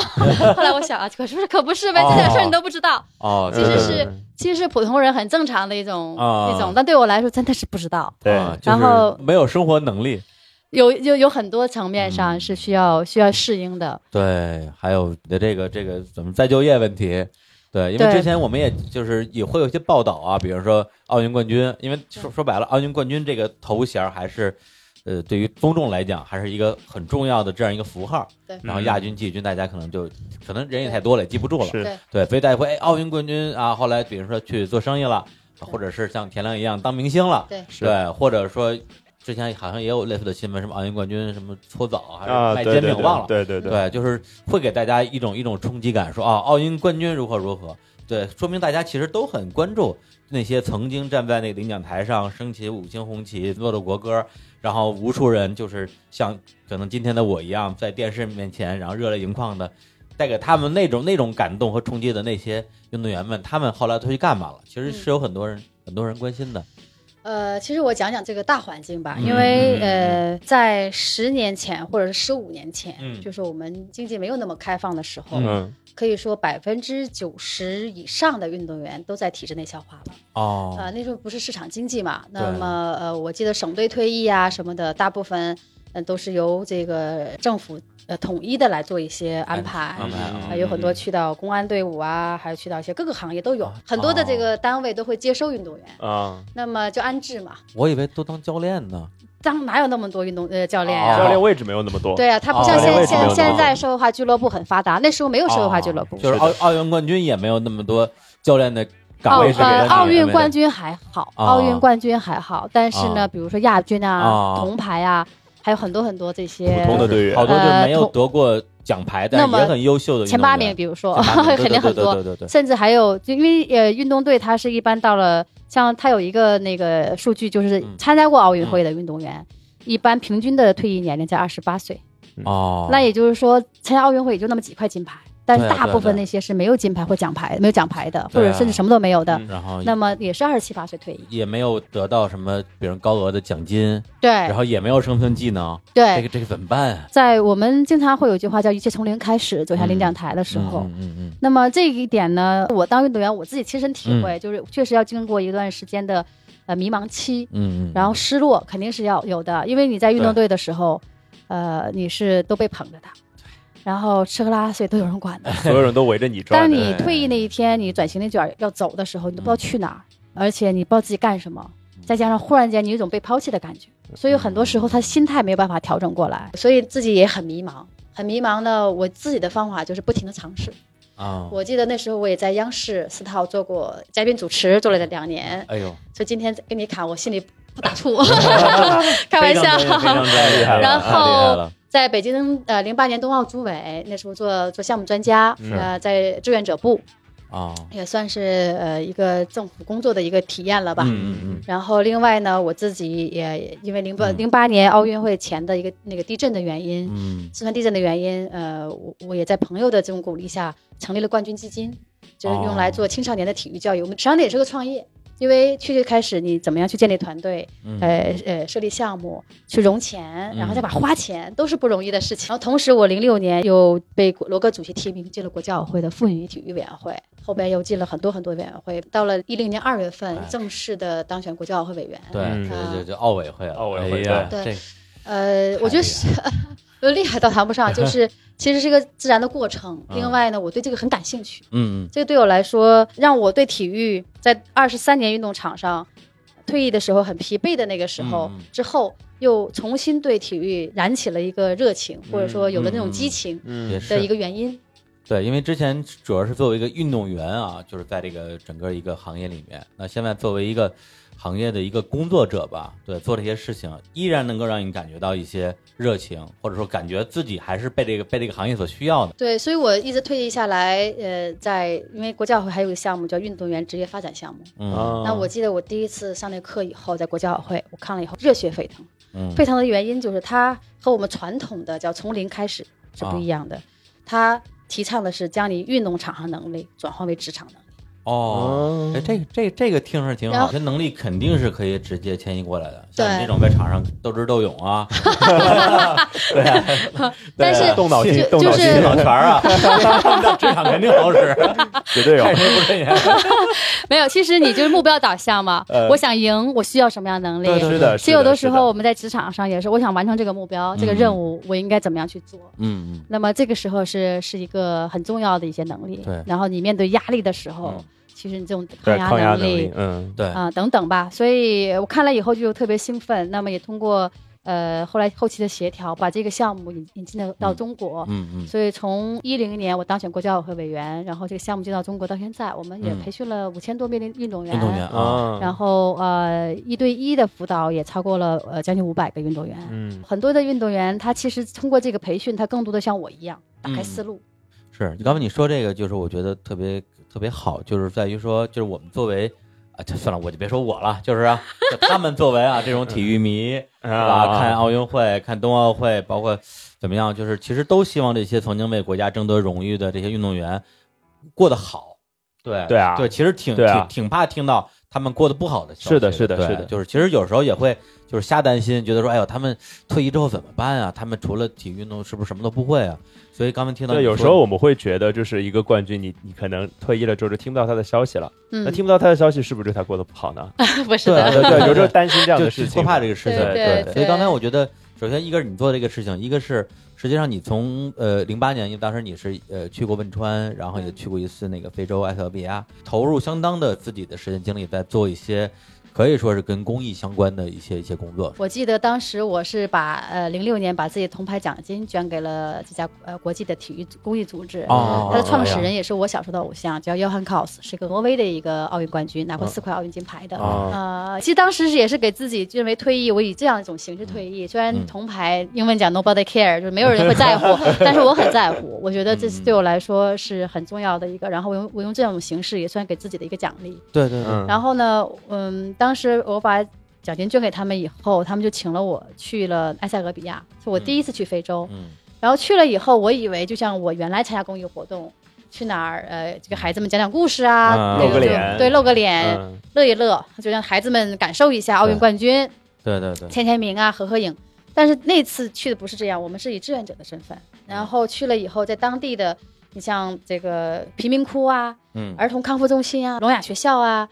Speaker 3: 后来我想啊，可是不是可不是呗，
Speaker 1: 哦
Speaker 3: 这点事儿你都不知道，
Speaker 1: 哦，
Speaker 3: 其实
Speaker 1: 对
Speaker 3: 是
Speaker 2: 嗯
Speaker 3: 其实是普通人很正常的一种
Speaker 1: 啊
Speaker 3: 一种，但对我来说真的是不知道。
Speaker 2: 对
Speaker 1: 啊就是
Speaker 3: 然后
Speaker 1: 没有生活能力，
Speaker 3: 有有有很多层面
Speaker 1: 嗯
Speaker 3: 上是需要需要适应的，
Speaker 1: 对，还有你的这个这个怎么再就业问题。对，因为
Speaker 3: 对
Speaker 1: 之前我们也就是也会有一些报道啊，比如说奥运冠军，因为说说白了，奥运冠军这个头衔还是呃，对于公众来讲，还是一个很重要的这样一个符号。
Speaker 2: 嗯
Speaker 3: 对
Speaker 1: 然后亚军、季军，大家可能就可能人也太多了，也记不住了。
Speaker 2: 是
Speaker 1: 对，所以大家会哎，奥运冠军啊，后来比如说去做生意了，
Speaker 3: 对
Speaker 1: 或者是像田亮一样当明星了，
Speaker 3: 对
Speaker 2: 是
Speaker 1: 对，或者说之前好像也有类似的新闻，什么奥运冠军什么搓澡还
Speaker 2: 啊，
Speaker 1: 是卖煎饼，忘了。
Speaker 2: 对对对，
Speaker 1: 对，就是会给大家一种一种冲击感，说啊，奥运冠军如何如何。对，说明大家其实都很关注那些曾经站在那个领奖台上升起五星红旗、落着国歌，然后无数人就是像可能今天的我一样，在电视面前，然后热泪盈眶的，带给他们那种 那种感动和冲击的那些运动员们，他们后来都去干嘛了？其实是有很多人、很多人关心的。
Speaker 3: 呃，其实我讲讲这个大环境吧，
Speaker 1: 嗯
Speaker 3: 因为
Speaker 1: 嗯
Speaker 3: 呃，在十年前或者是十五年前，
Speaker 1: 嗯
Speaker 3: 就是我们经济没有那么开放的时候，
Speaker 2: 嗯，
Speaker 3: 可以说百分之九十以上的运动员都在体制内消化了。
Speaker 1: 哦，
Speaker 3: 啊、那时候不是市场经济嘛，那
Speaker 1: 对
Speaker 3: 么呃，我记得省队退役啊什么的，大部分嗯、呃都是由这个政府呃统一的来做一些安排。
Speaker 1: 安排啊
Speaker 3: 啊，有很多去到公安队伍啊，还有去到一些各个行业都有，
Speaker 1: 啊
Speaker 3: 很多的
Speaker 1: 哦
Speaker 3: 这个单位都会接收运动员，
Speaker 2: 啊，
Speaker 3: 那么就安置嘛。
Speaker 1: 我以为都当教练呢。
Speaker 3: 当哪有那么多运动呃教练
Speaker 1: 哦
Speaker 3: 啊？
Speaker 2: 教练位置没有那么多，
Speaker 3: 对啊，他不
Speaker 1: 哦
Speaker 3: 像
Speaker 1: 教
Speaker 3: 现
Speaker 1: 练位置没有
Speaker 3: 现
Speaker 1: 那么
Speaker 3: 现
Speaker 1: 多
Speaker 3: 在社会化俱乐部很发达，那时候没有社会化俱乐部。
Speaker 1: 啊就是奥奥运冠军也没有那么多教练的岗
Speaker 3: 奥
Speaker 1: 位是给
Speaker 3: 呃
Speaker 1: 人
Speaker 3: 奥运冠
Speaker 1: 军
Speaker 3: 军还好，
Speaker 1: 啊
Speaker 3: 奥运冠军还好，但是
Speaker 1: 啊
Speaker 3: 呢，比如说亚军啊
Speaker 1: 啊、
Speaker 3: 铜牌啊，还有很多很多这
Speaker 2: 普通
Speaker 3: 些
Speaker 2: 的队员
Speaker 1: 好多就
Speaker 3: 呃
Speaker 1: 没有
Speaker 3: 同
Speaker 1: 得过奖牌，但
Speaker 3: 那
Speaker 1: 是
Speaker 3: 么
Speaker 1: 也很优秀的
Speaker 3: 前八名，比如说 肯定
Speaker 1: 对对对
Speaker 3: 很多，
Speaker 1: 对对对对对
Speaker 3: 甚至还有就因为呃运动队它是一般到了像它有一个那个数据，就是
Speaker 1: 嗯
Speaker 3: 参加过奥运会的运动员，一般平均的退役年龄在二十八岁。
Speaker 1: 哦，
Speaker 3: 嗯那也就是说，参加奥运会也就那么几块金牌，但是
Speaker 1: 对啊
Speaker 3: 大
Speaker 1: 对啊
Speaker 3: 部分
Speaker 1: 对啊
Speaker 3: 那些是没有金牌或奖牌，没有奖牌的，或
Speaker 1: 对啊
Speaker 3: 者甚至什么都没有的
Speaker 2: 嗯，
Speaker 1: 然后
Speaker 3: 那么也是二十七八岁退役。
Speaker 1: 也没有得到什么，比如高额的奖金，
Speaker 3: 对
Speaker 1: 然后也没有生存技能，这
Speaker 3: 对
Speaker 1: 个，这个怎么办啊？
Speaker 3: 在我们经常会有一句话叫“一切从零开始”，走下领奖台的时候。
Speaker 1: 嗯嗯嗯
Speaker 3: 那么这一点呢，我当运动员，我自己亲身体会，就是确实要经过一段时间的呃迷茫期，
Speaker 1: 嗯嗯，
Speaker 3: 然后失落肯定是要有的，因为你在运动队的时候，呃，你是都被捧着的，然后吃喝拉撒睡都有人管的。
Speaker 2: 所有人都围着你转。哎
Speaker 3: 当
Speaker 2: 对
Speaker 3: 你退役那一天，你转型那卷儿要走的时候，你都
Speaker 1: 嗯
Speaker 3: 不知道去哪儿，而且你不知道自己干什么，再加上忽然间你有一种被抛弃的感觉，所以很
Speaker 1: 嗯
Speaker 3: 多时候他心态没有办法调整过来，所以自己也很迷茫。很迷茫呢，我自己的方法就是不停的尝试。
Speaker 1: 啊，
Speaker 3: 我记得那时候我也在央视四套做过嘉宾主持，做了两年，
Speaker 1: 哎呦，
Speaker 3: 所以今天跟你侃，我心里不打 怵，开玩笑
Speaker 1: 非。常专业非常专业
Speaker 2: 厉害了
Speaker 3: 然
Speaker 1: 啊太厉害
Speaker 3: 后
Speaker 1: 了，
Speaker 3: 在北京呃零八年冬奥组委那时候做做项目专家，呃在志愿者部，
Speaker 1: 啊，
Speaker 3: 也算是呃一个政府工作的一个体验了吧。
Speaker 1: 嗯嗯嗯，
Speaker 3: 然后另外呢，我自己也因为零八零八年奥运会前的一个那个地震的原因，
Speaker 1: 嗯
Speaker 3: 四川地震的原因，呃，我我也在朋友的这种鼓励下成立了冠军基金，就是用
Speaker 1: 哦
Speaker 3: 来做青少年的体育教育。我们实际上也是个创业。因为去最开始，你怎么样去建立团队，
Speaker 1: 嗯
Speaker 3: 呃呃，设立项目，去融钱，然后再把花钱，都是不容易的事情。然后同时，我零六年又被罗哥主席提名进了国际奥委会的妇女体育委员会，后边又进了很多很多委员会。到了一零年二月份
Speaker 1: 哎，
Speaker 3: 正式的当选国际奥委会委员。
Speaker 1: 对，
Speaker 2: 嗯
Speaker 1: 这就就奥委会了，
Speaker 2: 奥委
Speaker 1: 哎
Speaker 2: 会
Speaker 1: 呀
Speaker 3: 啊对
Speaker 1: 这
Speaker 3: 呃，我
Speaker 1: 太厉
Speaker 3: 觉得
Speaker 1: 嗯
Speaker 3: 是呃厉害倒谈 不上，就是其实是一个自然的过程。另外呢，我对这个很感兴趣，
Speaker 1: 嗯嗯
Speaker 3: 这个对我来说，让我对体育在二十三年运动场上退役的时候很疲惫的那个时候、
Speaker 1: 嗯嗯
Speaker 3: 之后，又重新对体育燃起了一个热情，或者说有了那种激情
Speaker 1: 也
Speaker 2: 嗯，
Speaker 1: 嗯是
Speaker 3: 的一个原因。
Speaker 1: 对，因为之前主要是作为一个运动员啊，就是在这个整个一个行业里面，那现在作为一个行业的一个工作者吧，对，做这些事情依然能够让你感觉到一些热情，或者说感觉自己还是被这个被这个行业所需要的。
Speaker 3: 对，所以我一直退役下来，呃，在因为国教会还有一个项目叫运动员职业发展项目。
Speaker 1: 嗯
Speaker 2: 啊
Speaker 3: 那我记得我第一次上那课以后，在国教委会，我看了以后热血沸腾。
Speaker 1: 嗯
Speaker 3: 沸腾的原因就是它和我们传统的叫从零开始是不一样
Speaker 2: 啊
Speaker 3: 的，它提倡的是将你运动场上能力转换为职场能力。
Speaker 1: 哦，
Speaker 2: 哦
Speaker 1: 哎，这个这个这个听着挺
Speaker 3: 然
Speaker 1: 好，
Speaker 3: 后
Speaker 1: 这能力肯定是可以直接迁移过来的。像你
Speaker 3: 对
Speaker 1: 这种在场上斗智斗勇 啊，
Speaker 3: 但是
Speaker 2: 动脑筋，
Speaker 3: 就
Speaker 2: 动脑
Speaker 3: 就是
Speaker 2: 筋，
Speaker 1: 老拳儿 啊，这场肯定好使，
Speaker 2: 绝对有哦
Speaker 1: 看谁不顺 眼。
Speaker 6: 没有，其实你就是目标导向 嘛。我想赢，我需要什么样的能力？
Speaker 2: 呃是的，嗯
Speaker 6: 其实有的时候我们在职场上也是，我想完成这个目标、这个任务，我应该怎么样去做？
Speaker 1: 嗯嗯，
Speaker 6: 那么这个时候是是一个很重要的一些能力。
Speaker 1: 对
Speaker 6: 然后你面对压力的时候，
Speaker 1: 嗯
Speaker 6: 其实你这种抗
Speaker 2: 对
Speaker 6: 压
Speaker 2: 抗压
Speaker 6: 力
Speaker 2: 力，嗯，
Speaker 3: 呃
Speaker 1: 对，
Speaker 6: 啊、等等吧。所以我看了以后就特别兴奋。那么也通过
Speaker 3: 呃，后来后期的协调，把这个项目引引进了到中国。
Speaker 1: 嗯嗯，
Speaker 3: 所以从一零年我当选国家委会委员，然后这个项目进到中国到现在，我们也
Speaker 1: 嗯
Speaker 3: 培训了五千多名运运动员，
Speaker 1: 运动员啊，
Speaker 2: 啊，
Speaker 3: 然
Speaker 2: 后
Speaker 3: 后呃一对一的辅导也超过了呃将近五百个运动员。
Speaker 2: 嗯
Speaker 3: 很多的运动员他其实通过这个培训，他更多的像我一样打
Speaker 1: 嗯
Speaker 3: 开思路。
Speaker 1: 是刚才你说这个，就是我觉得特别特别好，就是在于说，就是我们作为。啊，这算了，我就别说我了，就是啊，就他们作为啊这种体育迷，
Speaker 2: 嗯啊
Speaker 1: 对吧？看啊奥运会、看冬奥会，包括怎么样，就是其实都希望这些曾经为国家争得荣誉的这些运动员过得好。对
Speaker 2: 对啊
Speaker 1: 对，其实挺
Speaker 2: 对啊
Speaker 1: 挺挺怕听到他们过得不好的消息。
Speaker 2: 是的是的
Speaker 1: 对
Speaker 2: 是的
Speaker 1: 就是其实有时候也会就是瞎担心，觉得说，哎呦，他们退役之后怎么办啊？他们除了体育运动，是不是什么都不会啊？所以刚才听到
Speaker 2: 对，
Speaker 1: 你
Speaker 2: 有时
Speaker 1: 说
Speaker 2: 候我们会觉得，就是一个冠军你，你可能退役了之后就听不到他的消息了。
Speaker 3: 嗯
Speaker 2: 那，听不到他的消息，是不是对他过得不好呢？
Speaker 3: 不是
Speaker 1: 对
Speaker 3: 的，
Speaker 1: 啊
Speaker 2: 对对，有时候担心这样
Speaker 1: 就
Speaker 2: 的
Speaker 1: 是
Speaker 2: 事
Speaker 1: 会
Speaker 2: 情。
Speaker 1: 怕这个事情。
Speaker 2: 对
Speaker 3: 对对
Speaker 1: 所以刚才我觉得，首先一个是你做这个事情，一个是实际上你从呃零八年，因为当时你是呃去过汶川，然后也去过一次那个非洲埃塞俄比亚，投入相当的自己的时间精力在做一些可以说是跟公益相关的一些一些工作。
Speaker 3: 我记得当时我是把呃零六年把自己铜牌奖金捐给了这家呃国际的体育公益组织。
Speaker 1: 哦
Speaker 3: 它的创始
Speaker 1: 哎呀
Speaker 3: 人也是我小时候的偶像，叫 Johan Kaus，是个挪威的一个奥运冠军，拿过四块奥运金牌的。
Speaker 1: 哦
Speaker 2: 啊，
Speaker 3: 呃，其实当时是也是给自己认为退役，我以这样一种形式退役。虽然
Speaker 1: 嗯
Speaker 3: 铜牌英文讲 nobody care，就是没有人会 在乎，但是我很在乎。我觉得
Speaker 1: 嗯
Speaker 3: 这是对我来说是很重要的一个。然后我用我用这种形式也算给自己的一个奖励。
Speaker 1: 对对
Speaker 2: 嗯，
Speaker 3: 然后呢，嗯，当时我把奖金捐给他们以后，他们就请了我去了埃塞俄比亚，是我第一次去非洲。
Speaker 1: 嗯
Speaker 3: 然后去了以后，我以为就像我原来参加公益活动，去哪儿呃，这个孩子们讲讲故事
Speaker 1: 嗯
Speaker 3: 啊，这
Speaker 1: 露个
Speaker 3: 就
Speaker 2: 脸
Speaker 3: 对，露个脸，
Speaker 2: 嗯
Speaker 3: 乐一乐，就让孩子们感受一下奥运冠军，
Speaker 1: 对对对，
Speaker 3: 签签名啊，合合影。但是那次去的不是这样，我们是以志愿者的身份，然后去了以后，在当地的，你像这个贫民窟啊，
Speaker 1: 嗯
Speaker 3: 儿童康复中心啊、聋哑学校啊，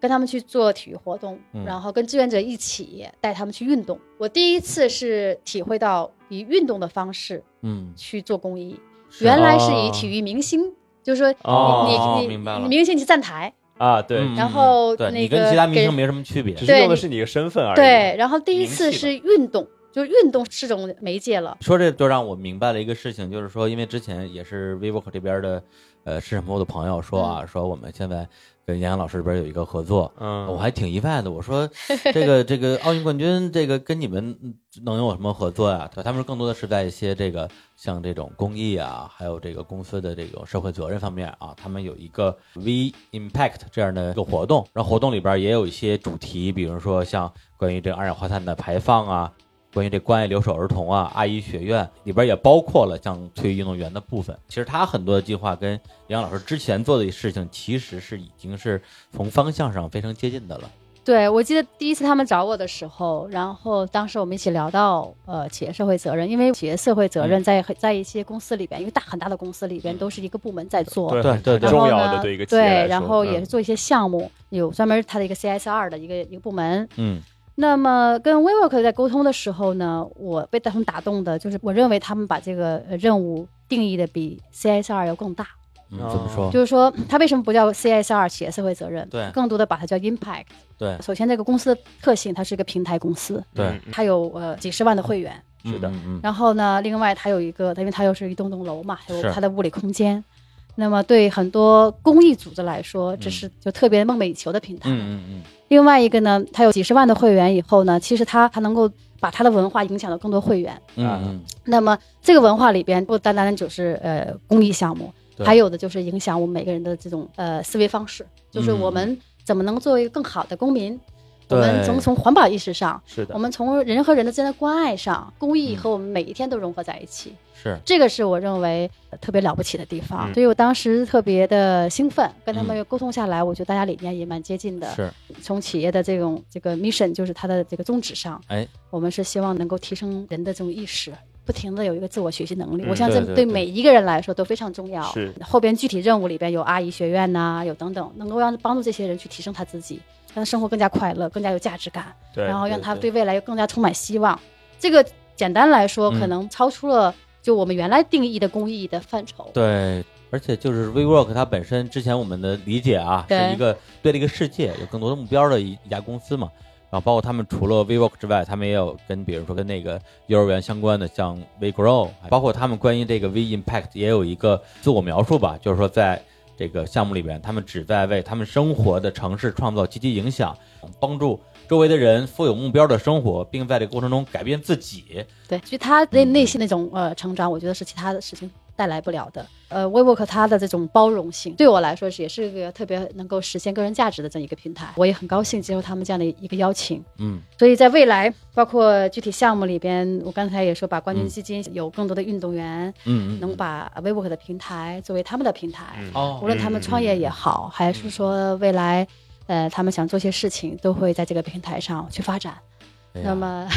Speaker 3: 跟他们去做体育活动，
Speaker 1: 嗯
Speaker 3: 然后跟志愿者一起带他们去运动。我第一次是体会到以运动的方式
Speaker 1: 嗯，
Speaker 3: 去做公益，
Speaker 1: 是
Speaker 3: 原来是
Speaker 2: 哦
Speaker 3: 以体育明星，就是说你、
Speaker 2: 哦
Speaker 3: 你
Speaker 1: 明白了
Speaker 3: 你明星去站台，
Speaker 2: 啊，对，
Speaker 1: 嗯
Speaker 3: 然后
Speaker 1: 对
Speaker 3: 那
Speaker 1: 你
Speaker 3: 个
Speaker 1: 跟其他明
Speaker 3: 给
Speaker 1: 星没什么区别
Speaker 2: 只。
Speaker 3: 对
Speaker 2: 是用的
Speaker 3: 你
Speaker 2: 是你的身份而已。
Speaker 3: 对，然后第一次
Speaker 1: 名气
Speaker 3: 是运动，就是运动是种媒介了。
Speaker 1: 说这就让我明白了一个事情，就是说，因为之前也是 vivo 这边的呃市场部的朋友说啊，说我们现在跟杨洋老师这边有一个合作，
Speaker 2: 嗯，
Speaker 1: 我还挺意外的。我说这个这个奥运冠军，这个跟你们能有什么合作呀、对，他们更多的是在一些这个像这种公益啊，还有这个公司的这种社会责任方面啊，他们有一个 V Impact 这样的一个活动，然后活动里边也有一些主题，比如说像关于这个二氧化碳的排放啊。关于这关爱留守儿童啊，阿姨学院里边也包括了像退役运动员的部分。其实他很多的计划跟杨老师之前做的事情，其实是已经是从方向上非常接近的了。
Speaker 3: 对，我记得第一次他们找我的时候，然后当时我们一起聊到呃企业社会责任，因为企业社会责任在、在一些公司里边，因为大很大的公司里边都是一个部门在做，
Speaker 2: 对
Speaker 1: 对
Speaker 2: 很
Speaker 3: 然
Speaker 2: 重
Speaker 3: 后
Speaker 2: 要
Speaker 3: 呢，
Speaker 2: 的对一个企业来
Speaker 3: 对，
Speaker 2: 说
Speaker 3: 然后也
Speaker 2: 嗯
Speaker 3: 是做一些项目，有专门它的一个 CSR 的一个一个部门。
Speaker 1: 嗯
Speaker 3: 那么跟 WeWork 在沟通的时候呢，我被他们打动的就是，我认为他们把这个呃任务定义的比 CSR 要更大，
Speaker 1: 嗯，
Speaker 2: 哦
Speaker 1: 怎么说？
Speaker 3: 就是说它为什么不叫 CSR 企业社会责任，
Speaker 1: 对
Speaker 3: 更多的把它叫 impact。
Speaker 1: 对
Speaker 3: 首先这个公司的特性，它是一个平台公司，
Speaker 1: 对，
Speaker 2: 嗯
Speaker 3: 它有呃几十万的会员。
Speaker 2: 是的
Speaker 1: 嗯嗯
Speaker 3: 然后呢，另外它有一个，它因为它又是一栋栋楼嘛，它有
Speaker 1: 是
Speaker 3: 它的物理空间。那么对很多公益组织来说，这是就特别梦寐以求的平台。
Speaker 1: 嗯嗯
Speaker 3: 另外一个呢，它有几十万的会员以后呢，其实它它能够把它的文化影响到更多会员。
Speaker 1: 嗯嗯
Speaker 3: 那么这个文化里边不单单就是呃公益项目，
Speaker 1: 对
Speaker 3: 还有的就是影响我们每个人的这种呃思维方式，就是我们怎么能作为更好的公民，我们
Speaker 1: 嗯对
Speaker 3: 从从环保意识上，
Speaker 2: 是的
Speaker 3: 我，们从人和人之间的关爱上，公益和我们每一天都融合在一起，
Speaker 1: 是
Speaker 3: 这个是我认为呃特别了不起的地方。
Speaker 2: 嗯
Speaker 3: 所以我当时特别的兴奋，跟他们沟通下来，我觉得大家理念也蛮接近的。
Speaker 1: 是，
Speaker 3: 从企业的这种这个 mission，就是它的这个宗旨上，
Speaker 1: 哎，
Speaker 3: 我们是希望能够提升人的这种意识。不停的有一个自我学习能力，
Speaker 2: 嗯
Speaker 3: 我相信
Speaker 1: 对对
Speaker 3: 对
Speaker 1: 对
Speaker 3: 每一个人来说都非常重要。
Speaker 2: 是
Speaker 3: 后边具体任务里边有阿姨学院呐、有等等，能够让帮助这些人去提升他自己，让生活更加快乐，更加有价值感。
Speaker 2: 对，
Speaker 3: 然后让他
Speaker 1: 对
Speaker 3: 对未来更加充满希望。这个简单来说，
Speaker 1: 嗯
Speaker 3: 可能超出了就我们原来定义的公益的范畴。
Speaker 1: 对。而且就是 WeWork 它本身之前我们的理解啊，
Speaker 3: 对
Speaker 1: 是一个对这个世界有更多的目标的一一家公司嘛。然后包括他们除了 WeWork 之外，他们也有跟比如说跟那个幼儿园相关的，像 WeGrow，包括他们关于这个 WeImpact 也有一个自我描述吧，就是说在这个项目里边，他们旨在为他们生活的城市创造积极影响，帮助周围的人富有目标的生活，并在这个过程中改变自己。
Speaker 3: 对，其实他内
Speaker 1: 嗯
Speaker 3: 内心那种呃成长，我觉得是其他的事情带来不了的。呃，WeWork 它的这种包容性，对我来说是也是个特别能够实现个人价值的这样一个平台。我也很高兴接受他们这样的一个邀请。
Speaker 1: 嗯，
Speaker 3: 所以在未来，包括具体项目里边，我刚才也说，把冠军基金有更多的运动员，
Speaker 1: 嗯
Speaker 3: 能把 WeWork 的平台作为他们的平台，
Speaker 2: 嗯
Speaker 1: 哦嗯
Speaker 3: 无论他们创业也好，还是说未来，呃，他们想做些事情，都会在这个平台上去发展。
Speaker 1: 哎
Speaker 3: 那 么，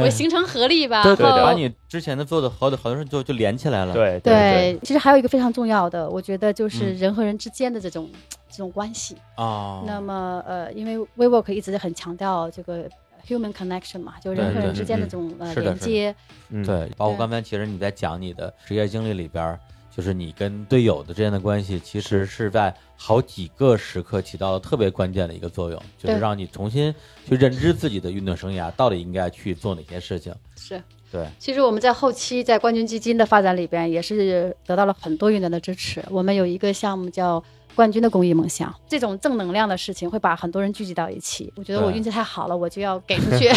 Speaker 3: 我形成合力吧。
Speaker 1: 对对
Speaker 3: 然
Speaker 1: 对，
Speaker 3: 后
Speaker 1: 把你之前的做的好多好多事就就连起来了。，
Speaker 2: 对对
Speaker 3: 对，其实还有一个非常重要的，我觉得就是人和人之间的这种、这种关系。
Speaker 1: 嗯哦，
Speaker 3: 那么呃，因为 WeWork 一直很强调这个 human connection 嘛，就是人
Speaker 1: 对
Speaker 3: 和人
Speaker 1: 对
Speaker 3: 之间的
Speaker 1: 嗯
Speaker 3: 这种呃
Speaker 1: 是的
Speaker 3: 连
Speaker 1: 是的
Speaker 3: 接。
Speaker 2: 嗯
Speaker 1: 对，包括
Speaker 3: 对
Speaker 1: 刚才其实你在讲你的职业经历里边儿，就是你跟队友的之间的关系，其实是在好几个时刻起到了特别关键的一个作用，就是
Speaker 3: 对
Speaker 1: 让你重新去认知自己的运动生涯到底应该去做哪些事情。
Speaker 3: 是。
Speaker 1: 对，
Speaker 3: 其实我们在后期在冠军基金的发展里边，也是得到了很多运动员的支持。我们有一个项目叫“冠军的公益梦想”，这种正能量的事情会把很多人聚集到一起。我觉得我
Speaker 1: 对
Speaker 3: 运气太好了，我就要给出 去。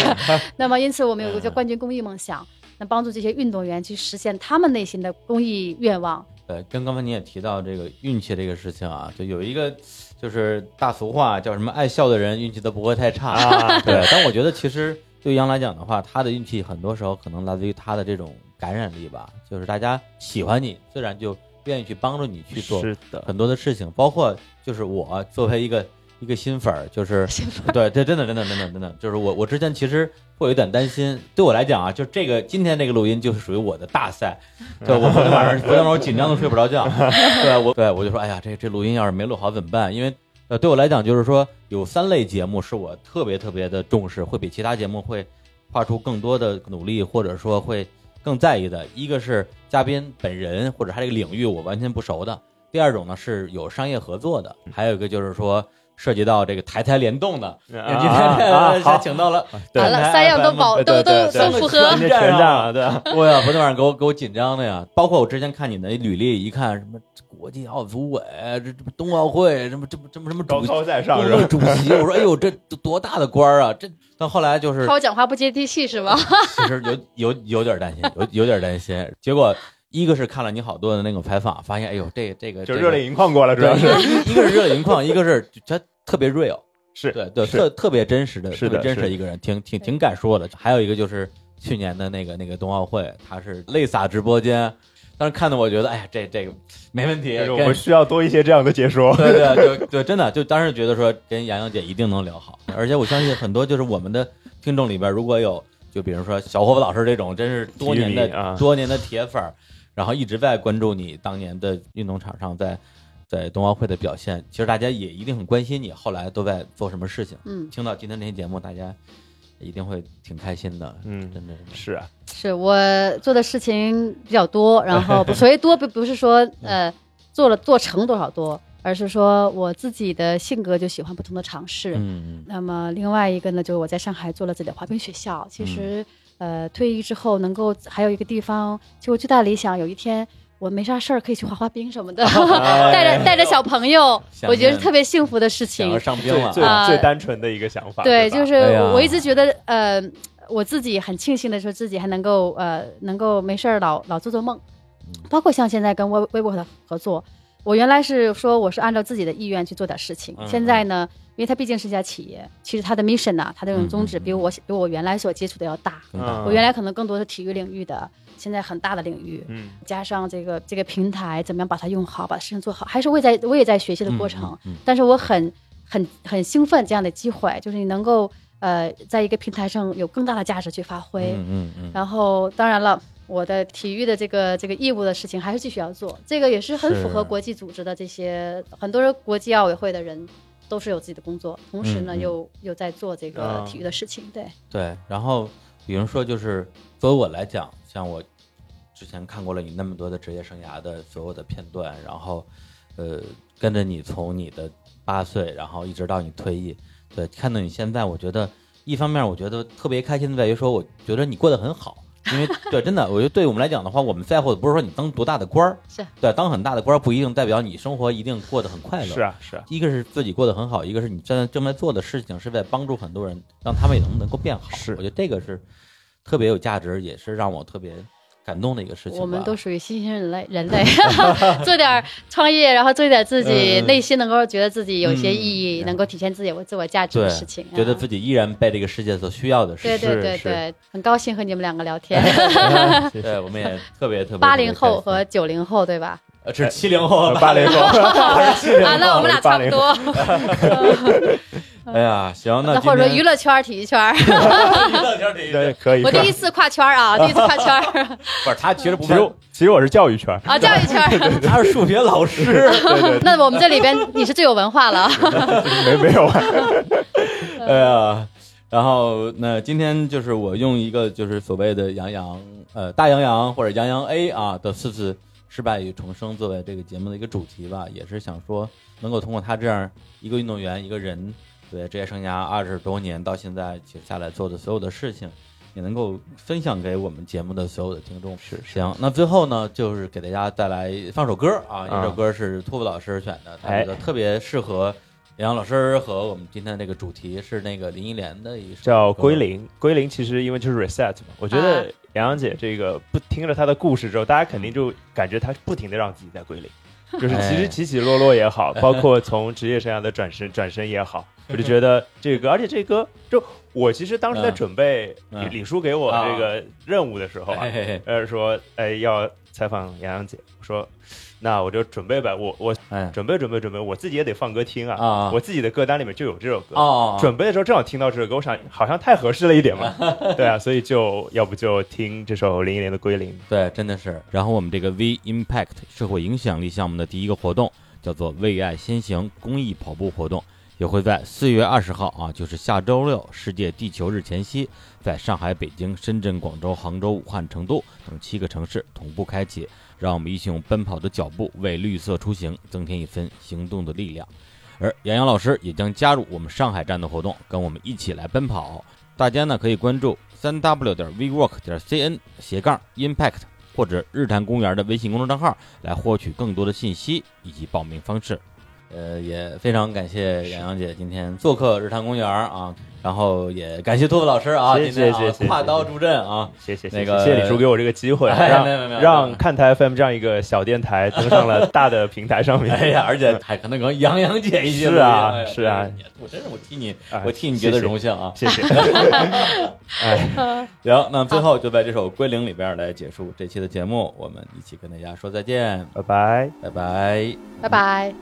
Speaker 3: 那么，因此我们有个叫“冠军公益梦想”，那帮助这些运动员去实现他们内心的公益愿望。
Speaker 1: 呃，跟刚才你也提到这个运气这个事情啊，就有一个就是大俗话叫什么“爱笑的人运气都不会太差”
Speaker 2: 啊，
Speaker 1: 对，但我觉得其实对杨来讲的话，他的运气很多时候可能来自于他的这种感染力吧，就是大家喜欢你，自然就愿意去帮助你去做
Speaker 2: 是的，
Speaker 1: 很多的事情，包括就是我作为一个一个新粉儿，就是
Speaker 3: 新粉
Speaker 1: 对对，真的真的真的真的，就是我我之前其实会有一点担心，对我来讲啊，就这个今天这个录音就是属于我的大赛，就我昨天晚上昨天晚上我紧张的睡不着 觉，对我对我就说，哎呀，这这录音要是没录好怎么办？因为呃，对我来讲就是说有三类节目是我特别特别的重视，会比其他节目会花出更多的努力，或者说会更在意的，一个是嘉宾本人或者他这个领域我完全不熟的，第二种呢是有商业合作的，
Speaker 2: 嗯
Speaker 1: 还有一个就是说涉及到这个台台联动的。 因为今天、
Speaker 2: 啊，好，
Speaker 1: 请到了，
Speaker 2: 对
Speaker 3: 完了，三样都 保哦都都都符合
Speaker 2: 今。天全占了，对啊，
Speaker 1: 我哎呀，昨天晚上给我给我紧张的呀！包括我之前看你的履历，一看什么国际奥组委，这这冬奥会，什么这么这么什么
Speaker 2: 高
Speaker 1: 主席，
Speaker 2: 高在上
Speaker 1: 冬
Speaker 2: 是
Speaker 1: 奥会
Speaker 2: 吧？
Speaker 1: 主席，我说哎呦，这多大的官儿啊！这但后来就是
Speaker 3: 看我讲话不接地气是吧？
Speaker 1: 其实有有有点担心，有有点担心。结果一个是看了你好多的那个采访，发现哎呦，这这个
Speaker 2: 就
Speaker 1: 这
Speaker 2: 热
Speaker 1: 个
Speaker 2: 泪盈眶过了，主要
Speaker 1: 对，
Speaker 2: 是
Speaker 1: 一个是热泪盈眶，一个是他特别哦 real，
Speaker 2: 是
Speaker 1: 对对，
Speaker 2: 是
Speaker 1: 特特别真实的，
Speaker 2: 是
Speaker 1: 特别
Speaker 2: 的
Speaker 1: 真实
Speaker 2: 是
Speaker 1: 的一个人，挺挺挺敢说的。还有一个就是去年的那个那个冬奥会，他是泪洒直播间，当时看的我觉得，哎呀，这这个没问题，
Speaker 2: 就是我
Speaker 1: 跟
Speaker 2: 们需要多一些这样的解说。
Speaker 1: 对对对对，真的就当时觉得说跟洋洋姐一定能聊好，而且我相信很多就是我们的听众里边如果有就比如说小伙子老师这种真是多年
Speaker 2: 体育迷
Speaker 1: 的、
Speaker 2: 啊
Speaker 1: 多年的铁粉儿，然后一直在关注你当年的运动场上在在冬奥会的表现，其实大家也一定很关心你后来都在做什么事情。
Speaker 3: 嗯，
Speaker 1: 听到今天这期节目，大家一定会挺开心的，
Speaker 2: 嗯，
Speaker 1: 真的是。
Speaker 2: 是啊，
Speaker 3: 是我做的事情比较多，然后不所谓多不不 是说呃做了做成多少多，而是说我自己的性格就喜欢不同的尝试。
Speaker 1: 嗯，
Speaker 3: 那么另外一个呢，就是我在上海做了自己的滑冰学校。其
Speaker 1: 嗯
Speaker 3: 实、呃退役之后能够还有一个地方，其实我最大的理想有一天。我没啥事儿，可以去滑滑冰什 么的，带着带着小朋友，
Speaker 1: 哎想
Speaker 3: 我觉得是
Speaker 1: 念
Speaker 3: 特别幸福的事情
Speaker 1: 想要。上
Speaker 2: 最
Speaker 1: 冰了，
Speaker 2: 最
Speaker 3: 啊
Speaker 2: 最单纯的一个想法，
Speaker 3: 对，
Speaker 2: 吧
Speaker 3: 就是
Speaker 1: 哎呀
Speaker 3: 我一直觉得，呃，我自己很庆幸的说，自己还能够呃，能够没事儿老老做做梦，
Speaker 1: 嗯
Speaker 3: 包括像现在跟微微博的合作，我原来是说我是按照自己的意愿去做点事情，
Speaker 1: 嗯
Speaker 3: 现在呢，因为它毕竟是一家企业，其实它的 mission 呐、它这种宗旨比我、比我原来所接触的要大，
Speaker 2: 嗯
Speaker 3: 我原来可能更多是体育领域的，现在很大的领域，
Speaker 2: 嗯，
Speaker 3: 加上这个这个平台怎么样把它用好，把事情做好，还是我也在我也在学习的过程，
Speaker 1: 嗯嗯嗯
Speaker 3: 但是我很很很兴奋这样的机会，就是你能够呃在一个平台上有更大的价值去发挥。
Speaker 1: 嗯嗯嗯，
Speaker 3: 然后当然了，我的体育的这个这个义务的事情还是继续要做，这个也是很符合
Speaker 1: 是
Speaker 3: 国际组织的这些很多人国际奥委会的人。都是有自己的工作，同时呢，
Speaker 1: 嗯嗯
Speaker 3: 又又在做这个
Speaker 2: 啊
Speaker 3: 体育的事情，对，
Speaker 1: 对。然后比如说，就是作为我来讲，像我之前看过了你那么多的职业生涯的所有的片段，然后呃，跟着你从你的八岁，然后一直到你退役，对，看到你现在，我觉得一方面我觉得特别开心的在于说，我觉得你过得很好。因为对，真的，我觉得对我们来讲的话，我们在乎的不是说你当多大的官儿，
Speaker 3: 是
Speaker 1: 对，当很大的官儿不一定代表你生活一定过得很快乐。
Speaker 2: 是啊是 啊，
Speaker 1: 一个是自己过得很好，一个是你现在正在做的事情是在帮助很多人，让他们也能能够变好。
Speaker 2: 是
Speaker 1: 我觉得这个是特别有价值，也是让我特别感动的一个事情吧。
Speaker 6: 我们都属于新兴人类， 人类做点儿创业，然后做一点自己
Speaker 1: 嗯嗯
Speaker 6: 内心能够觉得自己有些
Speaker 1: 嗯
Speaker 6: 意义，
Speaker 1: 嗯
Speaker 6: 能够体现自己自我价值
Speaker 1: 对
Speaker 6: 的事情啊。
Speaker 1: 觉得自己依然被这个世界所需要的事
Speaker 6: 对
Speaker 1: 情。
Speaker 6: 对
Speaker 2: 是
Speaker 6: 对
Speaker 2: 是
Speaker 6: 对，很高兴和你们两个 聊天，
Speaker 2: 谢谢
Speaker 1: 对，我们也特别特 别
Speaker 6: 八零后和
Speaker 1: 特
Speaker 6: 九零后对吧？
Speaker 1: 别开心呃是七零后，
Speaker 2: 八零后，我是七零后
Speaker 6: 啊，那我们俩差不。
Speaker 2: 我是80后
Speaker 6: 多。
Speaker 1: 哎呀，行，那
Speaker 6: 那或者说娱
Speaker 1: 乐
Speaker 6: 乐圈儿、体育圈儿，
Speaker 2: 对，可以。
Speaker 6: 我第一次跨圈儿啊，第一次跨圈儿
Speaker 1: 不是他其实不
Speaker 2: 其实
Speaker 1: 是
Speaker 2: 我，其实我是教育圈儿，
Speaker 6: 啊，教育圈儿。
Speaker 1: 他是数学老 师。
Speaker 2: 对对
Speaker 6: 那我们这里边你是最有文化了，
Speaker 2: 对，没没有啊，
Speaker 1: 哎呀，然后那今天就是我用一个就是所谓的杨洋呃大杨洋或者杨洋 A 啊的四次失败与重生作为这个节目的一个主题吧，也是想说能够通过他这样一个运动员一个人对职业生涯二十多年到现在写下来做的所有的事情，也能够分享给我们节目的所有的听众。
Speaker 2: 是是
Speaker 1: 行，那最后呢，就是给大家带来放首歌啊，
Speaker 2: 啊
Speaker 1: 一首歌是托布老师选的，他
Speaker 2: 哎
Speaker 1: 觉得特别适合杨洋老师和我们今天这个主题是那个林忆莲的一首
Speaker 2: 叫
Speaker 1: 歌
Speaker 2: 归。零。归零其实因为就是 reset 嘛，我觉得
Speaker 6: 啊
Speaker 2: 杨洋姐这个不听了她的故事之后，大家肯定就感觉她不停的让自己在归零。就是其
Speaker 1: 哎
Speaker 2: 实起起落落也好，包括从职业生涯的转身转身也好，我就觉得这个，而且这歌就我其实当时在
Speaker 1: 嗯
Speaker 2: 准备
Speaker 1: 嗯
Speaker 2: 李李叔给我
Speaker 1: 啊
Speaker 2: 这个任务的时候啊
Speaker 1: 嘿，嘿嘿
Speaker 2: 呃说哎要采访杨洋姐，我说那我就准备吧，我我
Speaker 1: 哎
Speaker 2: 准备准备准备，我自己也得放歌听啊，
Speaker 1: 啊
Speaker 2: 我自己的歌单里面就有这首歌，
Speaker 1: 哦，
Speaker 2: 准备的时候正好听到这首歌，我想好像太合适了一点 嘛，对啊，所以就要不就听这首零一年的《归零》。
Speaker 1: 对，真的是。然后我们这个 V Impact 社会影响力项目的第一个活动叫做“为爱先行”公益跑步活动，也会在四月二十号啊，就是下周六世界地球日前夕，在上海、北京、深圳、广州、杭州、武汉、成都等七个城市同步开启。让我们一起用奔跑的脚步为绿色出行增添一分行动的力量。而杨洋老师也将加入我们上海站的活动，跟我们一起来奔跑。大家呢可以关注三 w 点 vwork 点 cn 斜杠 impact 或者日坛公园的微信公众账号来获取更多的信息以及报名方式。呃，也非常感谢杨洋姐今天做客日坛公园啊，然后也感谢托福老师啊，
Speaker 2: 谢
Speaker 1: 今
Speaker 2: 谢
Speaker 1: 天啊
Speaker 2: 谢谢谢谢
Speaker 1: 跨刀助阵啊，
Speaker 2: 谢谢
Speaker 1: 那
Speaker 2: 谢
Speaker 1: 个
Speaker 2: 谢谢谢李叔给我这个机会，
Speaker 1: 哎
Speaker 2: 让
Speaker 1: 没有没有没有
Speaker 2: 让看台 FM 这样一个小电台登上了大的平台上 面。
Speaker 1: 哎 呀，而且还可能跟杨洋姐一起
Speaker 2: 是
Speaker 1: 录音
Speaker 2: 啊
Speaker 1: 哎呀
Speaker 2: 是啊
Speaker 1: 哎呀我真是我替你
Speaker 2: 哎，
Speaker 1: 我替你觉得
Speaker 2: 谢谢
Speaker 1: 荣幸啊。
Speaker 2: 谢谢， 哎
Speaker 1: 行，那最后就在这首《归零》里边来结束这期的节目，我们一起跟大家说再见，
Speaker 2: 拜拜。
Speaker 1: 拜拜。
Speaker 6: 拜拜。